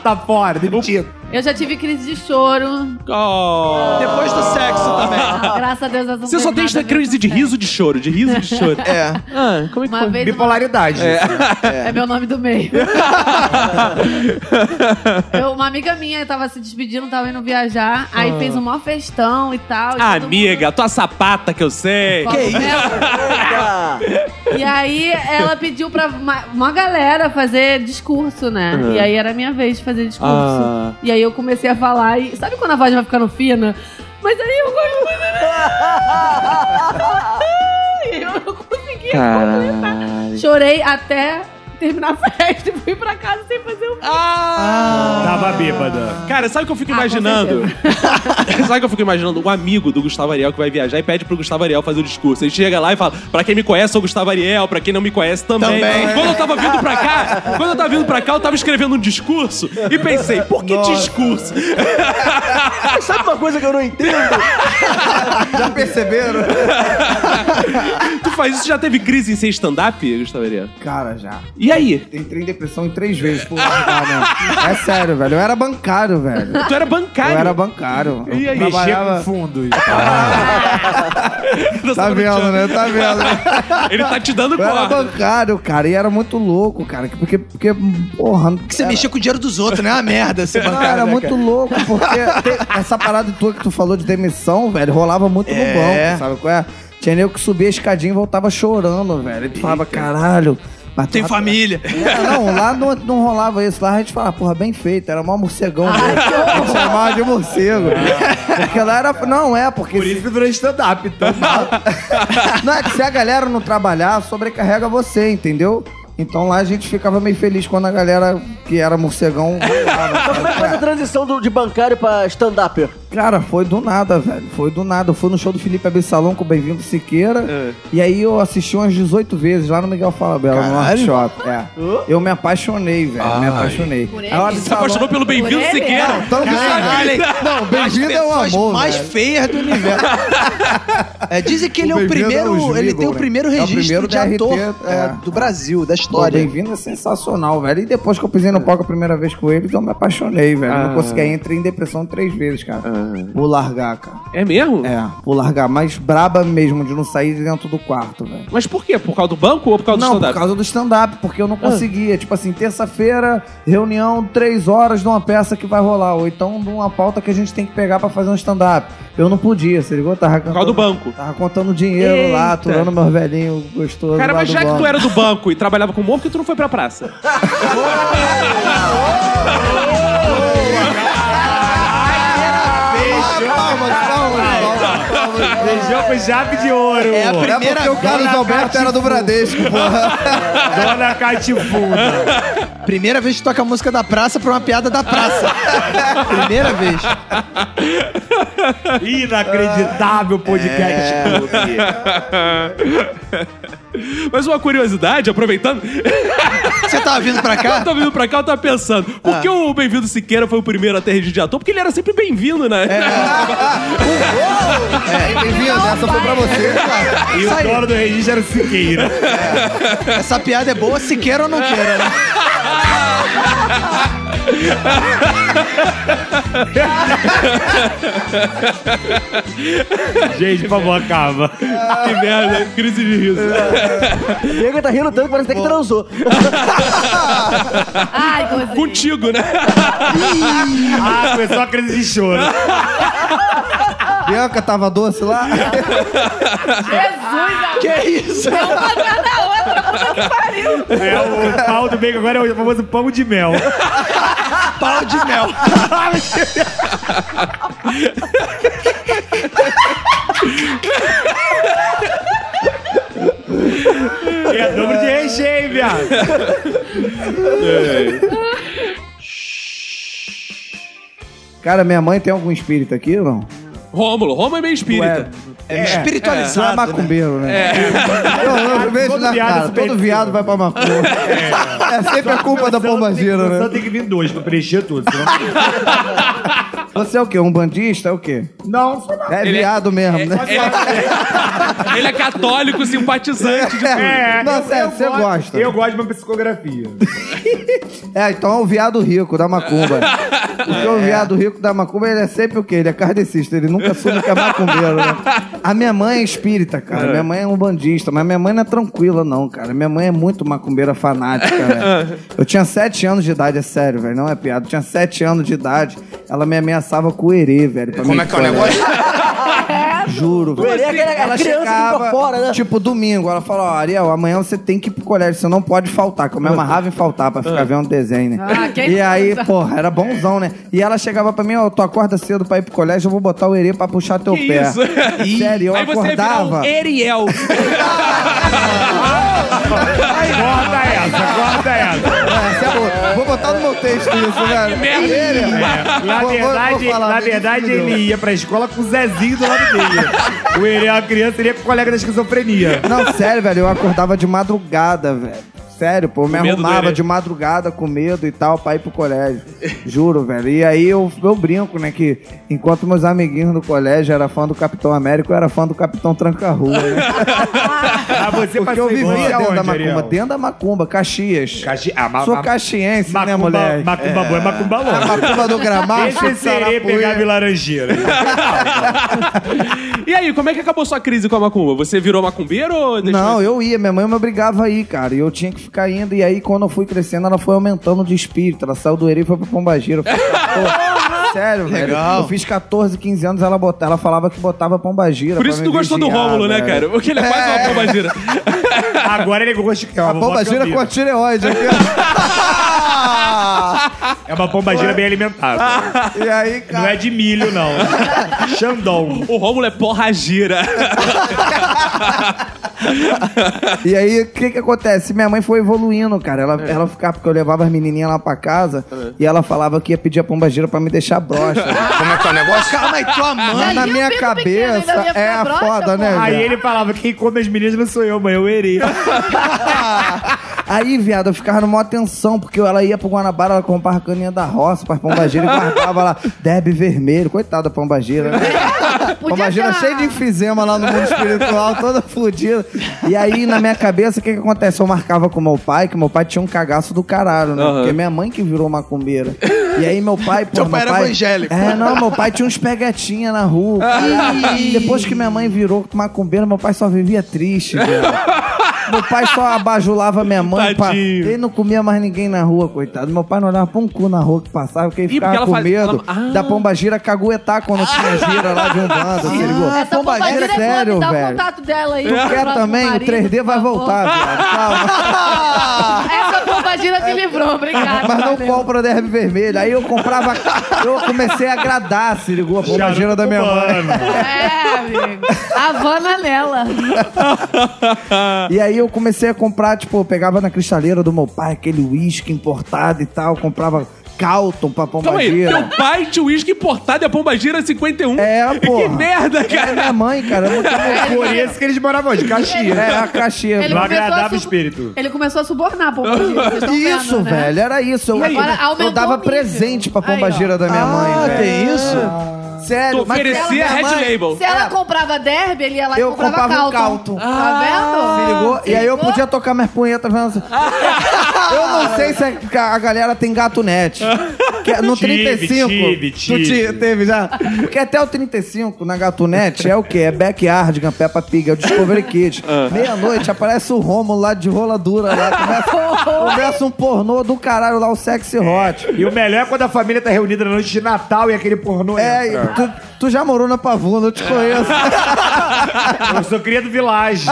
[SPEAKER 5] tá fora, demitido.
[SPEAKER 3] Eu já tive crise de [LAUGHS] choro.
[SPEAKER 2] Depois do sexo também.
[SPEAKER 3] Graças a Deus, elas não
[SPEAKER 1] Você só tem
[SPEAKER 3] fez nada né?
[SPEAKER 1] esta crise de riso de choro, de riso de choro.
[SPEAKER 2] É.
[SPEAKER 1] Ah, como é que
[SPEAKER 3] Uma vez
[SPEAKER 5] Bipolaridade.
[SPEAKER 3] É meu nome
[SPEAKER 1] [LAUGHS]
[SPEAKER 3] do meio. Eu- uma amiga minha tava se despedindo, tava indo viajar, aí fez um maior festão e tal. e
[SPEAKER 1] Ah,
[SPEAKER 3] todo
[SPEAKER 1] amiga, tua sapata que eu sei.
[SPEAKER 3] mundo- Copo
[SPEAKER 1] [LAUGHS]
[SPEAKER 3] dela.
[SPEAKER 4] Ah,
[SPEAKER 3] né? E aí ela pediu pra uma, uma galera fazer discurso, né? E aí era a minha vez de fazer discurso.
[SPEAKER 1] Uhum. Ah.
[SPEAKER 3] E aí eu comecei a falar e. Sabe quando a voz vai ficando fina? Mas aí eu
[SPEAKER 1] [LAUGHS]
[SPEAKER 3] E eu não consegui completar. Chorei até terminar a festa e fui pra casa sem fazer um o
[SPEAKER 1] Ah!
[SPEAKER 5] Tava bêbada.
[SPEAKER 1] Cara, sabe o que eu fico
[SPEAKER 3] Ah,
[SPEAKER 1] imaginando? [LAUGHS] sabe o que eu fico imaginando? Um amigo do Gustavo Ariel que vai viajar e pede pro Gustavo Ariel fazer o discurso. Ele chega lá e fala: pra quem me conhece, sou o Gustavo Ariel, pra quem não me conhece também.
[SPEAKER 2] Também.
[SPEAKER 1] Quando eu tava vindo pra cá, quando eu tava vindo pra cá, eu tava escrevendo um discurso e pensei, por que discurso?
[SPEAKER 4] sabe uma coisa que eu não entendo?
[SPEAKER 10] Já perceberam?
[SPEAKER 1] tu faz isso, já teve crise em ser stand-up, Gustavo Ariel?
[SPEAKER 8] Cara, já.
[SPEAKER 1] E aí?
[SPEAKER 8] Eu Entrei em depressão em três vezes por bancar, né? É sério, velho. Eu era bancário, velho.
[SPEAKER 1] Tu era
[SPEAKER 8] Eu
[SPEAKER 1] bancário. [LAUGHS]
[SPEAKER 8] era bancário.
[SPEAKER 1] E aí?
[SPEAKER 8] Eu trabalhava...
[SPEAKER 5] Mexer com fundos.
[SPEAKER 1] Você
[SPEAKER 8] Tá
[SPEAKER 1] não
[SPEAKER 8] vendo,
[SPEAKER 1] tinha-
[SPEAKER 8] né? Tá vendo.
[SPEAKER 1] [LAUGHS]
[SPEAKER 8] né?
[SPEAKER 1] Ele tá te dando
[SPEAKER 8] Eu era
[SPEAKER 1] corda.
[SPEAKER 8] bancário, cara. E era muito louco, cara. Porque, porque porra...
[SPEAKER 2] Que você mexia com o dinheiro dos outros, né? É uma merda ser
[SPEAKER 8] Não,
[SPEAKER 2] bancário.
[SPEAKER 8] era
[SPEAKER 2] né,
[SPEAKER 8] muito
[SPEAKER 2] cara?
[SPEAKER 8] louco, porque tem- essa parada tua que tu falou de demissão, velho, rolava muito no
[SPEAKER 2] É.
[SPEAKER 8] banco, sabe qual é? Tinha nego que subia a escadinha e voltava chorando, velho. E tu falava, caralho. mas
[SPEAKER 2] [LAUGHS]
[SPEAKER 8] tu-
[SPEAKER 2] Tem família.
[SPEAKER 8] É, não, lá não, não rolava isso. Lá a gente falava, porra, bem feito. Era mó morcegão. mesmo. a gente chamava de morcego.
[SPEAKER 2] É.
[SPEAKER 8] Porque lá era... Não, é, porque...
[SPEAKER 5] Por
[SPEAKER 8] se-
[SPEAKER 5] isso que virou stand-up, então.
[SPEAKER 8] não, é que se a galera não trabalhar, sobrecarrega você, entendeu? Então lá a gente ficava meio feliz quando a galera que era morcegão...
[SPEAKER 5] Ah,
[SPEAKER 4] Então, como é que faz a transição do- de bancário pra stand-up?
[SPEAKER 8] Cara, foi do nada, velho. Foi do nada. Eu fui no show do Felipe Absalão com o Bem-vindo Siqueira.
[SPEAKER 3] É.
[SPEAKER 8] E aí eu assisti umas 18 vezes lá no Miguel Fala Bela, no
[SPEAKER 2] Caralho.
[SPEAKER 8] workshop. É. Eu me apaixonei, velho. Me apaixonei.
[SPEAKER 3] Por
[SPEAKER 8] Aí
[SPEAKER 3] ele?
[SPEAKER 8] o
[SPEAKER 3] Você
[SPEAKER 1] Se apaixonou pelo bem-vindo
[SPEAKER 3] Ah, Por ele?
[SPEAKER 1] Siqueira.
[SPEAKER 8] Não, tanto que
[SPEAKER 2] Caralho, hein?
[SPEAKER 8] Não, bem-vindo é o
[SPEAKER 2] As pessoas
[SPEAKER 8] amor.
[SPEAKER 2] mais
[SPEAKER 8] velho.
[SPEAKER 2] feias do universo. É, dizem que ele é o
[SPEAKER 8] Bem-vindo
[SPEAKER 2] primeiro.
[SPEAKER 8] aos
[SPEAKER 2] ele tem o
[SPEAKER 8] Vigor, né?
[SPEAKER 2] primeiro
[SPEAKER 8] É o
[SPEAKER 2] registro
[SPEAKER 8] primeiro
[SPEAKER 2] de
[SPEAKER 8] DRT,
[SPEAKER 2] ator
[SPEAKER 8] é.
[SPEAKER 2] é, do Brasil, da
[SPEAKER 8] Pô,
[SPEAKER 2] história.
[SPEAKER 8] bem-vindo é sensacional, velho. E depois que eu pisei no palco a primeira vez com eles, eu me apaixonei, velho.
[SPEAKER 3] Ah.
[SPEAKER 8] Não consegui, aí entrei em depressão três vezes, cara. Vou largar, cara.
[SPEAKER 1] É mesmo?
[SPEAKER 8] É, vou largar. Mas braba mesmo, de não sair de dentro do quarto, velho.
[SPEAKER 1] Mas por quê? Por causa do banco ou por causa do
[SPEAKER 8] Não, por
[SPEAKER 1] stand-up? Ah.
[SPEAKER 8] causa do stand-up, porque eu não conseguia. Tipo assim, terça-feira, reunião, três horas de uma peça que vai rolar. Ou então de uma pauta que a gente tem que pegar pra fazer um stand-up. Eu não podia, você ligou? Tava
[SPEAKER 1] Por causa do banco.
[SPEAKER 8] Tava contando dinheiro
[SPEAKER 1] Eita.
[SPEAKER 8] lá, aturando meu velhinho gostoso.
[SPEAKER 1] Cara,
[SPEAKER 8] lá
[SPEAKER 1] mas
[SPEAKER 8] do
[SPEAKER 1] já que
[SPEAKER 8] banco.
[SPEAKER 1] tu era do banco e trabalhava com humor, por que tu não foi pra praça?
[SPEAKER 5] Beijou com chave de ouro.
[SPEAKER 2] É a primeira
[SPEAKER 10] É porque o Carlos
[SPEAKER 5] Dona
[SPEAKER 10] Alberto era do
[SPEAKER 1] [LAUGHS]
[SPEAKER 10] Bradesco, porra.
[SPEAKER 5] Dona Catifunda.
[SPEAKER 2] Primeira vez que toca a música da praça pra uma piada da
[SPEAKER 8] [LAUGHS]
[SPEAKER 2] praça. primeira vez.
[SPEAKER 5] Inacreditável podcast.
[SPEAKER 1] Mas uma curiosidade, aproveitando,
[SPEAKER 2] Você tava vindo pra
[SPEAKER 1] eu
[SPEAKER 2] cá?
[SPEAKER 1] tô vindo pra cá, eu tava pensando,
[SPEAKER 8] Ah.
[SPEAKER 1] por que o Bem-vindo Siqueira foi o primeiro a ter registro de ator? Porque ele era sempre bem-vindo, né? [LAUGHS]
[SPEAKER 10] É, bem-vindo,
[SPEAKER 3] né?
[SPEAKER 10] essa foi pra você, cara.
[SPEAKER 5] E o dono do registro era o Siqueira.
[SPEAKER 2] Essa piada é boa, se queira ou não queira, né?
[SPEAKER 5] Gente, por favor, acaba.
[SPEAKER 1] Que merda, crise de riso.
[SPEAKER 4] O Diego tá rindo tanto que parece até que transou.
[SPEAKER 3] Ai, gozei.
[SPEAKER 1] Contigo, né?
[SPEAKER 5] Ah, começou a crise de choro.
[SPEAKER 8] Bianca tava doce lá.
[SPEAKER 3] Jesus,
[SPEAKER 2] Que isso?
[SPEAKER 5] É, o pau do bacon agora é o famoso pão de mel.
[SPEAKER 2] Pau de mel.
[SPEAKER 5] E é dobro de recheio, viado.
[SPEAKER 8] Cara, minha mãe tem algum espírito aqui ou não?
[SPEAKER 1] Rômulo, Rômulo é meio espírita.
[SPEAKER 8] Ué,
[SPEAKER 2] É, espiritualizado.
[SPEAKER 8] É macumbeiro, né?
[SPEAKER 2] É.
[SPEAKER 8] Eu, eu vejo
[SPEAKER 2] Todo
[SPEAKER 8] na
[SPEAKER 2] viado
[SPEAKER 8] cara,
[SPEAKER 2] se
[SPEAKER 8] todo viado vai pra macumba. É, sempre a culpa da pombagira, né?
[SPEAKER 5] Só tem que vir dois pra preencher tudo. senão-
[SPEAKER 8] Você é o quê? Um bandista? É o quê?
[SPEAKER 5] Não, sou
[SPEAKER 8] É
[SPEAKER 1] Ele é-
[SPEAKER 8] viado mesmo, né?
[SPEAKER 1] Ele é católico
[SPEAKER 8] [LAUGHS]
[SPEAKER 1] simpatizante de
[SPEAKER 5] É,
[SPEAKER 8] Não,
[SPEAKER 5] eu-
[SPEAKER 8] sério,
[SPEAKER 5] eu
[SPEAKER 8] você
[SPEAKER 5] gosto-
[SPEAKER 8] gosta.
[SPEAKER 5] Eu gosto de uma psicografia.
[SPEAKER 8] É, então é o viado rico
[SPEAKER 11] [LAUGHS]
[SPEAKER 8] da macumba. Porque
[SPEAKER 11] É.
[SPEAKER 8] o viado rico da macumba, ele é sempre o quê? Ele é kardecista, ele nunca soube que é macumbeiro, né? A minha mãe é espírita, cara. Minha mãe é um bandista, mas minha mãe não é tranquila, não, cara. Minha mãe é muito macumbeira fanática,
[SPEAKER 11] [LAUGHS]
[SPEAKER 8] velho. Eu tinha sete anos de idade, é sério, velho. Não é piada. Eu tinha sete anos de idade, ela me ameaçava com o erê, velho. pra
[SPEAKER 11] Como
[SPEAKER 8] minha
[SPEAKER 11] é que é o
[SPEAKER 8] escola.
[SPEAKER 11] negócio?
[SPEAKER 8] Juro,
[SPEAKER 4] O
[SPEAKER 8] velho.
[SPEAKER 4] erê é aquela-
[SPEAKER 8] Ela
[SPEAKER 4] a criança que
[SPEAKER 8] chegava,
[SPEAKER 4] fica fora, né?
[SPEAKER 8] tipo, domingo. Ela falou, ó, Ariel, amanhã você tem que ir pro colégio, você não pode faltar. Que eu me amarrava em faltar pra
[SPEAKER 1] É.
[SPEAKER 8] ficar vendo desenho, né?
[SPEAKER 3] Ah, quem
[SPEAKER 8] e aí,
[SPEAKER 3] precisa?
[SPEAKER 8] porra, era bonzão, né? E ela chegava pra mim, ó, tu acorda cedo pra ir pro colégio, eu vou botar o erê pra puxar teu
[SPEAKER 1] Que
[SPEAKER 8] pé.
[SPEAKER 1] isso?
[SPEAKER 8] Sério, eu
[SPEAKER 1] Aí você ia virar
[SPEAKER 8] acordava...
[SPEAKER 1] um Eriel.
[SPEAKER 5] Corta essa, corta essa.
[SPEAKER 8] É, essa é boa. Vou botar no meu texto
[SPEAKER 1] [LAUGHS]
[SPEAKER 8] isso, velho.
[SPEAKER 1] merda.
[SPEAKER 8] Erê.
[SPEAKER 5] É,
[SPEAKER 8] Vou-
[SPEAKER 5] na
[SPEAKER 8] vou- vou
[SPEAKER 5] verdade,
[SPEAKER 8] falar,
[SPEAKER 5] na
[SPEAKER 8] meu Deus,
[SPEAKER 5] verdade
[SPEAKER 8] me deu.
[SPEAKER 5] ele ia pra escola com o Zezinho do lado dele. o ele, a criança, ele é colega da esquizofrenia.
[SPEAKER 8] Não, sério, velho, eu acordava de madrugada, velho. Sério, pô, eu me
[SPEAKER 1] Com medo do
[SPEAKER 8] arrumava
[SPEAKER 1] Herê.
[SPEAKER 8] de madrugada com medo e tal pra ir pro colégio. Juro, velho. E aí eu, eu brinco, né, que enquanto meus amiguinhos do colégio eram fã do Capitão América, eu era fã do Capitão Tranca-Rua, né?
[SPEAKER 5] Ah, [LAUGHS] você
[SPEAKER 8] Porque eu
[SPEAKER 5] passou igual
[SPEAKER 8] vivia dentro
[SPEAKER 5] aonde,
[SPEAKER 8] da macumba,
[SPEAKER 5] Ariel?
[SPEAKER 8] dentro da macumba, Caxias.
[SPEAKER 5] Caxi... Ah, ma...
[SPEAKER 8] Sou
[SPEAKER 5] ma-
[SPEAKER 8] caxiense, né,
[SPEAKER 5] macumba,
[SPEAKER 8] moleque?
[SPEAKER 5] Macumba boa é macumba
[SPEAKER 8] A
[SPEAKER 5] louca.
[SPEAKER 8] macumba do Gramacho,
[SPEAKER 5] Deixa esse erê
[SPEAKER 8] Sarapuia.
[SPEAKER 5] pegar a laranjeira.
[SPEAKER 1] E aí, como é que acabou sua crise com a macumba? Você virou macumbeiro ou deixou-
[SPEAKER 8] Não, eu ia, minha mãe me obrigava a ir, cara. E eu tinha que ficar indo. E aí, quando eu fui crescendo, ela foi aumentando de espírito. Ela saiu do Erei e foi pro Pombagira. Eu fiz
[SPEAKER 1] [LAUGHS]
[SPEAKER 8] 14. Sério,
[SPEAKER 2] Legal.
[SPEAKER 8] velho. Eu fiz 14, 15 anos, ela, bota, ela falava que botava Pombagira.
[SPEAKER 1] Por isso
[SPEAKER 8] pra
[SPEAKER 1] tu
[SPEAKER 8] me
[SPEAKER 1] gostou do
[SPEAKER 8] vigiar,
[SPEAKER 1] Rômulo, né,
[SPEAKER 8] velho.
[SPEAKER 1] cara? Porque ele é quase uma pomba
[SPEAKER 8] [LAUGHS]
[SPEAKER 1] gira.
[SPEAKER 5] Agora ele gosta que é
[SPEAKER 8] A
[SPEAKER 5] uma
[SPEAKER 8] Pombagira com a
[SPEAKER 5] pombagira.
[SPEAKER 8] tireoide.
[SPEAKER 1] [LAUGHS]
[SPEAKER 8] aqui,
[SPEAKER 5] É uma pombagira bem alimentada.
[SPEAKER 8] ó. e aí,
[SPEAKER 5] Não
[SPEAKER 8] cara...
[SPEAKER 5] é de milho, não. Xandão.
[SPEAKER 1] O Rômulo é porra gira.
[SPEAKER 8] E aí, o que que acontece? Minha mãe foi evoluindo, cara. Ela,
[SPEAKER 1] É.
[SPEAKER 8] ela ficava, porque eu levava as menininhas lá pra casa e ela falava que ia pedir a pombagira pra me deixar broxa.
[SPEAKER 11] Como é que é o negócio?
[SPEAKER 2] Calma aí, tua mãe.
[SPEAKER 8] Mas
[SPEAKER 3] Daí
[SPEAKER 8] Ah, na
[SPEAKER 3] o
[SPEAKER 8] minha
[SPEAKER 3] pinto pequeno
[SPEAKER 8] cabeça
[SPEAKER 3] ainda ia ficar
[SPEAKER 8] é a
[SPEAKER 3] broxa,
[SPEAKER 8] foda, né?
[SPEAKER 3] pô?
[SPEAKER 8] velho?
[SPEAKER 5] Aí ele falava, quem come as meninas não sou eu, mãe, é eu erei.
[SPEAKER 8] Aí, viado, eu ficava numa tensão, porque ela ia pro Guanabara, ela comprava a caninha da roça pra pombagira e guardava lá Deb Vermelho. Coitada da pombagira, né?
[SPEAKER 3] Podia tá.
[SPEAKER 8] pombagira
[SPEAKER 3] ter uma-
[SPEAKER 8] cheia de enfisema lá no mundo espiritual, toda fodida. E aí, na minha cabeça, o que que acontece? Eu marcava com meu pai, que meu pai tinha um cagaço do caralho, né?
[SPEAKER 1] Aham.
[SPEAKER 8] Porque minha mãe que virou macumbeira. E aí, meu pai... Pô,
[SPEAKER 2] Teu
[SPEAKER 8] meu
[SPEAKER 2] pai era evangélico.
[SPEAKER 8] É, não, meu pai tinha uns pegatinha na rua. E depois que minha mãe virou macumbeira, meu pai só vivia triste, velho. Meu pai só abajulava minha mãe. pá.
[SPEAKER 1] Tadinho.
[SPEAKER 8] Ele não comia mais ninguém na rua, coitado. Meu pai não olhava pra um cu na rua que passava, porque ele
[SPEAKER 1] Ih, porque
[SPEAKER 8] ficava
[SPEAKER 1] ela
[SPEAKER 8] com
[SPEAKER 1] faz-
[SPEAKER 8] medo
[SPEAKER 1] ela- Ah.
[SPEAKER 8] da pombagira caguetar quando tinha gira lá de um bando. se ligou?
[SPEAKER 3] Essa pombagira é
[SPEAKER 8] sério,
[SPEAKER 3] sério, dá o
[SPEAKER 8] velho.
[SPEAKER 3] contato dela aí.
[SPEAKER 8] Tu
[SPEAKER 3] pro
[SPEAKER 8] quer
[SPEAKER 3] próximo
[SPEAKER 8] também?
[SPEAKER 3] marido,
[SPEAKER 8] o 3D vai
[SPEAKER 3] por favor.
[SPEAKER 8] voltar, viado. Calma.
[SPEAKER 3] Essa pombagira te livrou, obrigada.
[SPEAKER 8] É, Mas não
[SPEAKER 3] valeu.
[SPEAKER 8] compra o derby vermelho. Aí eu comprava. Eu comecei a agradar, se ligou? A pombagira da minha mãe.
[SPEAKER 3] É, amigo. Havana nela.
[SPEAKER 8] E aí eu comecei a comprar, tipo, eu pegava na cristaleira do meu pai aquele uísque importado e tal, comprava Calton pra
[SPEAKER 1] Calma aí,
[SPEAKER 8] pombagira.
[SPEAKER 1] teu pai tinha uísque importado e a pomba gira 51.
[SPEAKER 8] É, pô.
[SPEAKER 1] Que merda,
[SPEAKER 8] Era
[SPEAKER 1] cara.
[SPEAKER 8] minha mãe, cara. Muito
[SPEAKER 5] Por isso que eles moravam onde? Caxias.
[SPEAKER 8] é a caixinha.
[SPEAKER 3] Ele
[SPEAKER 5] Não
[SPEAKER 3] começou a
[SPEAKER 5] agradava
[SPEAKER 3] sub-
[SPEAKER 5] o espírito.
[SPEAKER 3] Ele começou a subornar a pombagira. vocês estão vendo,
[SPEAKER 8] Isso,
[SPEAKER 3] né?
[SPEAKER 8] velho, era isso. Eu,
[SPEAKER 3] E agora
[SPEAKER 8] eu
[SPEAKER 3] aumentou
[SPEAKER 8] dava
[SPEAKER 3] o nível.
[SPEAKER 8] presente pra
[SPEAKER 3] Aí, ó.
[SPEAKER 8] pombagira da minha
[SPEAKER 2] Ah,
[SPEAKER 8] mãe. velho.
[SPEAKER 2] tem isso?
[SPEAKER 8] Sério,
[SPEAKER 1] Tu
[SPEAKER 8] mas
[SPEAKER 1] oferecia
[SPEAKER 8] minha
[SPEAKER 1] Red
[SPEAKER 8] mãe-
[SPEAKER 1] Label.
[SPEAKER 3] Se ela comprava derby, ele ia lá e
[SPEAKER 8] Eu
[SPEAKER 3] comprava
[SPEAKER 8] comprava um
[SPEAKER 3] Calton.
[SPEAKER 8] Calton.
[SPEAKER 3] Tá
[SPEAKER 8] Ah,
[SPEAKER 3] vendo?
[SPEAKER 8] Se ligou?
[SPEAKER 3] Se
[SPEAKER 8] E aí eu
[SPEAKER 3] ligou?
[SPEAKER 8] podia tocar minhas punhetas vendo assim. Eu
[SPEAKER 5] [LAUGHS]
[SPEAKER 8] não sei se a- a galera tem gato net. Que é no
[SPEAKER 5] Tive,
[SPEAKER 8] 35.
[SPEAKER 5] tive,
[SPEAKER 8] tu
[SPEAKER 5] tive.
[SPEAKER 8] ti- teve já? Porque até o 35 na gato net é o quê? É Backyardigan, Peppa Pig, é o Discovery Kids.
[SPEAKER 5] Ah.
[SPEAKER 8] Meia-noite aparece o Romo lá de roladura lá.
[SPEAKER 3] [LAUGHS]
[SPEAKER 8] Começa, começa um pornô do caralho lá, o
[SPEAKER 5] É,
[SPEAKER 8] sexy hot.
[SPEAKER 5] E o melhor é quando a família tá reunida na noite de Natal e aquele pornô
[SPEAKER 8] É, e
[SPEAKER 5] entra.
[SPEAKER 8] tu, tu já morou na Pavuna, eu te conheço.
[SPEAKER 5] Eu sou cria do Village.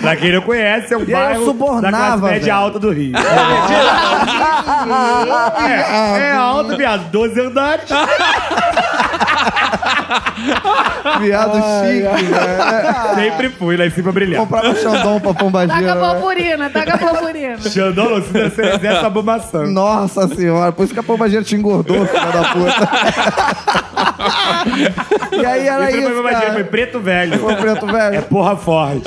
[SPEAKER 5] pra quem não conhece, é um
[SPEAKER 8] aí eu
[SPEAKER 5] bairro da classe
[SPEAKER 8] subornava,
[SPEAKER 5] média
[SPEAKER 8] velho.
[SPEAKER 5] alta do Rio. É, é alto, viado. 12 andares.
[SPEAKER 2] Viado chique, né?
[SPEAKER 5] Sempre fui lá em cima
[SPEAKER 6] É
[SPEAKER 5] brilhar.
[SPEAKER 2] Comprava Xandão pra pombagira.
[SPEAKER 3] Taca a
[SPEAKER 2] né?
[SPEAKER 3] purpurina, taca
[SPEAKER 8] [LAUGHS]
[SPEAKER 3] a purpurina.
[SPEAKER 5] Xandão não se desse essa bombação.
[SPEAKER 2] Nossa senhora, por isso que a pombagira te engordou, filha da puta. e aí era
[SPEAKER 5] Sempre foi
[SPEAKER 2] isso,
[SPEAKER 5] bombagira, foi
[SPEAKER 2] cara.
[SPEAKER 5] preto velho.
[SPEAKER 2] Foi preto velho.
[SPEAKER 5] É porra forte.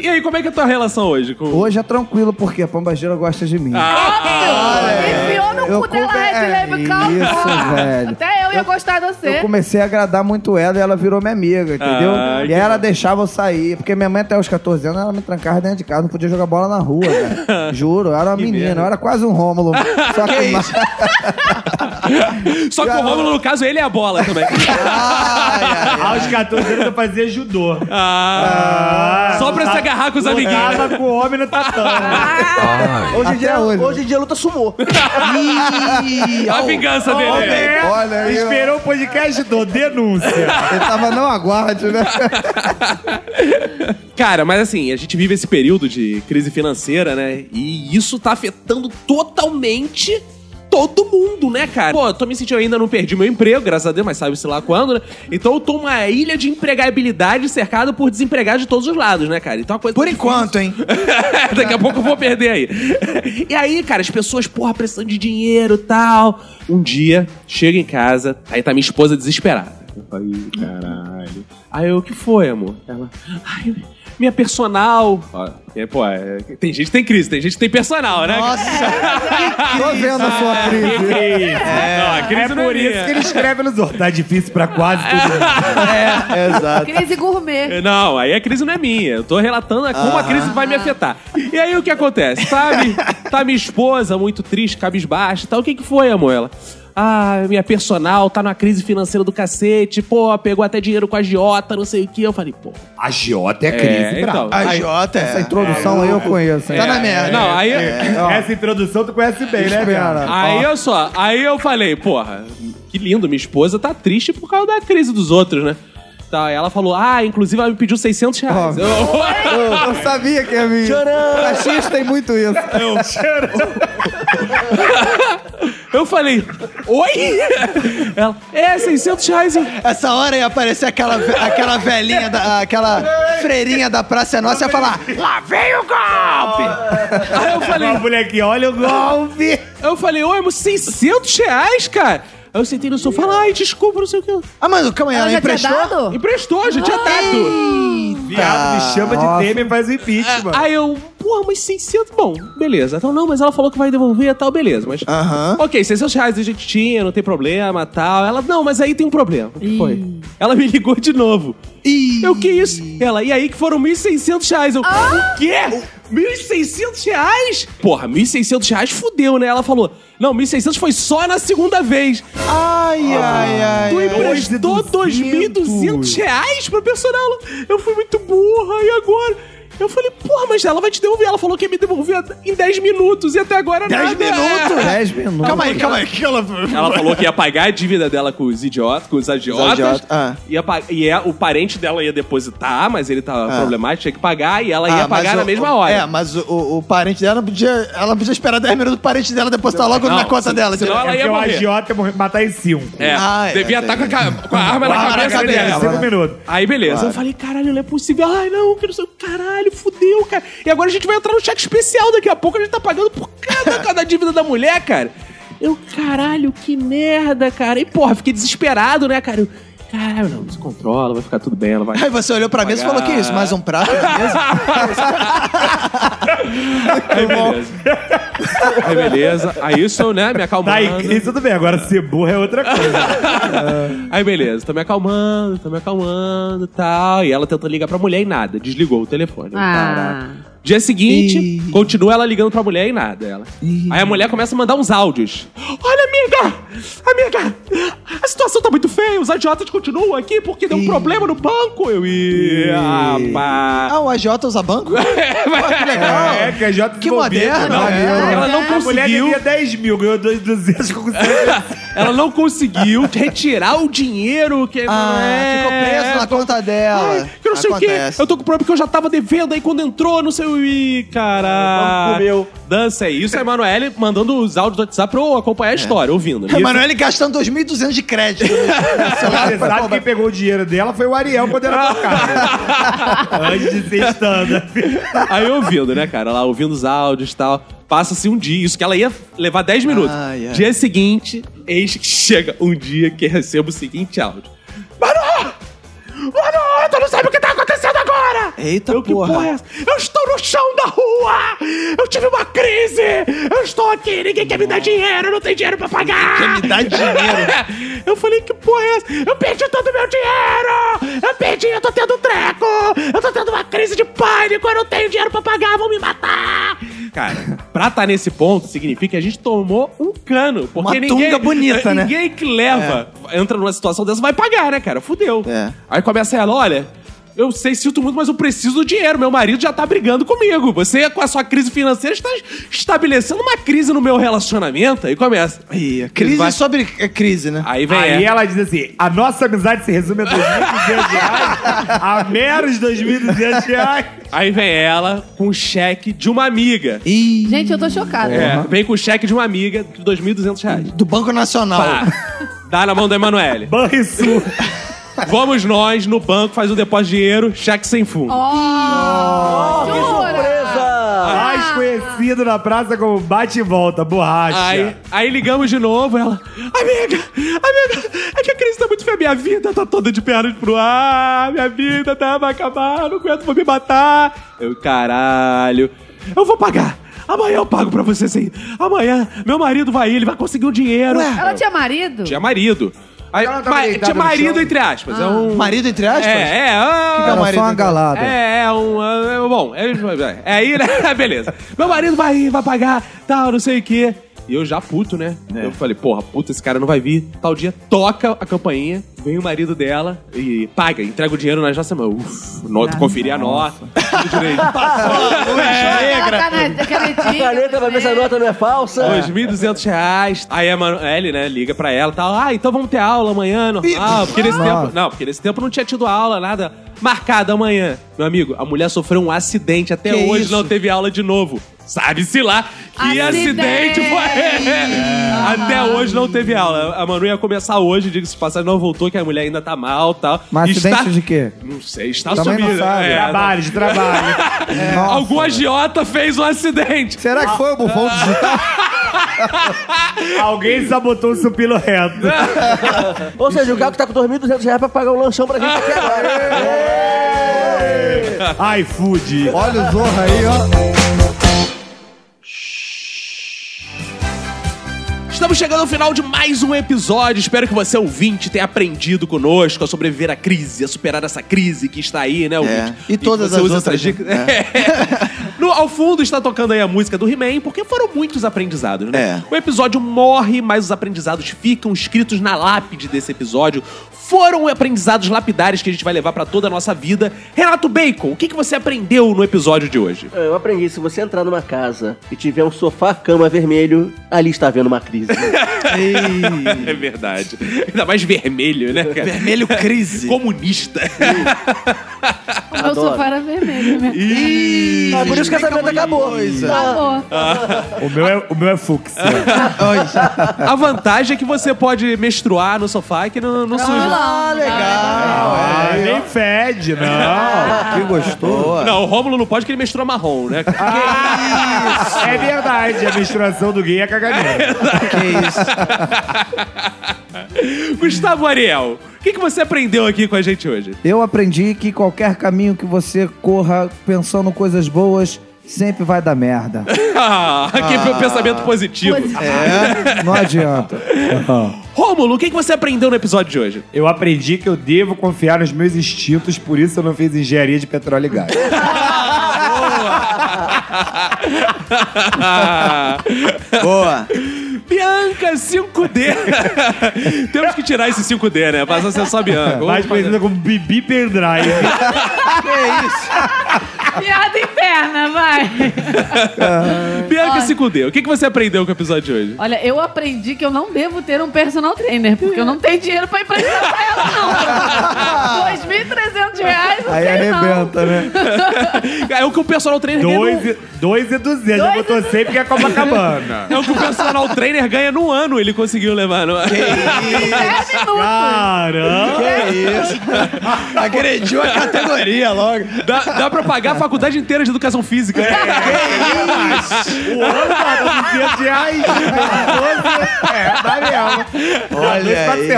[SPEAKER 1] E aí, como é que é a tua relação hoje? Com...
[SPEAKER 6] Hoje é tranquilo, porque a pombagira gosta de mim.
[SPEAKER 3] Ah. Enfiou no
[SPEAKER 6] É. Eu
[SPEAKER 3] cu dela,
[SPEAKER 6] culpa- é
[SPEAKER 3] Red Label,
[SPEAKER 6] isso, velho.
[SPEAKER 3] Até eu ia gostar de
[SPEAKER 6] Eu
[SPEAKER 3] você.
[SPEAKER 6] comecei a agradar muito ela e ela virou minha amiga, entendeu?
[SPEAKER 1] Ah,
[SPEAKER 6] e
[SPEAKER 1] que
[SPEAKER 6] aí ela deixava eu sair, porque minha mãe até os 14 anos ela me trancava dentro de casa, não podia jogar bola na rua, cara. Juro, eu era uma menina, eu era quase um Rômulo. Só que,
[SPEAKER 1] Só que o Rômulo, no caso, ele é a bola também.
[SPEAKER 5] Aos 14 anos eu fazia judô.
[SPEAKER 1] Ah.
[SPEAKER 5] Ah,
[SPEAKER 1] Só pra se agarrar com os amiguinhos.
[SPEAKER 5] Lutava com o homem no tatame.
[SPEAKER 1] [LAUGHS]
[SPEAKER 12] Tá,
[SPEAKER 4] Hoje em dia,
[SPEAKER 2] hoje.
[SPEAKER 4] hoje. em dia a luta sumou.
[SPEAKER 6] Ih,
[SPEAKER 1] A vingança dele.
[SPEAKER 5] Homem,
[SPEAKER 2] Olha aí, ó.
[SPEAKER 5] Esperou o podcast do denúncia.
[SPEAKER 2] Ele tava não aguarde,
[SPEAKER 6] [LAUGHS]
[SPEAKER 2] né?
[SPEAKER 1] Cara, mas assim, a gente vive esse período de crise financeira, né? E isso tá afetando totalmente todo mundo, né, cara? Pô, eu tô me sentindo eu ainda não perdi meu emprego, graças a Deus, mas sabe-se lá quando, né? Então eu tô uma ilha de empregabilidade cercada por desempregados de todos os lados, né, cara? Então a coisa
[SPEAKER 9] Por
[SPEAKER 1] tá difícil.
[SPEAKER 9] enquanto, hein?
[SPEAKER 1] [LAUGHS] Daqui a pouco eu vou perder aí. E aí, cara, as pessoas, porra, precisando de dinheiro e tal. Um dia, chega em casa, aí tá minha esposa desesperada. Eu falei, caralho. Aí eu, o que foi, amor? Ela, ai, minha personal. Ó, é, pô, é, tem gente que tem crise, tem gente que tem personal, né?
[SPEAKER 9] Nossa,
[SPEAKER 1] [LAUGHS]
[SPEAKER 2] Tô vendo a sua crise.
[SPEAKER 1] É, não,
[SPEAKER 5] É por isso que ele escreve nos outros. Tá difícil pra quase todo mundo. É,
[SPEAKER 2] Exato.
[SPEAKER 3] Crise gourmet.
[SPEAKER 1] [LAUGHS] Não, aí a crise não é minha. Eu tô relatando como a crise vai me afetar. E aí o que acontece? Sabe? Tá minha esposa muito triste, cabisbaixa e tal. O que que foi, amor? Ela. Ah, minha personal tá numa crise financeira do cacete. Pô, pegou até dinheiro com a agiota, não sei o que. Eu falei, pô.
[SPEAKER 5] A Giota é
[SPEAKER 1] É,
[SPEAKER 5] crise, brava.
[SPEAKER 2] Ah,
[SPEAKER 1] então. é,
[SPEAKER 9] a Jota é.
[SPEAKER 6] essa introdução aí eu conheço,
[SPEAKER 5] É,
[SPEAKER 6] hein?
[SPEAKER 9] Tá na
[SPEAKER 5] né?
[SPEAKER 9] merda.
[SPEAKER 1] Não, aí.
[SPEAKER 5] Essa introdução tu conhece bem, né,
[SPEAKER 6] Espera.
[SPEAKER 5] Vera?
[SPEAKER 1] Aí eu só, aí eu falei, porra, que lindo, minha esposa tá triste por causa da crise dos outros, né? Tá, aí ela falou, ah, inclusive ela me pediu 600 reais.
[SPEAKER 6] Ó.
[SPEAKER 1] Eu- [LAUGHS]
[SPEAKER 2] Eu sabia que ia vir. Cachista tem muito isso.
[SPEAKER 1] Eu falei, oi? Ela, é, 600 reais. Eu,
[SPEAKER 9] Essa hora ia aparecer aquela, ve- aquela velhinha, da, aquela freirinha da Praça é Nossa e ia falar: Lá vem o golpe!
[SPEAKER 1] aí eu falei,
[SPEAKER 5] Uma mulher aqui, olha o golpe.
[SPEAKER 1] eu falei, oi, amor, 600 reais, cara? Aí eu sentei no sofá, ela, ai, desculpa, não sei o que.
[SPEAKER 9] Ah, mano, calma aí, ela,
[SPEAKER 3] Ela já tinha
[SPEAKER 9] emprestou?
[SPEAKER 3] dado?
[SPEAKER 1] Emprestou, já tinha dado.
[SPEAKER 5] Viado, me chama de Temer e faz o impeachment.
[SPEAKER 1] Aí eu, porra, mas 600, bom, beleza. Então, não, mas ela falou que vai devolver e tal, beleza. Mas,
[SPEAKER 9] Aham.
[SPEAKER 1] ok, 600 reais a gente tinha, não tem problema tal. Ela, não, mas aí tem um problema. O que foi? Ela me ligou de novo.
[SPEAKER 9] Ih.
[SPEAKER 1] Eu, que isso? Ela, e aí que foram 1.600 reais. Eu, o quê? 1.600 reais? Porra, 1.600 reais fudeu, né? Ela falou, não, 1.600 foi só na segunda vez.
[SPEAKER 9] Ai, ai, ai.
[SPEAKER 1] Tu
[SPEAKER 9] ai.
[SPEAKER 1] emprestou 2.200 reais pro personal. Eu fui muito burra, e agora? Eu falei, porra, mas ela vai te devolver. Ela falou que ia me devolver em 10 minutos e até agora
[SPEAKER 9] 10
[SPEAKER 1] nada.
[SPEAKER 9] minutos?
[SPEAKER 6] 10 minutos.
[SPEAKER 9] Calma aí, calma aí. Que ela...
[SPEAKER 1] [LAUGHS] Ela falou que ia pagar a dívida dela com os idiotas, com os agiotas.
[SPEAKER 9] agiota- ah.
[SPEAKER 1] Ia pa- e é- o parente dela ia depositar, mas ele tava problemático, tinha que pagar e ela
[SPEAKER 9] Ah,
[SPEAKER 1] ia
[SPEAKER 9] mas
[SPEAKER 1] pagar na
[SPEAKER 9] o-
[SPEAKER 1] mesma
[SPEAKER 9] o-
[SPEAKER 1] hora.
[SPEAKER 9] É, mas o- o, o parente dela não podia. Ela podia esperar 10 minutos do parente dela depositar logo
[SPEAKER 1] Não,
[SPEAKER 9] na conta
[SPEAKER 1] se-
[SPEAKER 9] dela.
[SPEAKER 1] senão
[SPEAKER 9] entendeu?
[SPEAKER 1] ela
[SPEAKER 5] É
[SPEAKER 1] ia
[SPEAKER 5] porque o
[SPEAKER 1] morrer.
[SPEAKER 5] agiota ia morrer- matar em cinco.
[SPEAKER 1] É,
[SPEAKER 9] Ah, é,
[SPEAKER 1] devia
[SPEAKER 9] tem-
[SPEAKER 1] estar com, a ca- com a arma na
[SPEAKER 9] arma na
[SPEAKER 1] cabeça
[SPEAKER 9] cabeça,
[SPEAKER 1] dela.
[SPEAKER 5] Cinco minutos.
[SPEAKER 1] Aí, beleza. Eu falei, caralho, não é possível. Ai, não, que não sei. o que. Caralho, fudeu, cara. E agora a gente vai entrar no cheque especial daqui a pouco. A gente tá pagando por cada, [LAUGHS] cada dívida da mulher, cara. Eu, caralho, que merda, cara. E, porra, fiquei desesperado, né, cara? Eu, caralho, não, se controla, vai ficar tudo bem, ela vai.
[SPEAKER 9] Aí você olhou pra mesa e falou: Que isso? Mais um prato na mesa?
[SPEAKER 1] [LAUGHS] Aí, beleza. [LAUGHS] Aí, beleza. Aí isso, eu, né, me
[SPEAKER 5] Tá
[SPEAKER 1] acalmando.
[SPEAKER 5] em crise, tudo bem. Agora ser burro é outra coisa.
[SPEAKER 1] Aí beleza, tô me acalmando, tô me acalmando e tal. E ela tenta ligar pra mulher e nada, desligou o telefone.
[SPEAKER 3] Ah.
[SPEAKER 1] Caraca. Dia seguinte, continua ela ligando pra mulher e nada. Ela. Aí a mulher começa a mandar uns áudios. Olha, amiga! Amiga! A situação tá muito feia, os agiotas continuam aqui porque deu um problema no banco. Eu ia. Rapaz.
[SPEAKER 9] Ah, o AJ usa
[SPEAKER 1] [LAUGHS]
[SPEAKER 9] banco? Pô, que legal.
[SPEAKER 5] É, que a Jota
[SPEAKER 9] Que moderno, né?
[SPEAKER 1] Ela não
[SPEAKER 5] A mulher
[SPEAKER 1] conseguiu.
[SPEAKER 5] devia 10 mil, ganhou 200 com
[SPEAKER 1] [LAUGHS]
[SPEAKER 5] 100.
[SPEAKER 1] Ela não conseguiu retirar o dinheiro que.
[SPEAKER 9] Ah,
[SPEAKER 1] É,
[SPEAKER 9] ficou preso na conta dela.
[SPEAKER 1] Ai, que porque não sei o quê.
[SPEAKER 9] Acontece.
[SPEAKER 1] Eu tô com problema porque eu já tava devendo, aí quando entrou, não sei o Ih,
[SPEAKER 4] Não
[SPEAKER 1] cara.
[SPEAKER 4] comeu.
[SPEAKER 1] Dança aí. Isso é a Emanuele mandando os áudios do WhatsApp pra eu
[SPEAKER 9] É.
[SPEAKER 1] acompanhar a história, ouvindo.
[SPEAKER 9] A Manoel gastando 2.200 de crédito. né?
[SPEAKER 1] [LAUGHS]
[SPEAKER 5] Apesar de quem pegou o dinheiro dela foi o Ariel [LAUGHS] quando era tocado. Antes de ser stand-up.
[SPEAKER 1] Aí ouvindo, né, cara? Lá ouvindo os áudios e tal. Passa-se um dia, isso que ela ia levar 10 minutos.
[SPEAKER 9] Ai, ai.
[SPEAKER 1] Dia seguinte, eis que chega um dia que recebo o seguinte áudio. Mano! Mano, tu não sabe o que tá acontecendo agora!
[SPEAKER 9] Eita
[SPEAKER 1] eu, que
[SPEAKER 9] porra.
[SPEAKER 1] porra é essa? Eu estou no chão da rua! Eu tive uma crise! Eu estou aqui, ninguém quer me dar dinheiro, não tem dinheiro pra pagar!
[SPEAKER 9] Quer me dar dinheiro?
[SPEAKER 1] [LAUGHS] eu falei, que porra é essa? Eu perdi todo o meu dinheiro! Eu perdi, eu tô tendo um treco! Eu tô tendo uma crise de pânico, eu não tenho dinheiro pra pagar, vão me matar! Cara, pra estar nesse ponto significa que a gente tomou um cano. Porque
[SPEAKER 9] Uma
[SPEAKER 1] ninguém,
[SPEAKER 9] tunga bonita, né?
[SPEAKER 1] Ninguém é que leva, entra numa situação dessa, vai pagar, né, cara? Fudeu.
[SPEAKER 9] É.
[SPEAKER 1] Aí começa ela, olha. Eu sei, sinto muito, mas eu preciso do dinheiro. Meu marido já tá brigando comigo. Você, com a sua crise financeira, está estabelecendo uma crise no meu relacionamento. Aí começa.
[SPEAKER 9] Ih, crise
[SPEAKER 1] Vai-
[SPEAKER 9] sobre é, crise, né?
[SPEAKER 1] Aí vem.
[SPEAKER 5] Aí
[SPEAKER 1] ela.
[SPEAKER 5] ela diz assim: a nossa amizade se resume a 2.200 reais, a meros 2.200 reais.
[SPEAKER 1] Aí vem ela com o cheque de uma amiga.
[SPEAKER 9] é- Ih,
[SPEAKER 3] Gente, eu tô chocada.
[SPEAKER 1] É, vem com o cheque de uma amiga de 2.200 reais.
[SPEAKER 9] do Banco Nacional.
[SPEAKER 1] Pá. Dá na mão
[SPEAKER 9] [LAUGHS]
[SPEAKER 1] da Emanuele.
[SPEAKER 5] Banrisul.
[SPEAKER 1] Vamos nós no banco, faz o depósito de dinheiro, cheque sem fundo.
[SPEAKER 3] Oh,
[SPEAKER 4] Que surpresa!
[SPEAKER 5] Mais conhecido na praça como bate e volta, borracha.
[SPEAKER 1] Aí, aí ligamos de novo, ela. Amiga! Amiga! É que a crise tá muito feia. Minha vida tá toda de pernas pro ar. Minha vida tá, vai acabar. Não aguento, vou me matar. Eu, caralho. Eu vou pagar. Amanhã eu pago pra você sim. Amanhã meu marido vai ir, ele vai conseguir o dinheiro.
[SPEAKER 3] Ela tinha marido?
[SPEAKER 1] Tinha marido. Aí,
[SPEAKER 5] Ela tava
[SPEAKER 1] ma-
[SPEAKER 5] deitada
[SPEAKER 1] tinha
[SPEAKER 5] no
[SPEAKER 1] marido,
[SPEAKER 5] chão. Ah.
[SPEAKER 1] entre aspas. É um.
[SPEAKER 9] Marido, entre aspas?
[SPEAKER 1] É, é. ah,
[SPEAKER 9] que é o
[SPEAKER 6] Era
[SPEAKER 9] marido
[SPEAKER 6] só uma
[SPEAKER 9] dela.
[SPEAKER 6] galada.
[SPEAKER 1] é, é um. é, é, bom, é, é aí, né? [LAUGHS] Beleza. Meu marido vai ir, vai pagar, tal, não sei o quê. E eu já puto, né? Eu falei, porra, puta, esse cara não vai vir. Tal dia, toca a campainha, vem o marido dela e paga, entrega o dinheiro nas nossas mãos. Uf, no, conferi a nota. tudo direito. É,
[SPEAKER 3] Ela tá na
[SPEAKER 4] [LAUGHS] A
[SPEAKER 3] canetinha.
[SPEAKER 4] caneta vai ver se a
[SPEAKER 3] né?
[SPEAKER 4] nota não é falsa.
[SPEAKER 1] 2.200 reais. Aí a Manoel, né, liga pra ela e tal. Ah, então vamos ter aula amanhã, normal. Porque nesse tempo. Não, porque nesse tempo não tinha tido aula, nada marcado amanhã. Meu amigo, a mulher sofreu um acidente. Até
[SPEAKER 9] Que
[SPEAKER 1] hoje
[SPEAKER 9] isso?
[SPEAKER 1] não teve aula de novo. Sabe-se lá que acidente,
[SPEAKER 3] Acidente!
[SPEAKER 1] foi.
[SPEAKER 6] Ah.
[SPEAKER 1] Até hoje não teve aula. A Manu ia começar hoje, diga-se de passagem, não voltou, que a mulher ainda tá mal e tal.
[SPEAKER 6] Mas
[SPEAKER 1] E
[SPEAKER 6] acidente
[SPEAKER 1] está-
[SPEAKER 6] de quê?
[SPEAKER 1] Não sei, está
[SPEAKER 6] Também não
[SPEAKER 1] subindo. É,
[SPEAKER 6] sabe.
[SPEAKER 5] Trabalho, de trabalho.
[SPEAKER 6] Nossa,
[SPEAKER 1] Algum agiota fez um acidente.
[SPEAKER 6] Será que foi o bufão digital?
[SPEAKER 5] Alguém sabotou o supilo reto.
[SPEAKER 4] Ou seja, o Gago tá com 2.200 reais pra pagar um lanchão pra gente
[SPEAKER 5] [LAUGHS]
[SPEAKER 4] aqui agora.
[SPEAKER 5] iFood.
[SPEAKER 6] Olha o Zorra aí, ó.
[SPEAKER 1] Estamos chegando ao final de mais um episódio. Espero que você, ouvinte, tenha aprendido conosco a sobreviver à crise, a superar essa crise que está aí, né, ouvinte?
[SPEAKER 9] É, E todas
[SPEAKER 1] que
[SPEAKER 9] as
[SPEAKER 1] usa
[SPEAKER 9] outras,
[SPEAKER 1] essas dicas.
[SPEAKER 9] né?
[SPEAKER 1] [LAUGHS] É. No- ao fundo está tocando aí a música do He-Man, porque foram muitos aprendizados, né?
[SPEAKER 9] É.
[SPEAKER 1] O episódio morre, mas os aprendizados ficam escritos na lápide desse episódio. Foram aprendizados lapidares que a gente vai levar para toda a nossa vida. Renato Bacon, o que, que você aprendeu no episódio de hoje?
[SPEAKER 4] Eu aprendi, se você entrar numa casa e tiver um sofá-cama vermelho, ali está havendo uma crise.
[SPEAKER 1] [LAUGHS] É verdade. Ainda mais vermelho, né? cara?
[SPEAKER 9] Vermelho crise.
[SPEAKER 1] Comunista.
[SPEAKER 3] O meu
[SPEAKER 4] Adoro.
[SPEAKER 3] sofá era vermelho, né? Tá
[SPEAKER 1] Ih!
[SPEAKER 4] Ah, por isso que essa
[SPEAKER 9] Explica
[SPEAKER 4] meta acabou.
[SPEAKER 9] muita coisa.
[SPEAKER 3] Acabou.
[SPEAKER 5] O meu é, o meu é fúcsia.
[SPEAKER 1] A vantagem é que você pode menstruar no sofá e que não, não suja.
[SPEAKER 9] Ah, legal.
[SPEAKER 5] Ah, nem fede, não.
[SPEAKER 6] Que gostoso.
[SPEAKER 9] Boa.
[SPEAKER 1] Não, o Rômulo não pode porque ele menstrua marrom, né?
[SPEAKER 5] É verdade, a misturação do gay é caganeira.
[SPEAKER 1] Gustavo Ariel, o que, que você aprendeu aqui com a gente hoje?
[SPEAKER 6] Eu aprendi que qualquer caminho que você corra pensando coisas boas sempre vai dar merda.
[SPEAKER 1] [LAUGHS] Ah, que foi um pensamento positivo.
[SPEAKER 6] É, não adianta.
[SPEAKER 1] Rômulo, o que, que você aprendeu no episódio de hoje?
[SPEAKER 5] Eu aprendi que eu devo confiar nos meus instintos, por isso eu não fiz engenharia de petróleo e gás.
[SPEAKER 1] [LAUGHS]
[SPEAKER 9] Boa.
[SPEAKER 1] Bianca 5D. [LAUGHS] Temos que tirar esse 5D, né? Passa a ser só Bianca.
[SPEAKER 5] [LAUGHS] Mais conhecida como Bibi Pendrive.
[SPEAKER 3] Piada em pé.
[SPEAKER 8] perna, vai.
[SPEAKER 1] Bianca
[SPEAKER 8] Olha.
[SPEAKER 1] Sicudê, o que, que você aprendeu com o episódio de hoje?
[SPEAKER 8] Olha, eu aprendi que eu não devo ter um personal trainer, porque eu não tenho dinheiro pra emprestar pra
[SPEAKER 6] [LAUGHS]
[SPEAKER 8] ela, não. 2.300 reais, não
[SPEAKER 6] Aí
[SPEAKER 8] sei não.
[SPEAKER 6] arrebenta, né?
[SPEAKER 1] É o que o personal trainer ganha.
[SPEAKER 5] Dois,
[SPEAKER 1] No...
[SPEAKER 5] e- dois e duzentos. Eu botou sempre que é Copacabana.
[SPEAKER 1] É o que o personal trainer ganha num ano, ele conseguiu levar. é? No...
[SPEAKER 8] Dez minutos.
[SPEAKER 5] [LAUGHS] Caramba!
[SPEAKER 9] Que isso? Agrediu a categoria logo.
[SPEAKER 1] Dá, dá pra pagar a faculdade inteira de educação física. É.
[SPEAKER 5] O ano tá 200 reais. Doze- É, dá mesmo.
[SPEAKER 9] Olha
[SPEAKER 5] Dá
[SPEAKER 9] aí.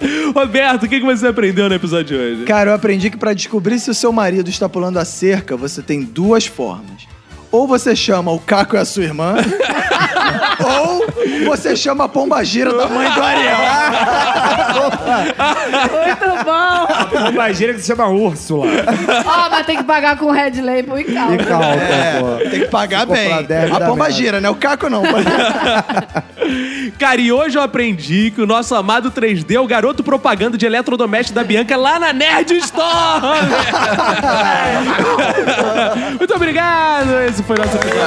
[SPEAKER 5] 2.400.
[SPEAKER 1] [LAUGHS] Roberto, o que, que você aprendeu no episódio de hoje?
[SPEAKER 9] Cara, eu aprendi que pra descobrir se o seu marido está pulando a cerca, você tem duas formas. Ou você chama o Caco e a sua irmã,
[SPEAKER 1] [LAUGHS]
[SPEAKER 9] ou você chama a pombagira da mãe do Ariel.
[SPEAKER 8] Muito bom.
[SPEAKER 5] Uma gíria que se chama Úrsula.
[SPEAKER 3] Ó, mas tem que pagar com red label e
[SPEAKER 6] E
[SPEAKER 3] calma.
[SPEAKER 6] calma,
[SPEAKER 9] É, tem que pagar
[SPEAKER 6] Se for
[SPEAKER 9] bem.
[SPEAKER 6] pra deve,
[SPEAKER 9] a
[SPEAKER 6] dá
[SPEAKER 9] pombagira, né? O Caco não.
[SPEAKER 1] Cara, e hoje eu aprendi que o nosso amado 3D é o garoto propaganda de eletrodoméstico da Bianca lá na Nerd [LAUGHS] Store! Muito obrigado! Esse foi nosso episódio.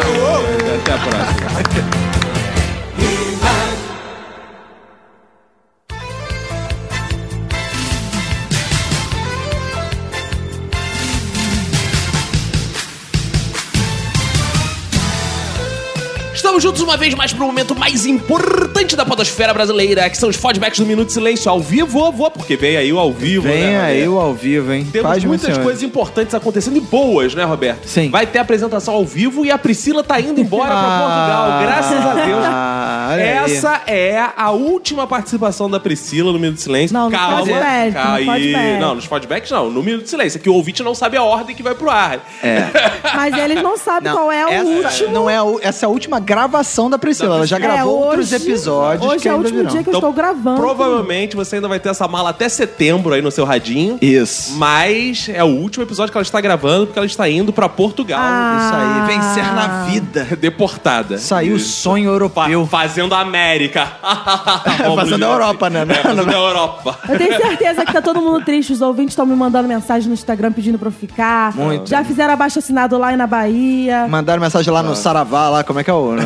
[SPEAKER 1] Até a próxima. Estamos juntos uma vez mais para o momento mais importante da podosfera brasileira, que são os fodbacks do Minuto de Silêncio ao vivo, ou vou, porque vem aí o ao vivo,
[SPEAKER 2] Vem
[SPEAKER 1] né?
[SPEAKER 2] aí
[SPEAKER 1] Roberto?
[SPEAKER 2] o ao vivo, hein?
[SPEAKER 1] Temos
[SPEAKER 2] Faz
[SPEAKER 1] muitas
[SPEAKER 2] muito
[SPEAKER 1] coisas importantes acontecendo e boas, né, Roberto?
[SPEAKER 2] Sim.
[SPEAKER 1] Vai ter apresentação ao vivo e a Priscila tá indo embora
[SPEAKER 2] [LAUGHS]
[SPEAKER 1] para Portugal, graças a Deus.
[SPEAKER 2] Ah, olha aí.
[SPEAKER 1] Essa é a última participação da Priscila no Minuto de Silêncio.
[SPEAKER 8] Não, no
[SPEAKER 1] Calma.
[SPEAKER 8] feedback, no
[SPEAKER 1] Calma.
[SPEAKER 8] feedback.
[SPEAKER 1] Não, nos feedbacks não. No Minuto de Silêncio. É que o ouvinte não sabe a ordem que vai pro ar.
[SPEAKER 8] Mas eles não sabem
[SPEAKER 2] Não,
[SPEAKER 8] qual é o
[SPEAKER 2] essa,
[SPEAKER 8] último.
[SPEAKER 2] Não é a, u- essa é a última gravação da Priscila. Ela já gravou
[SPEAKER 8] É,
[SPEAKER 2] Tá outros
[SPEAKER 8] hoje-
[SPEAKER 2] episódios
[SPEAKER 8] Hoje
[SPEAKER 2] que
[SPEAKER 8] é o
[SPEAKER 2] ainda
[SPEAKER 8] último
[SPEAKER 2] virão.
[SPEAKER 8] dia que eu
[SPEAKER 1] Então,
[SPEAKER 8] estou gravando.
[SPEAKER 1] Provavelmente você ainda vai ter essa mala até setembro aí no seu radinho.
[SPEAKER 2] Isso.
[SPEAKER 1] Mas é o último episódio que ela está gravando porque ela está indo pra Portugal.
[SPEAKER 8] Ah.
[SPEAKER 2] Isso aí. Vencer na vida.
[SPEAKER 1] Deportada.
[SPEAKER 2] Saiu o sonho
[SPEAKER 1] Fa-
[SPEAKER 2] europeu.
[SPEAKER 1] Fazendo a América. [LAUGHS] Vamos
[SPEAKER 2] É, Fazendo
[SPEAKER 1] dizer
[SPEAKER 2] a Europa,
[SPEAKER 1] assim.
[SPEAKER 2] né?
[SPEAKER 1] É, fazendo a Europa.
[SPEAKER 8] Eu tenho certeza que tá todo mundo triste. Os ouvintes estão me mandando mensagem no Instagram pedindo pra eu ficar.
[SPEAKER 2] Muito.
[SPEAKER 8] Já fizeram abaixo assinado lá
[SPEAKER 2] [LAUGHS]
[SPEAKER 8] na Bahia.
[SPEAKER 2] Mandaram mensagem lá no Saravá, lá, como [LAUGHS] é que é o. na-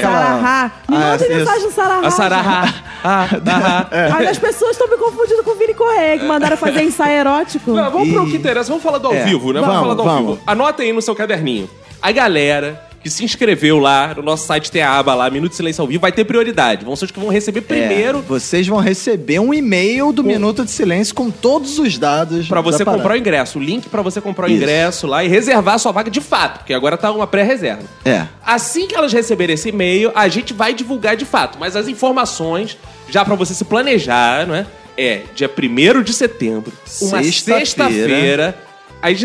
[SPEAKER 8] Sarahá. Me
[SPEAKER 2] Ah,
[SPEAKER 8] mandem
[SPEAKER 2] isso.
[SPEAKER 8] mensagem no Sarahá.
[SPEAKER 1] A Sarah. Ah, ah, ah.
[SPEAKER 8] Aí as pessoas estão me confundindo com o Vini Correia, que mandaram fazer ensaio
[SPEAKER 2] [LAUGHS]
[SPEAKER 8] erótico.
[SPEAKER 1] Não, vamos pro que interessa, vamos falar do ao
[SPEAKER 2] É,
[SPEAKER 1] vivo, né?
[SPEAKER 2] vamos,
[SPEAKER 1] falar do ao
[SPEAKER 2] vamos.
[SPEAKER 1] vivo. Anota aí no seu caderninho. A galera que se inscreveu lá, no nosso site tem a aba lá, Minuto de Silêncio ao Vivo, vai ter prioridade. Vão ser os que vão receber
[SPEAKER 2] É,
[SPEAKER 1] primeiro
[SPEAKER 2] vocês vão receber um e-mail do Minuto de Silêncio com todos os dados.
[SPEAKER 1] Pra você
[SPEAKER 2] da parada.
[SPEAKER 1] comprar o ingresso. O link pra você comprar o
[SPEAKER 2] Isso.
[SPEAKER 1] ingresso lá e reservar a sua vaga de fato, porque agora tá uma pré-reserva.
[SPEAKER 2] É.
[SPEAKER 1] Assim que elas receberem esse e-mail, a gente vai divulgar de fato, mas as informações já pra você se planejar, não é? É dia 1 de setembro, uma
[SPEAKER 2] Sexta-feira.
[SPEAKER 1] sexta-feira, às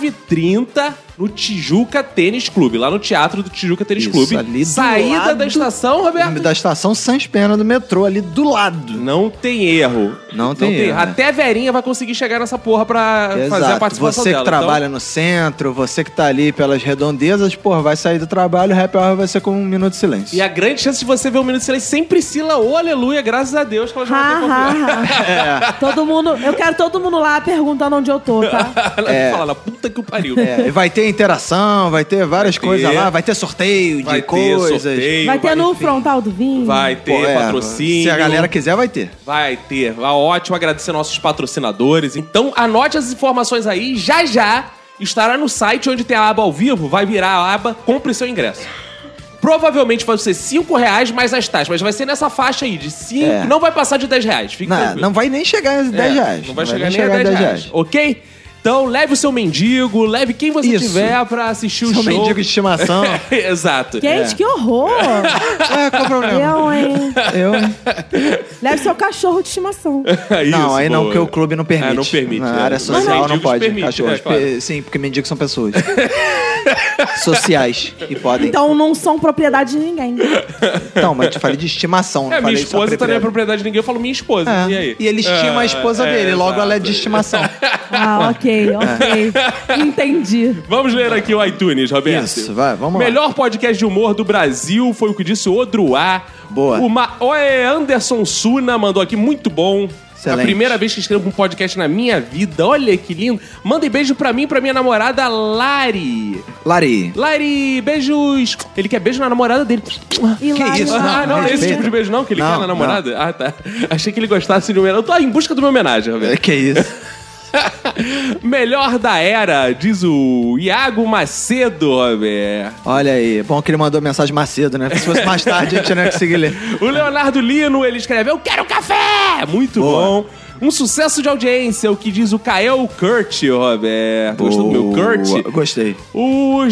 [SPEAKER 1] 19h30 no Tijuca Tênis Clube, lá no Teatro do Tijuca Tênis
[SPEAKER 2] Isso,
[SPEAKER 1] Clube.
[SPEAKER 2] ali do
[SPEAKER 1] Saída
[SPEAKER 2] lado-
[SPEAKER 1] da estação, Roberto?
[SPEAKER 2] Da estação Sans Pena do metrô, ali do lado.
[SPEAKER 1] Não tem erro.
[SPEAKER 2] Não tem erro, né?
[SPEAKER 1] Até Verinha vai conseguir chegar nessa porra pra fazer a
[SPEAKER 2] Exato.
[SPEAKER 1] participação
[SPEAKER 2] Você que
[SPEAKER 1] dela. Então,
[SPEAKER 2] trabalha no centro, você que tá ali pelas redondezas, porra, vai sair do trabalho, o happy hour vai ser com um minuto de silêncio.
[SPEAKER 1] Então, E a grande chance de você ver o Minuto de Silêncio sem Priscila, ô aleluia, graças a Deus que ela já não
[SPEAKER 8] Ha,
[SPEAKER 1] tem confiança.
[SPEAKER 8] ha,
[SPEAKER 2] [LAUGHS] É.
[SPEAKER 8] ha. Todo mundo, eu quero todo mundo lá perguntando onde eu tô,
[SPEAKER 2] [LAUGHS]
[SPEAKER 8] tá?
[SPEAKER 1] [LAUGHS] Ela
[SPEAKER 2] É.
[SPEAKER 1] fala, na puta que o pariu.
[SPEAKER 2] É, e vai ter interação, vai ter várias
[SPEAKER 1] Vai ter.
[SPEAKER 2] coisas lá, vai ter sorteio
[SPEAKER 1] Vai
[SPEAKER 2] de
[SPEAKER 1] ter
[SPEAKER 2] coisas.
[SPEAKER 1] sorteio,
[SPEAKER 8] Vai ter no frontal do Vini.
[SPEAKER 1] Vai ter
[SPEAKER 2] Pô, é,
[SPEAKER 1] patrocínio.
[SPEAKER 2] Se a galera quiser, vai ter.
[SPEAKER 1] Vai ter. Vai, ótimo, agradecer nossos patrocinadores. Então, anote as informações aí, já já estará no site onde tem a aba ao vivo, vai virar a aba, compre seu ingresso. Provavelmente vai ser 5 reais mais as taxas, mas vai ser nessa faixa aí, de 5,
[SPEAKER 2] É.
[SPEAKER 1] não vai passar de 10 reais. Fica
[SPEAKER 2] Não,
[SPEAKER 1] tranquilo.
[SPEAKER 2] não vai nem chegar aos 10
[SPEAKER 1] É,
[SPEAKER 2] reais.
[SPEAKER 1] Não vai chegar nem a 10, reais. Ok? Então leve o seu mendigo, leve quem você
[SPEAKER 2] Isso.
[SPEAKER 1] tiver pra assistir o
[SPEAKER 2] Seu
[SPEAKER 1] show. É.
[SPEAKER 2] mendigo Um de
[SPEAKER 1] [LAUGHS]
[SPEAKER 2] estimação.
[SPEAKER 1] Exato. [LAUGHS]
[SPEAKER 8] Gente, que horror!
[SPEAKER 2] é, qual o problema?
[SPEAKER 8] Eu, hein?
[SPEAKER 2] Eu, hein?
[SPEAKER 8] Leve seu cachorro de estimação.
[SPEAKER 1] É Isso,
[SPEAKER 2] não, aí
[SPEAKER 1] boa.
[SPEAKER 2] não, porque o clube não permite.
[SPEAKER 1] É, não permite,
[SPEAKER 2] Na
[SPEAKER 1] é.
[SPEAKER 2] área
[SPEAKER 1] Mas
[SPEAKER 2] social não
[SPEAKER 1] mendigos
[SPEAKER 2] pode.
[SPEAKER 1] permite,
[SPEAKER 2] cachorros.
[SPEAKER 1] é, claro.
[SPEAKER 2] Pe- Sim, porque mendigos são
[SPEAKER 1] [LAUGHS]
[SPEAKER 2] pessoas. Sociais e podem. Então,
[SPEAKER 8] Então não são propriedade de ninguém.
[SPEAKER 2] mas eu te falei de estimação. não
[SPEAKER 1] É, minha
[SPEAKER 2] falei só
[SPEAKER 1] esposa tá na
[SPEAKER 2] propriedade.
[SPEAKER 1] propriedade de ninguém, eu falo minha esposa.
[SPEAKER 2] É,
[SPEAKER 1] E aí?
[SPEAKER 2] E ele estima a esposa
[SPEAKER 1] É,
[SPEAKER 2] dele, logo
[SPEAKER 1] exato.
[SPEAKER 2] ela é
[SPEAKER 1] [LAUGHS]
[SPEAKER 2] de estimação.
[SPEAKER 8] Ah, ok, ok. Entendi.
[SPEAKER 1] Vamos ler aqui o iTunes, Roberto.
[SPEAKER 2] Isso, vai, vamos lá.
[SPEAKER 1] Melhor podcast de humor do Brasil foi o que disse o Odruá.
[SPEAKER 2] Boa.
[SPEAKER 1] O Ma... Oé, Anderson Suna mandou aqui, muito bom. A primeira vez que escrevo um podcast na minha vida. Olha que lindo. Mandem beijo pra mim e pra minha namorada Lari.
[SPEAKER 2] Lari.
[SPEAKER 1] Lari, beijos. Ele quer beijo na namorada dele.
[SPEAKER 8] E
[SPEAKER 1] que
[SPEAKER 8] Lari,
[SPEAKER 1] isso?
[SPEAKER 8] Lari.
[SPEAKER 1] Ah, não, é esse
[SPEAKER 8] Respeita.
[SPEAKER 1] tipo de beijo não que ele
[SPEAKER 8] Não,
[SPEAKER 1] quer na namorada? Ah, tá. Achei que ele gostasse de homenagem. Eu tô em busca de uma homenagem, Roberto.
[SPEAKER 2] Que isso?
[SPEAKER 1] [LAUGHS] Melhor da era, diz o Iago Macedo, Roberto.
[SPEAKER 2] Olha aí, bom que ele mandou mensagem mais cedo, né? Se fosse mais tarde, a gente não ia conseguir ler.
[SPEAKER 1] O Leonardo Lino, ele escreve: Eu quero café! Muito bom. Um sucesso de audiência, o que diz o Kael Kurt, Roberto. Gostou do meu Kurt?
[SPEAKER 2] Gostei.
[SPEAKER 1] O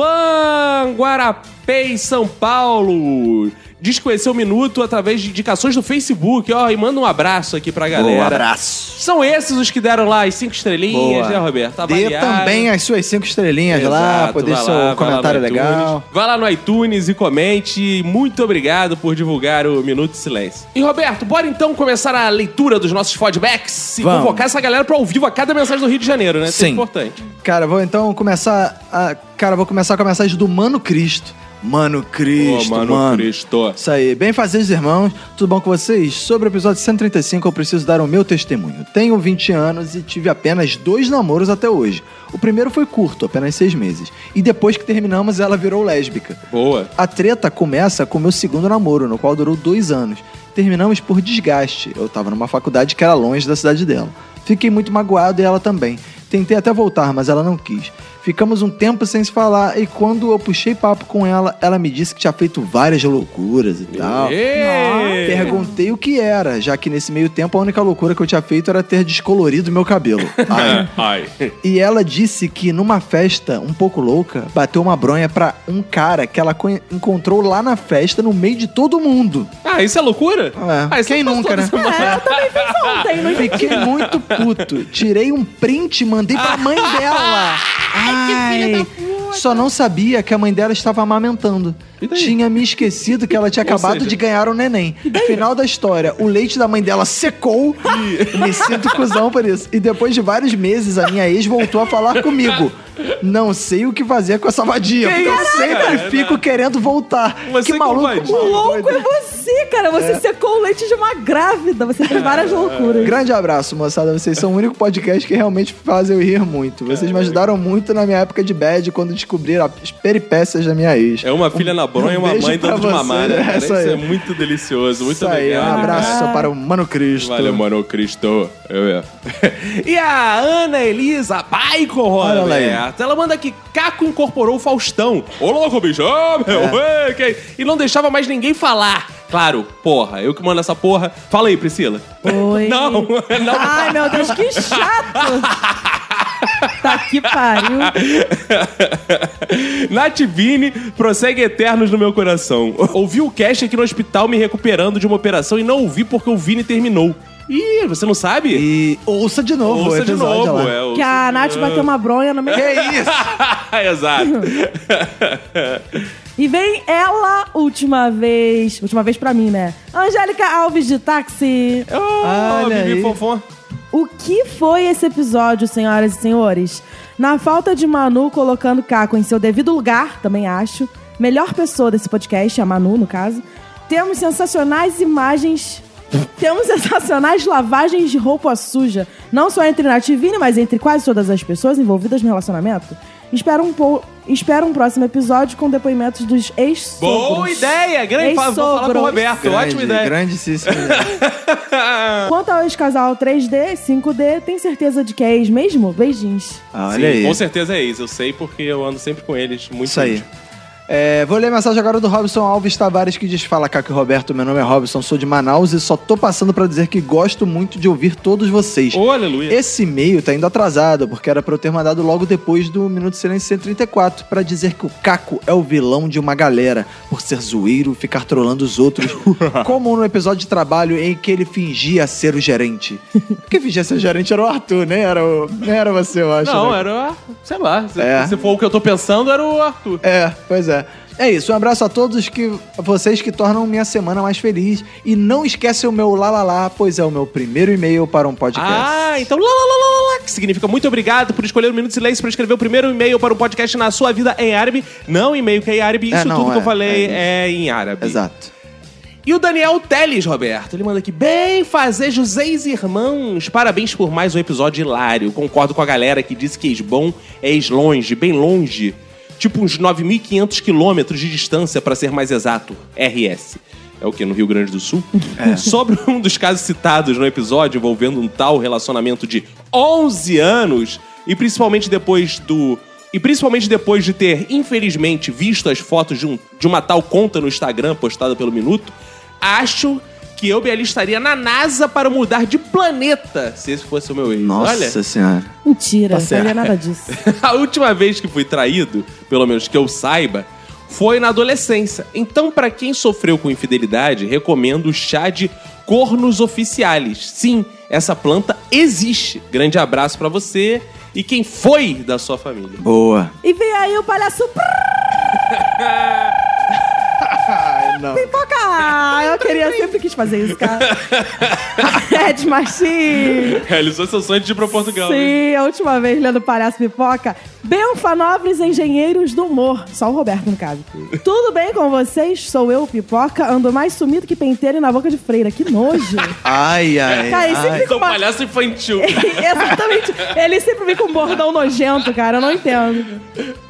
[SPEAKER 1] Jovan Guarapé, em São Paulo. Diz que conheceu o Minuto através de indicações do Facebook, ó, e manda um abraço aqui pra galera.
[SPEAKER 2] Boa, abraço.
[SPEAKER 1] São esses os que deram lá as cinco estrelinhas,
[SPEAKER 2] Boa.
[SPEAKER 1] né, Roberto?
[SPEAKER 2] Dê
[SPEAKER 1] Avaliaram.
[SPEAKER 2] também as suas cinco estrelinhas lá,
[SPEAKER 1] Exato,
[SPEAKER 2] poder
[SPEAKER 1] vai
[SPEAKER 2] seu
[SPEAKER 1] lá, vai
[SPEAKER 2] comentário
[SPEAKER 1] lá no
[SPEAKER 2] legal.
[SPEAKER 1] iTunes. Vai lá no iTunes e comente. Muito obrigado por divulgar o Minuto de Silêncio. E Roberto, bora então começar a leitura dos nossos feedbacks e
[SPEAKER 2] Vamos.
[SPEAKER 1] convocar essa galera para ao vivo a cada mensagem do Rio de Janeiro, né? Isso é
[SPEAKER 2] Sim.
[SPEAKER 1] importante.
[SPEAKER 2] Cara, vou então começar. A... Cara, vou começar com a mensagem do Mano Cristo. Mano Cristo,
[SPEAKER 1] Ô, Mano
[SPEAKER 2] Mano.
[SPEAKER 1] Cristo.
[SPEAKER 2] Isso aí. Bem fazer, irmãos. Tudo bom com vocês? Sobre o episódio 135, eu preciso dar o meu testemunho. Tenho 20 anos e tive apenas dois namoros até hoje. O primeiro foi curto, apenas seis meses. E depois que terminamos, ela virou lésbica.
[SPEAKER 1] Boa.
[SPEAKER 2] A treta começa com o meu segundo namoro, no qual durou dois anos. Terminamos por desgaste. Eu tava numa faculdade que era longe da cidade dela. Fiquei muito magoado e ela também. Tentei até voltar, mas ela não quis. Ficamos um tempo sem se falar e quando eu puxei papo com ela, ela me disse que tinha feito várias loucuras e tal.
[SPEAKER 1] Ei!
[SPEAKER 2] Perguntei o que era, já que nesse meio tempo a única loucura que eu tinha feito era ter descolorido meu cabelo. Ai.
[SPEAKER 1] Ah, Ai.
[SPEAKER 2] E ela disse que numa festa um pouco louca, bateu uma bronha pra um cara que ela conhe- encontrou lá na festa, no meio de todo mundo.
[SPEAKER 1] Ah, isso é loucura?
[SPEAKER 2] É. Quem nunca, né?
[SPEAKER 8] É, eu também fiz ontem, não entendi.
[SPEAKER 2] Fiquei muito puto. Tirei um print e mandei pra mãe
[SPEAKER 8] [LAUGHS]
[SPEAKER 2] dela. Ai,
[SPEAKER 3] tá
[SPEAKER 2] Só não sabia que a mãe dela estava amamentando. Tinha me esquecido que
[SPEAKER 8] [LAUGHS]
[SPEAKER 2] ela tinha
[SPEAKER 9] Ou
[SPEAKER 2] acabado
[SPEAKER 9] seja-
[SPEAKER 2] de ganhar o neném. Final da história, o leite da mãe dela secou. me sinto cuzão por isso. E depois de vários meses, a minha ex voltou a falar comigo. Não sei o que fazer com essa vadia,
[SPEAKER 8] Que
[SPEAKER 2] porque eu
[SPEAKER 8] isso,
[SPEAKER 2] sempre
[SPEAKER 8] cara?
[SPEAKER 2] fico querendo voltar. que maluco,
[SPEAKER 8] O louco é você, cara. Você
[SPEAKER 2] É.
[SPEAKER 8] secou o leite de uma grávida. Você
[SPEAKER 2] [LAUGHS]
[SPEAKER 8] fez várias loucuras.
[SPEAKER 2] Grande abraço, moçada. Vocês são o único podcast que realmente faz eu rir muito.
[SPEAKER 1] É,
[SPEAKER 2] Vocês me ajudaram muito na minha época de bad quando descobri as peripécias da minha ex. Um
[SPEAKER 1] É uma filha na bronha e uma
[SPEAKER 2] beijo
[SPEAKER 1] mãe
[SPEAKER 2] pra
[SPEAKER 1] dando de
[SPEAKER 2] você,
[SPEAKER 1] mamar, né?
[SPEAKER 2] né?
[SPEAKER 1] cara?
[SPEAKER 2] Isso
[SPEAKER 1] Isso
[SPEAKER 2] aí.
[SPEAKER 1] é muito delicioso, muito
[SPEAKER 2] Isso aí,
[SPEAKER 1] legal. né?
[SPEAKER 2] um abraço para o Mano Cristo.
[SPEAKER 1] Valeu, Mano Cristo. Eu, eu. [LAUGHS] E a Ana Elisa Baico,
[SPEAKER 2] Olha lá aí.
[SPEAKER 1] Roberto. Ela manda que Caco incorporou o Faustão. Ô, louco, bicho! Ô, meu,
[SPEAKER 2] É.
[SPEAKER 1] ei, que- E não deixava mais ninguém falar. Claro, porra, eu que mando essa porra. Fala aí, Priscila. [LAUGHS]
[SPEAKER 8] Oi.
[SPEAKER 1] Não, não.
[SPEAKER 8] Ai, meu Deus, que chato. tá que pariu.
[SPEAKER 1] [LAUGHS] Nath Vini prossegue eternos no meu coração. [LAUGHS] Ouvi o cast aqui no hospital me recuperando de uma operação e não ouvi porque o Vini terminou. Ih, você não sabe?
[SPEAKER 2] E ouça de novo
[SPEAKER 1] Ouça
[SPEAKER 2] o
[SPEAKER 1] de
[SPEAKER 2] episódio
[SPEAKER 1] novo,
[SPEAKER 2] lá.
[SPEAKER 1] é. ouça
[SPEAKER 8] Que a
[SPEAKER 1] de
[SPEAKER 8] Nath
[SPEAKER 1] novo.
[SPEAKER 8] bateu um uma bronha no
[SPEAKER 1] [LAUGHS]
[SPEAKER 8] meio. [LAUGHS]
[SPEAKER 1] Exato.
[SPEAKER 8] E vem ela, última vez. Última vez pra mim, né? Angélica Alves de táxi.
[SPEAKER 1] Olha Bibi aí. Fofon.
[SPEAKER 8] O que foi esse episódio, senhoras e senhores? Na falta de Manu colocando Caco em seu devido lugar, também acho. Melhor pessoa desse podcast, a Manu, no caso. Temos sensacionais imagens. Temos sensacionais lavagens de roupa suja. Não só entre Nath e Vini, mas entre quase todas as pessoas envolvidas no relacionamento. Espero um, pou- Espero um próximo episódio com depoimentos dos ex
[SPEAKER 1] Boa ideia! Grande fala, vou falar pro Roberto. Ótima ideia. [LAUGHS]
[SPEAKER 2] Grandíssimo.
[SPEAKER 8] Quanto ao ex-casal 3D, 5D, tem certeza de que é ex mesmo? Beijinhos.
[SPEAKER 2] Ah, olha aí.
[SPEAKER 1] Com certeza é isso. Eu sei porque eu ando sempre com eles. Muito
[SPEAKER 2] Isso aí.
[SPEAKER 1] útil.
[SPEAKER 2] É, vou ler a mensagem agora do Robson Alves Tavares que diz: Fala, Caco e Roberto, meu nome é Robson, sou de Manaus e só tô passando pra dizer que gosto muito de ouvir todos vocês.
[SPEAKER 1] Ô, aleluia.
[SPEAKER 2] Esse e-mail tá indo atrasado, porque era pra eu ter mandado logo depois do Minuto de Silêncio 134, pra dizer que o Caco é o vilão de uma galera, por ser zoeiro, ficar trolando
[SPEAKER 1] [LAUGHS]
[SPEAKER 2] os outros, como no episódio de trabalho em que ele fingia ser o gerente. Quem fingia ser o gerente era o Arthur, né? Era, o... nem era você, eu acho.
[SPEAKER 1] Não, é.
[SPEAKER 2] né?
[SPEAKER 1] era. Sei lá. Se,
[SPEAKER 2] É.
[SPEAKER 1] se for o que eu tô pensando, era o Arthur.
[SPEAKER 2] É, pois é. É isso, um abraço a todos que vocês que tornam minha semana mais feliz e não esquece o meu lá lá lá, pois é o meu primeiro e-mail para um podcast.
[SPEAKER 1] Ah, então lá, lá, lá, lá, lá, que significa muito obrigado por escolher o Minuto de Silêncio para escrever o primeiro e-mail para o podcast na sua vida em árabe. Não e-mail que é em árabe,
[SPEAKER 2] É,
[SPEAKER 1] isso
[SPEAKER 2] não,
[SPEAKER 1] tudo que eu
[SPEAKER 2] é,
[SPEAKER 1] falei é, em árabe.
[SPEAKER 2] Exato.
[SPEAKER 1] E E o Daniel Teles, Roberto, ele manda aqui, bem fazer Joséis Irmãos, parabéns por mais um episódio hilário. Concordo com a galera que disse que Esbom é eslonge, bem longe, tipo uns 9.500 quilômetros de distância, pra ser mais exato, RS. É o que, no Rio Grande do Sul? [LAUGHS] Sobre um dos casos citados no episódio envolvendo um tal relacionamento de 11 anos, e principalmente depois do e principalmente depois de ter, infelizmente, visto as fotos de, um- de uma tal conta no Instagram postada pelo Minuto, acho que eu me alistaria na NASA para mudar de planeta, se esse fosse o meu ex.
[SPEAKER 2] Nossa
[SPEAKER 1] Olha,
[SPEAKER 2] senhora.
[SPEAKER 8] Mentira,
[SPEAKER 1] Tá
[SPEAKER 8] não sabia
[SPEAKER 1] certo.
[SPEAKER 8] nada disso.
[SPEAKER 1] [LAUGHS] a última vez que fui traído, pelo menos que eu saiba, foi na adolescência. Então, pra quem sofreu com infidelidade, recomendo o chá de cornos oficiais. Sim, essa planta existe. Grande abraço pra você e quem foi da sua família.
[SPEAKER 2] Boa.
[SPEAKER 8] E vem aí o palhaço.
[SPEAKER 2] não.
[SPEAKER 8] Pipoca! Ah, Eu queria, sempre quis fazer isso, cara. Red Machine!
[SPEAKER 1] Realizou seu sonho de ir pra Portugal. né?
[SPEAKER 8] Sim, a última vez lendo Palhaço Pipoca. Belfa Nobres Engenheiros do Humor. Só o Roberto, no caso. Tudo bem com vocês? Sou eu, Pipoca. Ando mais sumido que penteiro na boca de freira. Que nojo.
[SPEAKER 2] Ai, ai.
[SPEAKER 8] Cara, e sempre
[SPEAKER 2] ai.
[SPEAKER 8] com
[SPEAKER 1] São
[SPEAKER 8] uma-
[SPEAKER 1] palhaço
[SPEAKER 2] [LAUGHS]
[SPEAKER 1] infantil.
[SPEAKER 8] [LAUGHS] Exatamente. Ele sempre vem com um bordão nojento, cara. Eu não entendo.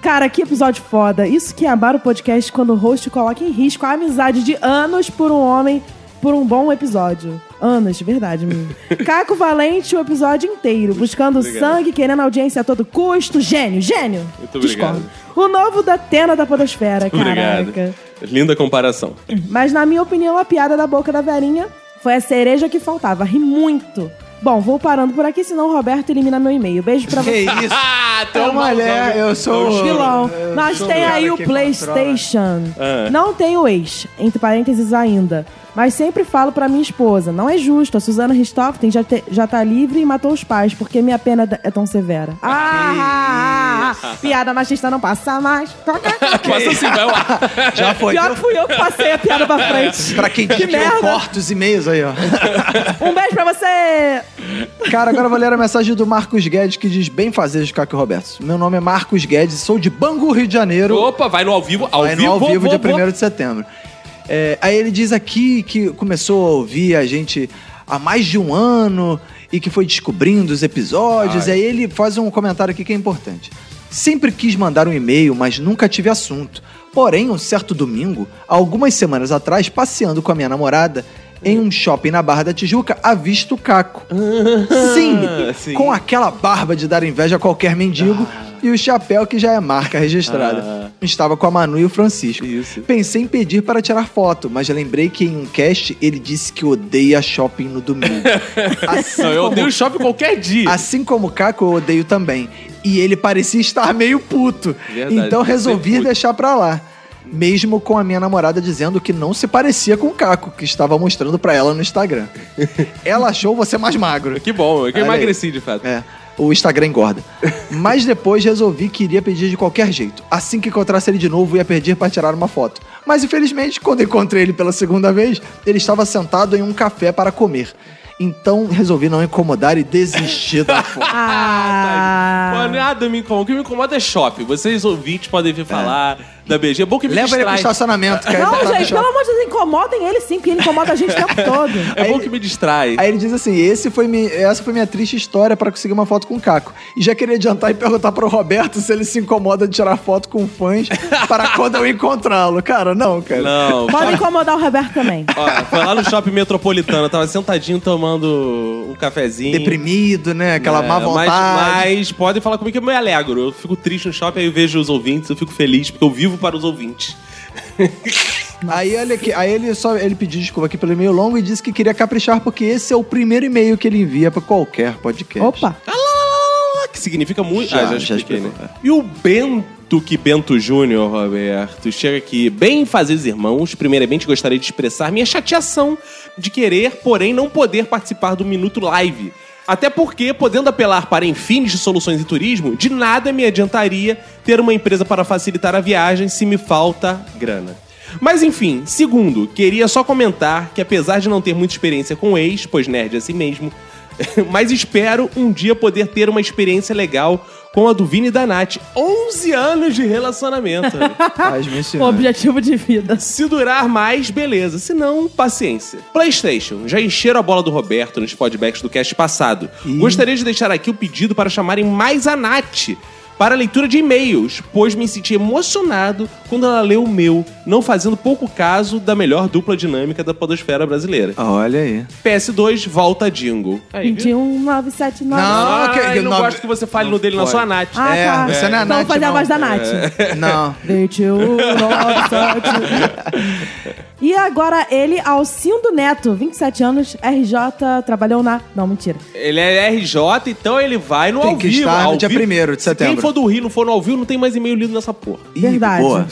[SPEAKER 8] Cara, que episódio foda. Isso que é amar o podcast quando o host coloca em risco a amizade de anos por um homem por um bom episódio. Anos,
[SPEAKER 1] [LAUGHS]
[SPEAKER 8] verdade, menino. Caco Valente o episódio inteiro, buscando
[SPEAKER 1] Obrigado.
[SPEAKER 8] sangue, querendo audiência a todo custo. Gênio, gênio.
[SPEAKER 1] Muito obrigado.
[SPEAKER 8] O novo da Tena da Podosfera,
[SPEAKER 1] Muito
[SPEAKER 8] caraca.
[SPEAKER 1] obrigado. Linda comparação.
[SPEAKER 8] Mas na minha opinião, a piada da boca da velhinha foi a cereja que faltava. Ri muito. Bom, vou parando por aqui, senão o Roberto elimina meu e-mail. Beijo pra
[SPEAKER 2] Que
[SPEAKER 8] você.
[SPEAKER 2] isso?
[SPEAKER 1] Ah, tem
[SPEAKER 2] Então,
[SPEAKER 1] uma
[SPEAKER 2] mulher, eu sou.
[SPEAKER 8] Vilão.
[SPEAKER 2] é, eu
[SPEAKER 8] Mas
[SPEAKER 2] sou
[SPEAKER 8] tem
[SPEAKER 2] o
[SPEAKER 8] aí
[SPEAKER 2] cara
[SPEAKER 8] o
[SPEAKER 2] que controla.
[SPEAKER 8] PlayStation.
[SPEAKER 1] Ah.
[SPEAKER 2] É.
[SPEAKER 8] Não tenho ex, entre parênteses ainda. Mas sempre falo pra minha esposa: não é justo. A Suzana Ristoffen já, te- já tá livre e matou os pais, porque minha pena é tão severa. Ah! piada machista não
[SPEAKER 2] [LAUGHS]
[SPEAKER 8] passa mais.
[SPEAKER 1] Passa assim, vai lá.
[SPEAKER 2] Já foi.
[SPEAKER 8] Pior que fui eu que passei a piada pra frente.
[SPEAKER 2] É Pra quem diz
[SPEAKER 8] Que
[SPEAKER 2] que eu
[SPEAKER 8] merda.
[SPEAKER 2] corto os e-mails aí, ó.
[SPEAKER 8] Um beijo pra você! [LAUGHS]
[SPEAKER 2] Cara, agora eu vou ler a mensagem do Marcos Guedes que diz bem fazer de Caco Roberto. Meu nome é Marcos Guedes, sou de Bangu, Rio de Janeiro.
[SPEAKER 1] Opa, vai no ao vivo. Ao
[SPEAKER 2] Vai no
[SPEAKER 1] vivo,
[SPEAKER 2] ao vivo,
[SPEAKER 1] vou,
[SPEAKER 2] dia
[SPEAKER 1] vou.
[SPEAKER 2] 1 de setembro. É, aí ele diz aqui que começou a ouvir a gente há mais de um ano e que foi descobrindo os episódios. Aí ele faz um comentário aqui que é importante. Sempre quis mandar um e-mail, mas nunca tive assunto. Porém, um certo domingo, algumas semanas atrás, passeando com a minha namorada em um shopping na Barra da Tijuca, avisto o Caco. Sim,
[SPEAKER 1] Ah, sim.
[SPEAKER 2] com aquela barba de dar inveja a qualquer mendigo e o chapéu que já é marca registrada. Estava com a Manu e o Francisco.
[SPEAKER 1] Ah. Isso.
[SPEAKER 2] Pensei em pedir para tirar foto, mas lembrei que em um cast ele disse que odeia shopping
[SPEAKER 1] [LAUGHS]
[SPEAKER 2] no domingo. assim,
[SPEAKER 1] Não, eu
[SPEAKER 2] como,
[SPEAKER 1] odeio o shopping qualquer dia.
[SPEAKER 2] assim como o Caco, eu odeio também. E ele parecia estar meio puto.
[SPEAKER 1] Verdade,
[SPEAKER 2] então
[SPEAKER 1] deve ser
[SPEAKER 2] resolvi
[SPEAKER 1] puto.
[SPEAKER 2] deixar pra lá. Mesmo com a minha namorada dizendo que não se parecia com o Caco, que estava mostrando pra ela
[SPEAKER 1] [LAUGHS]
[SPEAKER 2] no Instagram. Ela achou você mais magro.
[SPEAKER 1] Que bom, é que eu
[SPEAKER 2] Olha aí.
[SPEAKER 1] emagreci, de fato.
[SPEAKER 2] É, o Instagram engorda. Mas depois resolvi que iria pedir de qualquer jeito. Assim que encontrasse ele de novo, ia pedir para tirar uma foto. Mas infelizmente, quando encontrei ele pela segunda vez, ele estava sentado em um café para comer. Então resolvi não incomodar e desistir da foto.
[SPEAKER 1] tá
[SPEAKER 8] Ah,
[SPEAKER 1] Mano, nada né, me incomoda. O que me incomoda é shopping. Vocês ouvintes podem vir falar da BG. É bom que me
[SPEAKER 2] Leva ele pro
[SPEAKER 1] distrai.
[SPEAKER 2] estacionamento, que aí ele tá
[SPEAKER 8] Não,
[SPEAKER 2] no
[SPEAKER 8] gente,
[SPEAKER 2] shopping.
[SPEAKER 8] pelo amor de Deus, incomodem ele sim, porque ele incomoda a gente o tempo todo.
[SPEAKER 1] É
[SPEAKER 2] Aí
[SPEAKER 1] bom
[SPEAKER 2] ele-
[SPEAKER 1] que me distrai.
[SPEAKER 2] Aí ele diz assim: Esse foi mi- essa foi minha triste história para conseguir uma foto com o Caco. E já queria adiantar e perguntar pro Roberto se ele se incomoda de tirar foto com fãs para quando eu encontrá-lo. Cara, não, cara.
[SPEAKER 1] Não.
[SPEAKER 8] Pode incomodar o Roberto também.
[SPEAKER 1] Ó, foi lá no shopping metropolitano. Eu tava sentadinho tomando um cafezinho.
[SPEAKER 2] Deprimido, né? Aquela
[SPEAKER 1] É,
[SPEAKER 2] má vontade.
[SPEAKER 1] Mas, mas podem falar comigo que eu me alegro. Eu fico triste no shopping, aí eu vejo os ouvintes, eu fico feliz, porque eu vivo para os ouvintes.
[SPEAKER 2] Aí, olha aqui, aí ele só ele pediu desculpa aqui pelo e-mail longo e disse que queria caprichar porque esse é o primeiro e-mail que ele envia pra qualquer podcast.
[SPEAKER 8] Opa!
[SPEAKER 1] Ah, que significa muito.
[SPEAKER 2] Já,
[SPEAKER 1] ah, já
[SPEAKER 2] já
[SPEAKER 1] expliquei,
[SPEAKER 2] explicou, é.
[SPEAKER 1] né? E o Bento, que Bento Júnior, Roberto, chega aqui. Bem fazeres irmãos, primeiramente gostaria de expressar minha chateação de querer, porém não poder participar do Minuto Live. Até porque, podendo apelar para enfins de soluções e turismo, de nada me adiantaria ter uma empresa para facilitar a viagem se me falta grana. Mas enfim, segundo, queria só comentar que apesar de não ter muita experiência com [LAUGHS] ex, pois nerd é assim mesmo, mas espero um dia poder ter uma experiência legal com a do Vini da Nath. 11 anos de relacionamento.
[SPEAKER 2] Faz
[SPEAKER 8] Objetivo de vida.
[SPEAKER 1] Se durar mais, beleza. Se não, paciência. PlayStation. Já encheram a bola do Roberto nos podbacks do cast passado. Gostaria de deixar aqui o pedido para chamarem mais a Nath para a leitura de e-mails, pois me senti emocionado quando ela leu o meu, não fazendo pouco caso da melhor dupla dinâmica da podosfera brasileira.
[SPEAKER 2] Olha aí.
[SPEAKER 1] PS2, volta jingle. Aí, viu?
[SPEAKER 8] 21979.
[SPEAKER 1] Ah, eu não gosto que você fale no dele, na
[SPEAKER 8] pode.
[SPEAKER 1] sua Nath.
[SPEAKER 8] Ah, É, tá. você não é a Então Nath, fazer a não. É. voz da Nath.
[SPEAKER 2] Não.
[SPEAKER 8] 21979. E agora ele, Alcindo Neto, 27 anos, RJ, trabalhou na. Não, mentira.
[SPEAKER 1] Ele é RJ, então ele vai no
[SPEAKER 2] Tem
[SPEAKER 1] ao
[SPEAKER 2] que
[SPEAKER 1] vivo.
[SPEAKER 2] estar no
[SPEAKER 1] ao
[SPEAKER 2] dia
[SPEAKER 1] vivo.
[SPEAKER 2] 1º de
[SPEAKER 1] Se
[SPEAKER 2] setembro.
[SPEAKER 1] Quem for do Rio e não for no ao vivo, não tem mais e-mail lido nessa porra.
[SPEAKER 8] Verdade.
[SPEAKER 2] boa.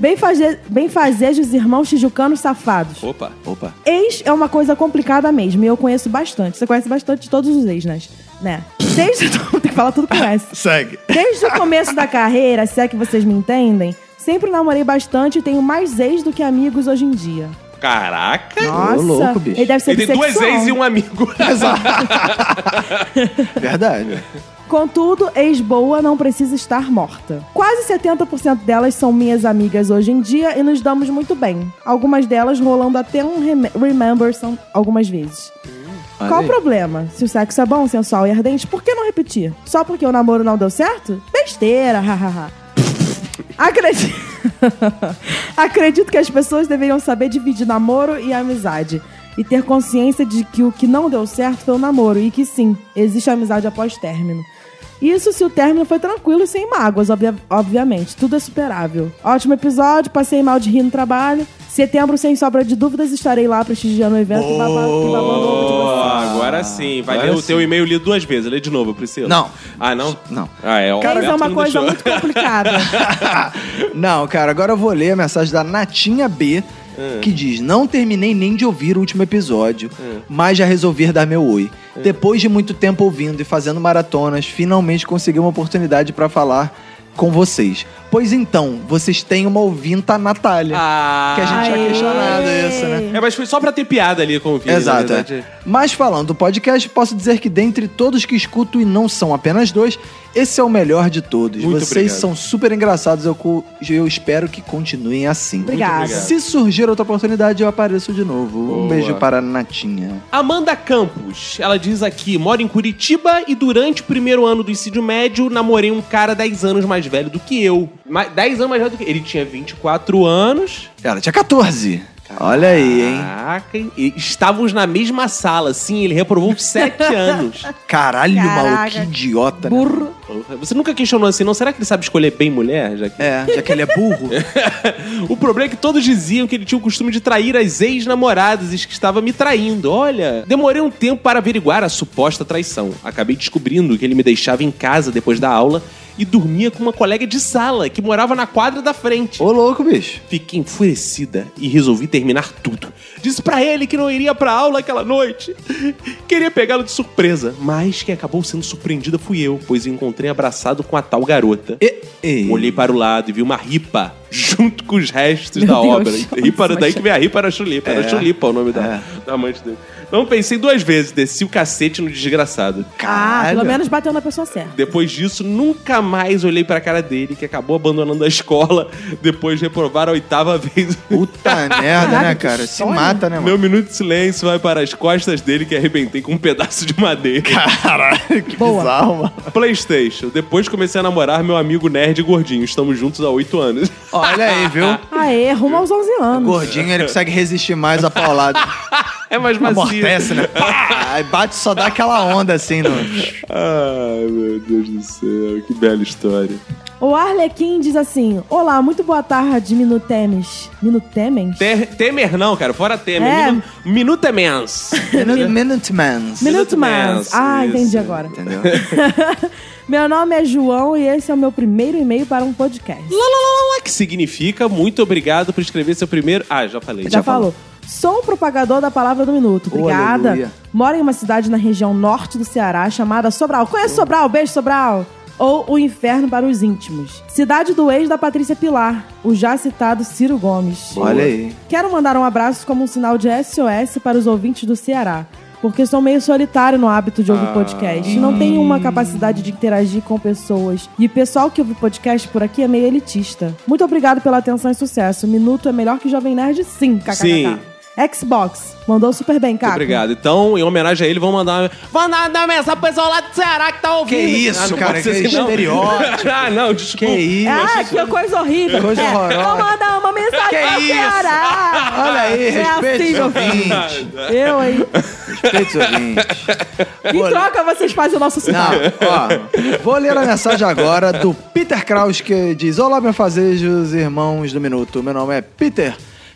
[SPEAKER 8] Bem-faze- Bem-fazejos irmãos tijucanos safados.
[SPEAKER 1] Opa.
[SPEAKER 2] Opa.
[SPEAKER 8] Ex é uma coisa complicada mesmo, e eu conheço bastante. Você conhece bastante de todos os ex, né? né? Desde. [LAUGHS] Tem que falar tudo com S.
[SPEAKER 7] Segue.
[SPEAKER 8] Desde o começo da carreira, se é que vocês me entendem, sempre namorei bastante e tenho mais ex do que amigos hoje em dia.
[SPEAKER 1] Caraca.
[SPEAKER 8] Nossa. Ô, louco, bicho. Ele deve ser
[SPEAKER 1] Ele tem duas
[SPEAKER 8] bissexual.
[SPEAKER 1] ex e um
[SPEAKER 2] [LAUGHS]
[SPEAKER 1] amigo.
[SPEAKER 2] Verdade.
[SPEAKER 8] Contudo, ex boa não precisa estar morta. Quase 70% delas são minhas amigas hoje em dia e nos damos muito bem. Algumas delas rolando até um rem remember são algumas vezes.
[SPEAKER 13] olha
[SPEAKER 8] Qual o
[SPEAKER 13] aí.
[SPEAKER 8] problema? Se o sexo é bom, sensual e ardente, por que não repetir? Só porque o namoro não deu certo? Besteira, [LAUGHS] hahaha. Acredito. [LAUGHS] Acredito que as pessoas deveriam saber dividir namoro e amizade. E ter consciência de que o que não deu certo foi o namoro. E que sim, existe amizade após término. Isso se o término foi tranquilo e sem mágoas, obvia- obviamente. Tudo é superável. Ótimo episódio, passei mal de rir no trabalho. Setembro, sem sobra de dúvidas, estarei lá prestigiando o evento. e babá- que babá-
[SPEAKER 1] agora sim. Vai
[SPEAKER 2] Agora
[SPEAKER 1] ler o teu
[SPEAKER 2] sim.
[SPEAKER 1] e-mail lido duas vezes. Lê de novo, Priscila.
[SPEAKER 2] Não.
[SPEAKER 1] Ah, não?
[SPEAKER 2] Não.
[SPEAKER 1] Ah, é. o
[SPEAKER 8] Cara, isso é
[SPEAKER 1] Roberto
[SPEAKER 8] uma
[SPEAKER 1] não
[SPEAKER 8] coisa
[SPEAKER 1] deixou. [LAUGHS]
[SPEAKER 8] muito complicada.
[SPEAKER 2] [LAUGHS] Não, cara, agora eu vou ler a mensagem da Natinha B,
[SPEAKER 8] Hum.
[SPEAKER 2] que diz: Não terminei nem de ouvir o último episódio, mas já resolvi dar meu oi. Depois de muito tempo ouvindo e fazendo maratonas, finalmente consegui uma oportunidade pra falar com vocês. Pois então, vocês têm uma ouvinta Natália. que a gente tinha
[SPEAKER 1] Aê.
[SPEAKER 2] questionado isso, né?
[SPEAKER 1] É, mas foi só pra ter piada ali com o Vini,
[SPEAKER 2] Exato,
[SPEAKER 1] na verdade.
[SPEAKER 2] é. Mas falando do podcast, posso dizer que dentre todos que escuto, e não são apenas dois, esse é o melhor de todos.
[SPEAKER 1] Muito
[SPEAKER 2] Vocês
[SPEAKER 1] obrigado.
[SPEAKER 2] são super engraçados, eu, cu- eu espero que continuem assim.
[SPEAKER 1] Obrigada. Muito obrigado.
[SPEAKER 2] Se surgir outra oportunidade, eu apareço de novo.
[SPEAKER 1] Boa.
[SPEAKER 2] Um beijo para a Natinha.
[SPEAKER 1] Amanda Campos, ela diz aqui, mora em Curitiba e durante o primeiro ano do ensino médio namorei um cara 10 anos mais velho do que eu. Ma- 10 anos mais velho do que Ele tinha 24 anos.
[SPEAKER 2] Ela tinha 14. Olha aí, hein?
[SPEAKER 1] Caraca, e estávamos na mesma sala, sim, ele reprovou 7 anos.
[SPEAKER 2] Caralho, maluco, que
[SPEAKER 1] Caraca.
[SPEAKER 2] idiota, né?
[SPEAKER 8] burro.
[SPEAKER 1] Você nunca questionou assim, não? Será que ele sabe escolher bem mulher? Já que...
[SPEAKER 2] É, já que ele é burro.
[SPEAKER 1] o problema é que todos diziam que ele tinha o costume de trair as ex-namoradas e que estava me traindo. Olha, demorei um tempo para averiguar a suposta traição. Acabei descobrindo que ele me deixava em casa depois da aula e dormia com uma colega de sala que morava na quadra da frente.
[SPEAKER 2] Ô, louco, bicho.
[SPEAKER 1] Fiquei enfurecida e resolvi terminar tudo. Disse pra ele que não iria pra aula aquela noite. Queria pegá-lo de surpresa, mas quem acabou sendo surpreendida fui eu, pois o encontrei abraçado com a tal garota. Olhei para o lado e vi uma ripa junto com os restos
[SPEAKER 14] Meu
[SPEAKER 1] da
[SPEAKER 14] Deus, [LAUGHS]
[SPEAKER 1] obra.
[SPEAKER 14] Jonas,
[SPEAKER 1] Ripa, daí
[SPEAKER 14] mas-
[SPEAKER 1] que vem a ripa era chulipa. Era
[SPEAKER 14] É.
[SPEAKER 1] chulipa o nome da, da amante dele. Então pensei duas vezes, desci o cacete no desgraçado.
[SPEAKER 8] Ah, pelo menos bateu na pessoa certa.
[SPEAKER 1] Depois disso, nunca mais olhei pra cara dele, que acabou abandonando a escola depois de reprovar a oitava vez.
[SPEAKER 2] Puta merda, né, cara? Se mata, né, mano?
[SPEAKER 1] Meu minuto de silêncio vai para as costas dele que arrebentei com um pedaço de madeira. Caralho, que
[SPEAKER 8] Boa. bizarro,
[SPEAKER 1] mano. Playstation. Depois comecei a namorar meu amigo nerd gordinho. Estamos juntos há oito anos.
[SPEAKER 2] Olha aí, viu?
[SPEAKER 8] Aê, rumo aos 11 anos.
[SPEAKER 2] Gordinho, ele consegue resistir mais a
[SPEAKER 8] [LAUGHS]
[SPEAKER 2] paulada.
[SPEAKER 1] É mais macio.
[SPEAKER 2] Amortece, né? Pá! Aí bate só dá aquela onda assim no...
[SPEAKER 1] Ai, meu Deus do céu, que bela história.
[SPEAKER 8] O Arlequim diz assim: Olá, muito boa tarde, Minutemes. Minutemens?
[SPEAKER 1] Ter- Temer não, cara. Fora Temer.
[SPEAKER 8] É.
[SPEAKER 1] Minu- Minutemans.
[SPEAKER 2] Minutemans.
[SPEAKER 8] Minutemans. Ah, entendi agora.
[SPEAKER 2] Entendeu?
[SPEAKER 8] Meu nome é João e esse é o meu primeiro e-mail para um podcast.
[SPEAKER 1] Que significa muito obrigado por escrever seu primeiro... Ah, já falei.
[SPEAKER 8] Já, falou. Sou um propagador da palavra do minuto. Obrigada.
[SPEAKER 1] aleluia.
[SPEAKER 8] Moro em uma cidade na região norte do Ceará chamada Sobral. Conhece Sobral? Beijo, Sobral! Ou O Inferno para os Íntimos. Cidade do ex da Patrícia Pilar, o já citado Ciro Gomes.
[SPEAKER 2] Olha aí.
[SPEAKER 8] Quero mandar um abraço como um sinal de SOS para os ouvintes do Ceará. Porque sou meio solitário no hábito de ouvir
[SPEAKER 1] Ah.
[SPEAKER 8] podcast. Não tenho uma capacidade de interagir com pessoas. E o pessoal que ouve podcast por aqui é meio elitista. Muito obrigado pela atenção e sucesso. Minuto é melhor que Jovem Nerd, sim, kkk.
[SPEAKER 1] Sim.
[SPEAKER 8] Xbox. Mandou super bem,
[SPEAKER 1] Muito
[SPEAKER 8] Caco.
[SPEAKER 1] obrigado. Então, em homenagem a ele, vamos mandar uma... Vai mandar uma mensagem pro pessoal lá do Ceará que tá ouvindo.
[SPEAKER 2] Que isso,
[SPEAKER 1] não
[SPEAKER 2] cara,
[SPEAKER 1] pode ser assim,
[SPEAKER 2] que
[SPEAKER 1] não.
[SPEAKER 2] estereótipo.
[SPEAKER 1] [LAUGHS] ah, não, desculpa. Que
[SPEAKER 2] isso.
[SPEAKER 8] Ah, que coisa horrível.
[SPEAKER 2] Coisa
[SPEAKER 8] é,
[SPEAKER 2] horrorosa.
[SPEAKER 8] Vou mandar uma mensagem
[SPEAKER 2] Que
[SPEAKER 8] pro
[SPEAKER 2] isso?
[SPEAKER 8] Ceará.
[SPEAKER 2] Olha aí,
[SPEAKER 8] é
[SPEAKER 2] respeite
[SPEAKER 8] assim,
[SPEAKER 2] os
[SPEAKER 8] meu filho.
[SPEAKER 2] ouvintes. [LAUGHS]
[SPEAKER 8] Eu, hein?
[SPEAKER 2] Respeite os ouvintes.
[SPEAKER 8] Em troca, vocês fazem o nosso [LAUGHS]
[SPEAKER 2] Não,
[SPEAKER 8] sinal.
[SPEAKER 2] ó. Vou ler a mensagem agora do Peter Kraus que diz: Olá, meus fazejos, irmãos do Minuto. Meu nome é Peter.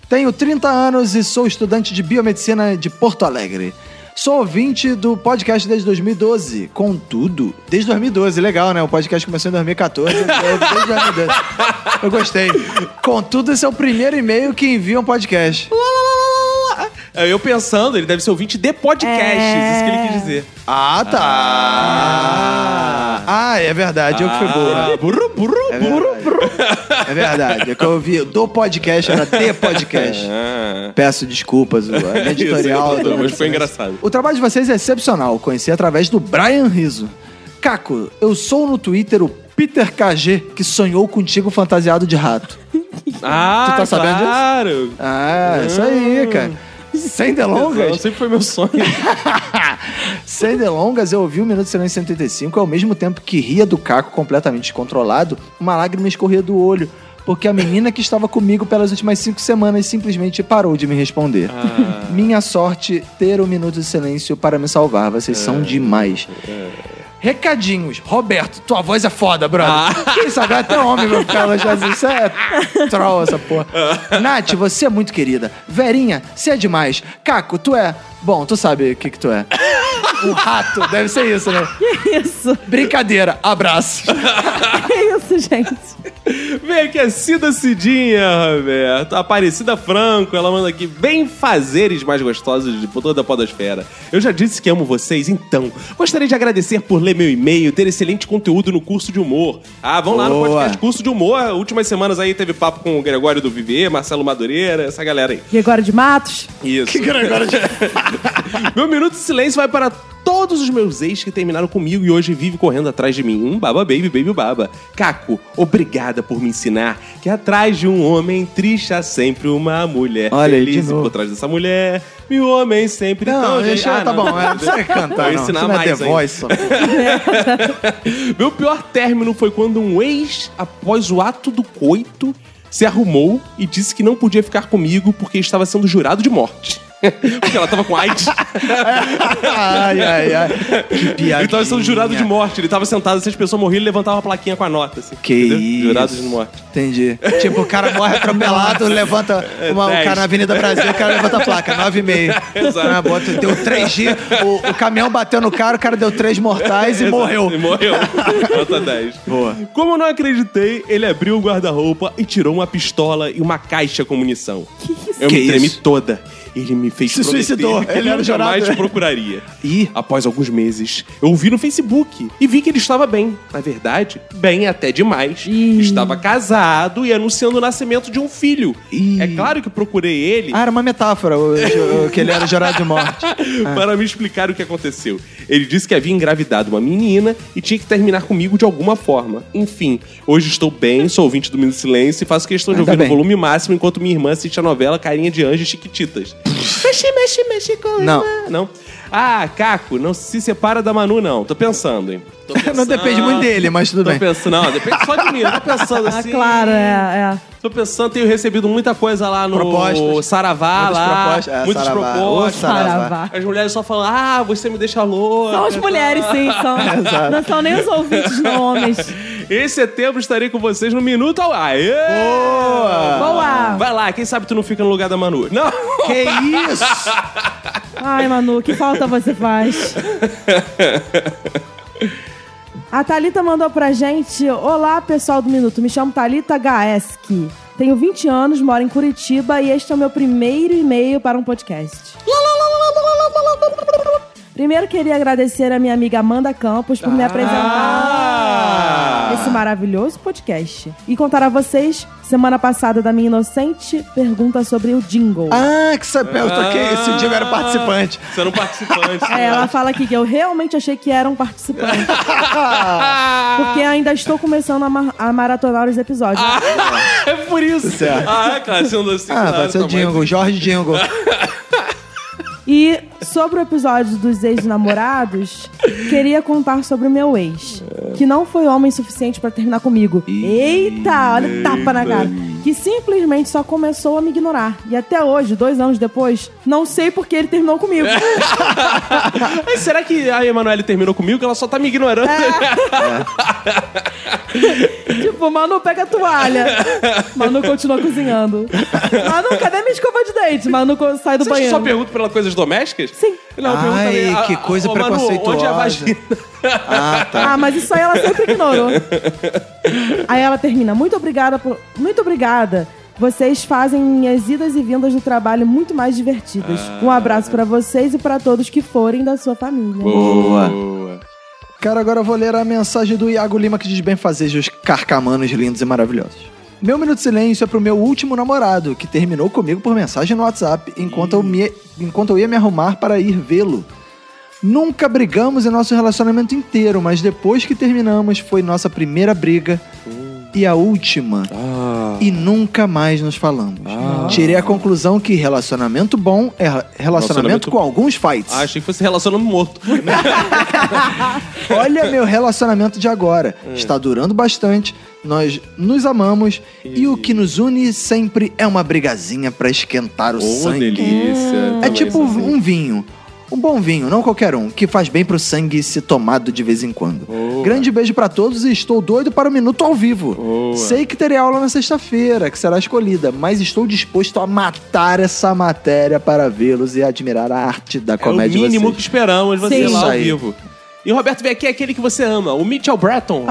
[SPEAKER 2] Tenho 30 anos e sou estudante de biomedicina de Porto Alegre. Sou ouvinte do podcast desde 2012. Contudo, desde 2012, legal, né? O podcast começou em 2014. eu- então, Desde 2012. Eu gostei. Contudo, esse é o primeiro e-mail que envia um podcast.
[SPEAKER 1] É, Eu pensando, ele deve ser ouvinte de podcasts. Isso que ele
[SPEAKER 8] É.
[SPEAKER 1] quis dizer.
[SPEAKER 2] Ah, tá. Ah, é verdade. Eu que fui
[SPEAKER 1] Ah.
[SPEAKER 2] burro.
[SPEAKER 1] Burro, burro,
[SPEAKER 2] burro, burro. É verdade. É que eu ouvi do podcast, era de podcast.
[SPEAKER 1] É.
[SPEAKER 2] Peço desculpas,
[SPEAKER 1] [LAUGHS]
[SPEAKER 2] o- a minha editorial.
[SPEAKER 1] Ah. Isso,
[SPEAKER 2] do-
[SPEAKER 1] Mas foi engraçado.
[SPEAKER 2] O trabalho de vocês é excepcional. Conheci através do Brian Rizzo. Caco, eu sou no Twitter o Peter KG que sonhou contigo fantasiado de rato.
[SPEAKER 1] Ah,
[SPEAKER 2] Tu tá sabendo disso?
[SPEAKER 1] claro.
[SPEAKER 2] Ah, é isso aí, cara. Sem
[SPEAKER 1] Exato,
[SPEAKER 2] delongas.
[SPEAKER 1] Sempre foi meu sonho.
[SPEAKER 2] [LAUGHS] Sem delongas, eu ouvi o Minuto de Silêncio 185 ao mesmo tempo que ria do Caco completamente descontrolado, uma lágrima escorria do olho, porque a menina que estava comigo pelas últimas cinco semanas simplesmente parou de me responder. Minha sorte ter o Minuto de Silêncio para me salvar, vocês são demais. Recadinhos. Roberto, tua voz é foda, brother.
[SPEAKER 1] Ah.
[SPEAKER 2] Quem sabe até homem vai ficar elogiando isso. Isso é troll, essa porra.
[SPEAKER 1] Ah.
[SPEAKER 2] Nath, você é muito querida. Verinha, você é demais. Caco, tu é... Bom, tu sabe o que que tu é. O rato, deve ser isso, né?
[SPEAKER 8] Que isso?
[SPEAKER 2] Brincadeira, abraço.
[SPEAKER 8] [LAUGHS] Que isso, gente?
[SPEAKER 1] Vem aqui a Cida Cidinha, Roberto. Aparecida Franco, ela manda aqui bem fazeres mais gostosos de toda a podosfera. Eu já disse que amo vocês, então gostaria de agradecer por ler meu e-mail, ter excelente conteúdo no curso de humor. Ah, vão lá no
[SPEAKER 2] Boa.
[SPEAKER 1] podcast Curso de Humor. Últimas semanas aí teve papo com o Gregório do Viver, Marcelo Madureira, essa galera aí.
[SPEAKER 8] Gregório de Matos.
[SPEAKER 1] Isso. [LAUGHS] meu minuto de silêncio vai para todos os meus ex que terminaram comigo e hoje vive correndo atrás de mim. Um baba baby, baby baba. Caco, obrigada por me ensinar que atrás de um homem triste há sempre uma mulher.
[SPEAKER 2] Olha aí, de
[SPEAKER 1] feliz e
[SPEAKER 2] novo.
[SPEAKER 1] por trás dessa mulher, mil homens sempre
[SPEAKER 2] Não,
[SPEAKER 1] tão gente-
[SPEAKER 2] deixa,
[SPEAKER 1] Ah,
[SPEAKER 2] tá bom. é, Não precisa
[SPEAKER 1] Vou ensinar
[SPEAKER 2] cantar, não. Isso não é The
[SPEAKER 1] mais ainda.
[SPEAKER 2] Voice. só.
[SPEAKER 1] [LAUGHS] Meu pior término foi quando um ex, após o ato do coito, se arrumou e disse que não podia ficar comigo porque estava sendo jurado de morte. [LAUGHS] porque ela tava com AIDS.
[SPEAKER 2] Ai, ai, ai. Que piadinha.
[SPEAKER 1] Ele tava sendo jurado de morte. Ele tava sentado, se as pessoas morriam, ele levantava uma plaquinha com a nota, assim.
[SPEAKER 2] Que isso.
[SPEAKER 1] Jurado de morte.
[SPEAKER 2] Entendi. [LAUGHS] Tipo, o cara morre [LAUGHS] atropelado, levanta uma- o
[SPEAKER 1] É, dez.
[SPEAKER 2] cara na Avenida Brasil, o cara levanta a placa, 9,5.
[SPEAKER 1] [LAUGHS] Exato.
[SPEAKER 2] Ah, bota, deu 3G, o, o caminhão bateu no cara, o cara deu três mortais e
[SPEAKER 1] Exato,
[SPEAKER 2] morreu.
[SPEAKER 1] E
[SPEAKER 2] [LAUGHS]
[SPEAKER 1] morreu. Nota 10. Boa. Como eu não acreditei, ele abriu o guarda-roupa e tirou uma pistola e uma caixa com munição. Que isso? Eu
[SPEAKER 2] Que
[SPEAKER 1] me tremi
[SPEAKER 2] isso?
[SPEAKER 1] toda. Ele me fez
[SPEAKER 2] Se
[SPEAKER 1] prometer
[SPEAKER 2] suicidou.
[SPEAKER 1] que
[SPEAKER 2] Ele era
[SPEAKER 1] nunca
[SPEAKER 2] jurado,
[SPEAKER 1] mais
[SPEAKER 2] né?
[SPEAKER 1] procuraria.
[SPEAKER 2] Ih.
[SPEAKER 1] Após alguns meses, eu vi no Facebook e vi que ele estava bem. Na verdade, bem até demais. Estava casado e anunciando o nascimento de um filho.
[SPEAKER 2] Ih.
[SPEAKER 1] É claro que eu procurei ele
[SPEAKER 2] Ah, era uma metáfora, o, o- que ele era jurado de morte.
[SPEAKER 1] [LAUGHS] para me explicar o que aconteceu. Ele disse que havia engravidado uma menina e tinha que terminar comigo de alguma forma. Enfim, hoje estou bem, sou ouvinte do Minuto Silêncio e faço questão de
[SPEAKER 2] Ainda
[SPEAKER 1] ouvir no
[SPEAKER 2] bem.
[SPEAKER 1] volume máximo enquanto minha irmã assiste a novela Carinha de Anjo e Chiquititas. mexe, mexe, mexe com
[SPEAKER 2] Não. [LAUGHS]
[SPEAKER 1] ela. Não. Ah, Caco, não se separa da Manu, não. Tô pensando, hein? Tô
[SPEAKER 2] Não
[SPEAKER 1] pensando.
[SPEAKER 2] depende muito dele, mas tudo
[SPEAKER 1] Tô
[SPEAKER 2] bem.
[SPEAKER 1] pensando, não, depende só de mim. Eu Tô pensando
[SPEAKER 8] [LAUGHS] Ah,
[SPEAKER 1] assim.
[SPEAKER 8] claro, é, é.
[SPEAKER 1] Tô pensando, tenho recebido muita coisa lá no
[SPEAKER 2] Propostas.
[SPEAKER 1] Saravá,
[SPEAKER 2] Muitas
[SPEAKER 1] lá.
[SPEAKER 2] propostas. É,
[SPEAKER 1] muitas
[SPEAKER 2] Saravá.
[SPEAKER 1] propostas.
[SPEAKER 2] Ô, Saravá.
[SPEAKER 1] As mulheres só falam, ah, você me deixa louca.
[SPEAKER 8] São as mulheres, sim. [LAUGHS] São, não são nem os ouvintes, não homens.
[SPEAKER 1] Em setembro estarei com vocês no Minuto ao Aê!
[SPEAKER 8] Boa!
[SPEAKER 1] Vai lá, quem sabe tu não fica no lugar da Manu. Não!
[SPEAKER 2] Que isso?
[SPEAKER 8] Ai, Manu, que falta você faz. A Thalita mandou pra gente: Olá, pessoal do Minuto. Me chamo Thalita Gaeski. Tenho 20 anos, moro em Curitiba e este é o meu primeiro e-mail para um podcast. Primeiro queria agradecer a minha amiga Amanda Campos por me apresentar. esse maravilhoso podcast e contar a vocês, semana passada, da minha inocente pergunta sobre o jingle.
[SPEAKER 2] Ah, que sapéu, eu toquei. Esse Diego
[SPEAKER 1] Ah.
[SPEAKER 2] era participante.
[SPEAKER 1] Você era um participante.
[SPEAKER 8] É, ela fala aqui que eu realmente achei que era um participante. porque ainda estou começando a, ma- a maratonar os episódios.
[SPEAKER 1] [LAUGHS] É por isso.
[SPEAKER 2] Certo.
[SPEAKER 1] Ah, é, claro, sendo assim.
[SPEAKER 2] Ah,
[SPEAKER 1] claro,
[SPEAKER 2] vai ser o
[SPEAKER 1] tá mais-
[SPEAKER 2] Jingle, Jorge Jingle.
[SPEAKER 8] E sobre o episódio dos ex-namorados, queria contar sobre o meu ex, que não foi homem suficiente pra terminar comigo. Eita, olha o tapa na cara. Que simplesmente só começou a me ignorar. E até hoje, dois anos depois, não sei por que ele terminou comigo.
[SPEAKER 1] Mas será que a Emanuele terminou comigo? que Ela só tá me ignorando.
[SPEAKER 8] Ah, tipo, Manu, pega a toalha. Manu continua cozinhando. Manu, cadê minha escova de dente? Manu co- sai do
[SPEAKER 1] Você só
[SPEAKER 8] banheiro.
[SPEAKER 1] pergunta pelas coisas domésticas?
[SPEAKER 8] Sim.
[SPEAKER 1] Não, pergunta
[SPEAKER 2] Ai,
[SPEAKER 1] ali, ah,
[SPEAKER 2] que coisa
[SPEAKER 1] ô, Manu, Onde é a
[SPEAKER 2] preconceituosa.
[SPEAKER 1] vagina?
[SPEAKER 2] Ah, tá.
[SPEAKER 8] Ah, mas isso aí ela sempre ignorou. aí ela termina. Muito obrigada por. Muito obrigada. Vocês fazem minhas idas e vindas do trabalho muito mais divertidas.
[SPEAKER 1] Ah.
[SPEAKER 8] Um abraço pra vocês e pra todos que forem da sua família.
[SPEAKER 2] Boa. Cara, agora eu vou ler a mensagem do Iago Lima que diz bem os carcamanos lindos e maravilhosos. Meu minuto de silêncio é pro meu último namorado, que terminou comigo por mensagem no WhatsApp enquanto, eu, me- enquanto eu ia me arrumar para ir vê-lo. Nunca brigamos em nosso relacionamento inteiro, mas depois que terminamos foi nossa primeira briga e a última. E nunca mais nos falamos. Tirei a conclusão que relacionamento bom é relacionamento,
[SPEAKER 1] Relacionamento-
[SPEAKER 2] com alguns fights.
[SPEAKER 1] Ah, achei que fosse relacionando morto.
[SPEAKER 2] Olha meu relacionamento de agora.
[SPEAKER 1] É.
[SPEAKER 2] Está durando bastante, nós nos amamos e... o que nos une sempre é uma brigazinha pra esquentar o sangue.
[SPEAKER 1] delícia.
[SPEAKER 2] É tipo um vinho. Um bom vinho, não qualquer um, que faz bem pro sangue se tomado de vez em quando. Grande beijo pra todos e estou doido para o Minuto ao Vivo. Sei que terei aula na sexta-feira, que será escolhida, mas estou disposto a matar essa matéria para vê-los e admirar a arte da
[SPEAKER 1] É o
[SPEAKER 2] comédia de
[SPEAKER 1] mínimo
[SPEAKER 2] vocês.
[SPEAKER 1] que esperamos você
[SPEAKER 2] Sim.
[SPEAKER 1] lá ao
[SPEAKER 2] Isso aí.
[SPEAKER 1] vivo. E o Roberto Vecchi é aquele que você ama, o Mitchell Breton.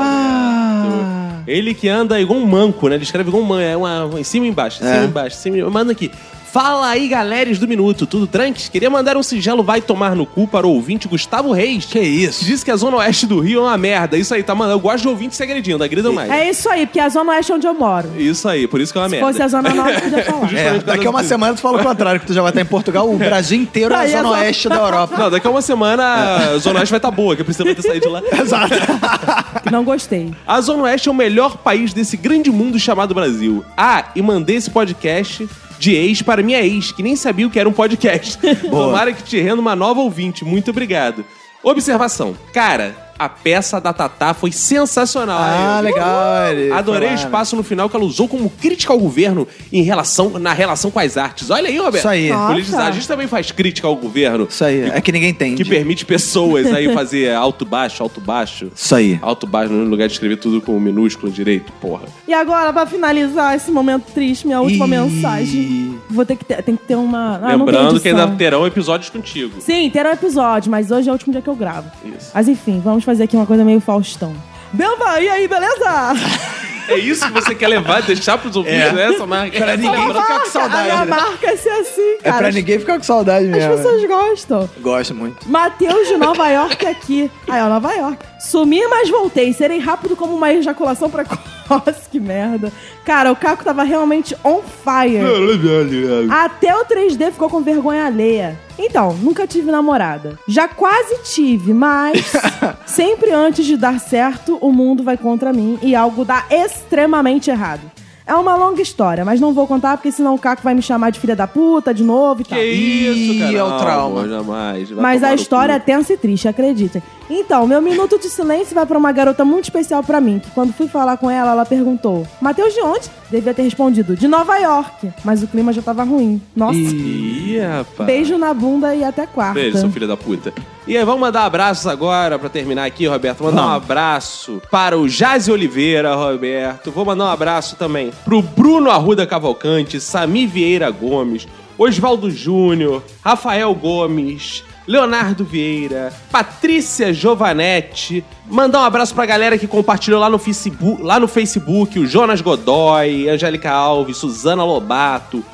[SPEAKER 2] Ah...
[SPEAKER 1] Ele que anda igual um manco, né? Ele escreve igual um manco, é uma, em cima e embaixo, em
[SPEAKER 2] É.
[SPEAKER 1] cima e embaixo, em cima e... Manda aqui. Fala aí, galeres do Minuto, tudo tranques? Queria mandar um singelo vai tomar no cu para o ouvinte Gustavo Reis. Que isso? Diz que a zona oeste do Rio é uma merda. Isso aí, tá, mano? Eu gosto de ouvinte se agredindo, agridam mais.
[SPEAKER 8] É isso aí, porque a Zona Oeste é onde eu moro.
[SPEAKER 1] Isso aí, por isso que é uma
[SPEAKER 8] Se
[SPEAKER 1] merda.
[SPEAKER 8] fosse a Zona Norte, eu podia
[SPEAKER 1] [LAUGHS]
[SPEAKER 8] falar.
[SPEAKER 2] É, daqui a uma semana tu fala o contrário, que tu já vai estar em Portugal, o Brasil inteiro na
[SPEAKER 8] Aí,
[SPEAKER 2] zona
[SPEAKER 8] exato.
[SPEAKER 2] oeste da
[SPEAKER 8] [LAUGHS]
[SPEAKER 2] Europa.
[SPEAKER 1] Não, daqui a uma
[SPEAKER 2] É.
[SPEAKER 1] semana a Zona Oeste vai estar boa, que a Priscila vai ter saído de
[SPEAKER 8] [LAUGHS]
[SPEAKER 1] lá.
[SPEAKER 2] Exato.
[SPEAKER 8] Não gostei.
[SPEAKER 1] A Zona Oeste é o melhor país desse grande mundo chamado Brasil. Ah, e mandei esse podcast de ex para minha ex, que nem sabia o que era um
[SPEAKER 2] [LAUGHS]
[SPEAKER 1] podcast. Tomara que te renda uma nova ouvinte. Muito obrigado. Observação. Cara, a peça da Tatá foi sensacional.
[SPEAKER 2] Ah,
[SPEAKER 1] Eu-
[SPEAKER 2] legal. ele
[SPEAKER 1] Adorei o
[SPEAKER 2] foi lá, né?
[SPEAKER 1] espaço no final que ela usou como crítica ao governo em relação, na relação com as artes. Olha aí, Roberto.
[SPEAKER 2] Isso aí.
[SPEAKER 8] Nossa.
[SPEAKER 1] Politizar. A gente também faz crítica ao governo.
[SPEAKER 2] Isso aí, é que ninguém entende.
[SPEAKER 1] Que permite pessoas aí fazer alto-baixo, alto-baixo.
[SPEAKER 2] Isso aí. É
[SPEAKER 1] Alto-baixo, no lugar de escrever tudo com minúsculo direito, porra.
[SPEAKER 8] E agora, pra finalizar esse momento triste, minha última
[SPEAKER 2] Ih.
[SPEAKER 8] mensagem. Vou ter que ter, tem que ter uma. Ah, não tem
[SPEAKER 1] Lembrando que
[SPEAKER 8] edição.
[SPEAKER 1] ainda terão episódios contigo.
[SPEAKER 8] Sim, terá um episódio, mas hoje é o último dia que eu gravo.
[SPEAKER 1] Isso.
[SPEAKER 8] Mas enfim, vamos fazer aqui uma coisa meio Faustão. Belva, e aí, beleza?
[SPEAKER 1] É isso que você quer levar, deixar pros ouvintes, né, essa marca?
[SPEAKER 2] É. Pra ninguém ficar com
[SPEAKER 8] a minha
[SPEAKER 2] saudade. né?
[SPEAKER 8] marca é ser assim,
[SPEAKER 2] É
[SPEAKER 8] cara.
[SPEAKER 2] pra ninguém né? ficar com saudade
[SPEAKER 8] As
[SPEAKER 2] mesmo.
[SPEAKER 8] pessoas gostam.
[SPEAKER 2] Gosto muito.
[SPEAKER 8] Mateus de Nova York aqui. Aí, ó, Nova York. Sumi, mas voltei. Serei rápido como uma ejaculação precoce. [LAUGHS] que merda. Cara, o Caco tava realmente on fire. Até o 3D ficou com vergonha alheia. Então, nunca tive namorada. Já quase
[SPEAKER 1] [LAUGHS]
[SPEAKER 8] tive, mas sempre antes de dar certo, o mundo vai contra mim e algo dá extremamente errado. É uma longa história, mas não vou contar porque senão o Caco vai me chamar de filha da puta de novo e tal.
[SPEAKER 1] Que isso, cara.
[SPEAKER 2] Ih, é o trauma.
[SPEAKER 1] Não, jamais. Vai
[SPEAKER 8] Mas
[SPEAKER 1] tomar
[SPEAKER 8] a
[SPEAKER 1] no
[SPEAKER 8] história é
[SPEAKER 1] cu.
[SPEAKER 8] tensa e triste, acreditem. Então, meu minuto de silêncio vai pra uma garota muito especial pra mim, que quando fui falar com ela, ela perguntou: Mateus, de onde? Devia ter respondido: De Nova York. Mas o clima já tava ruim. Nossa.
[SPEAKER 1] Ih, rapaz.
[SPEAKER 8] Beijo na bunda e até quarta.
[SPEAKER 1] Beijo, seu filho da puta. E aí, vamos mandar abraços agora pra terminar aqui, Roberto. Mandar um abraço para o Jaze Oliveira, Roberto. Vou mandar um abraço também pro Bruno Arruda Cavalcante, Sami Vieira Gomes, Oswaldo Júnior, Rafael Gomes. Leonardo Vieira, Patrícia Giovanetti. Mandar um abraço pra galera que compartilhou lá no Facebook, lá no Facebook o Jonas Godoy, Angélica Alves, Suzana Lobato,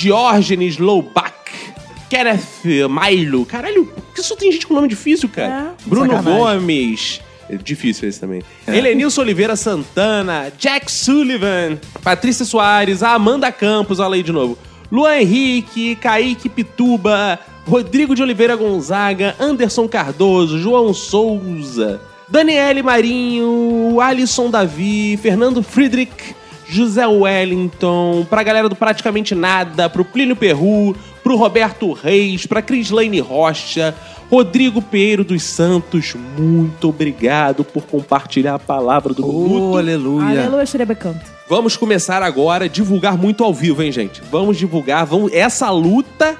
[SPEAKER 1] Diógenes Loubach, é Kenneth Milo. Caralho, por que só tem gente com nome difícil, cara?
[SPEAKER 8] É.
[SPEAKER 1] Bruno
[SPEAKER 2] Sacanagem.
[SPEAKER 1] Gomes. É difícil esse também. Helenilson Oliveira Santana, Jack Sullivan, Patrícia Soares, a Amanda Campos, olha aí de novo. Luan Henrique, Kaique Pituba, Rodrigo de Oliveira Gonzaga, Anderson Cardoso, João Souza, Daniele Marinho, Alisson Davi, Fernando Friedrich, José Wellington, pra galera do Praticamente Nada, pro Plínio Perru, pro Roberto Reis, pra Crislaine Rocha, Rodrigo Pereiro dos Santos, muito obrigado por compartilhar a palavra do Minuto.
[SPEAKER 8] Aleluia, xerebecanto.
[SPEAKER 1] Vamos começar agora a divulgar muito ao vivo, hein, gente? Vamos divulgar, vamos essa luta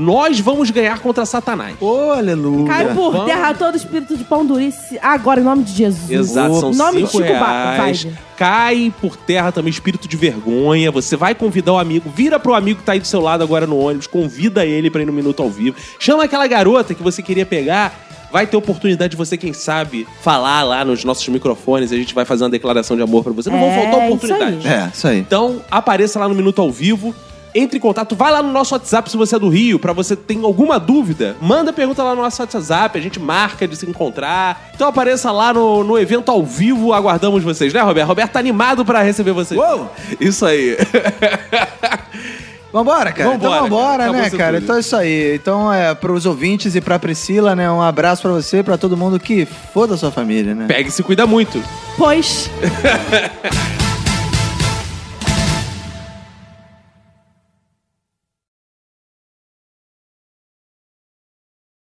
[SPEAKER 1] nós vamos ganhar contra Satanás.
[SPEAKER 9] Ô, aleluia.
[SPEAKER 8] Cai por terra todo espírito de pão durice agora, em nome de Jesus.
[SPEAKER 1] Exato, são
[SPEAKER 8] Em Uhum. nome de
[SPEAKER 1] cinco
[SPEAKER 8] Chico Ba-
[SPEAKER 1] reais.
[SPEAKER 8] Vibe.
[SPEAKER 1] Cai por terra também espírito de vergonha. Você vai convidar o amigo, vira pro amigo que tá aí do seu lado agora no ônibus, convida ele pra ir no Minuto ao Vivo. Chama aquela garota que você queria pegar. Vai ter oportunidade de você, quem sabe, falar lá nos nossos microfones. A gente vai fazer uma declaração de amor pra você. Não vão
[SPEAKER 8] É,
[SPEAKER 1] faltar
[SPEAKER 8] isso
[SPEAKER 1] oportunidades.
[SPEAKER 8] aí.
[SPEAKER 9] É, isso aí.
[SPEAKER 1] Então, apareça lá no Minuto ao Vivo. Entre em contato, vai lá no nosso WhatsApp se você é do Rio, pra você tem alguma dúvida, manda pergunta lá no nosso WhatsApp, a gente marca de se encontrar. Então apareça lá no, no evento ao vivo, aguardamos vocês, né, Roberto? Roberto tá animado pra receber vocês.
[SPEAKER 9] Uou!
[SPEAKER 1] Isso aí. [LAUGHS]
[SPEAKER 9] Vambora, cara.
[SPEAKER 1] Vambora,
[SPEAKER 9] então vambora,
[SPEAKER 1] cara. Acabou
[SPEAKER 9] né,
[SPEAKER 1] isso
[SPEAKER 9] cara?
[SPEAKER 1] tudo.
[SPEAKER 9] Então é isso aí. Então é pros ouvintes e pra Priscila, né? Um abraço pra você, pra todo mundo que foda sua família, né?
[SPEAKER 1] Pega e se cuida muito.
[SPEAKER 8] Pois.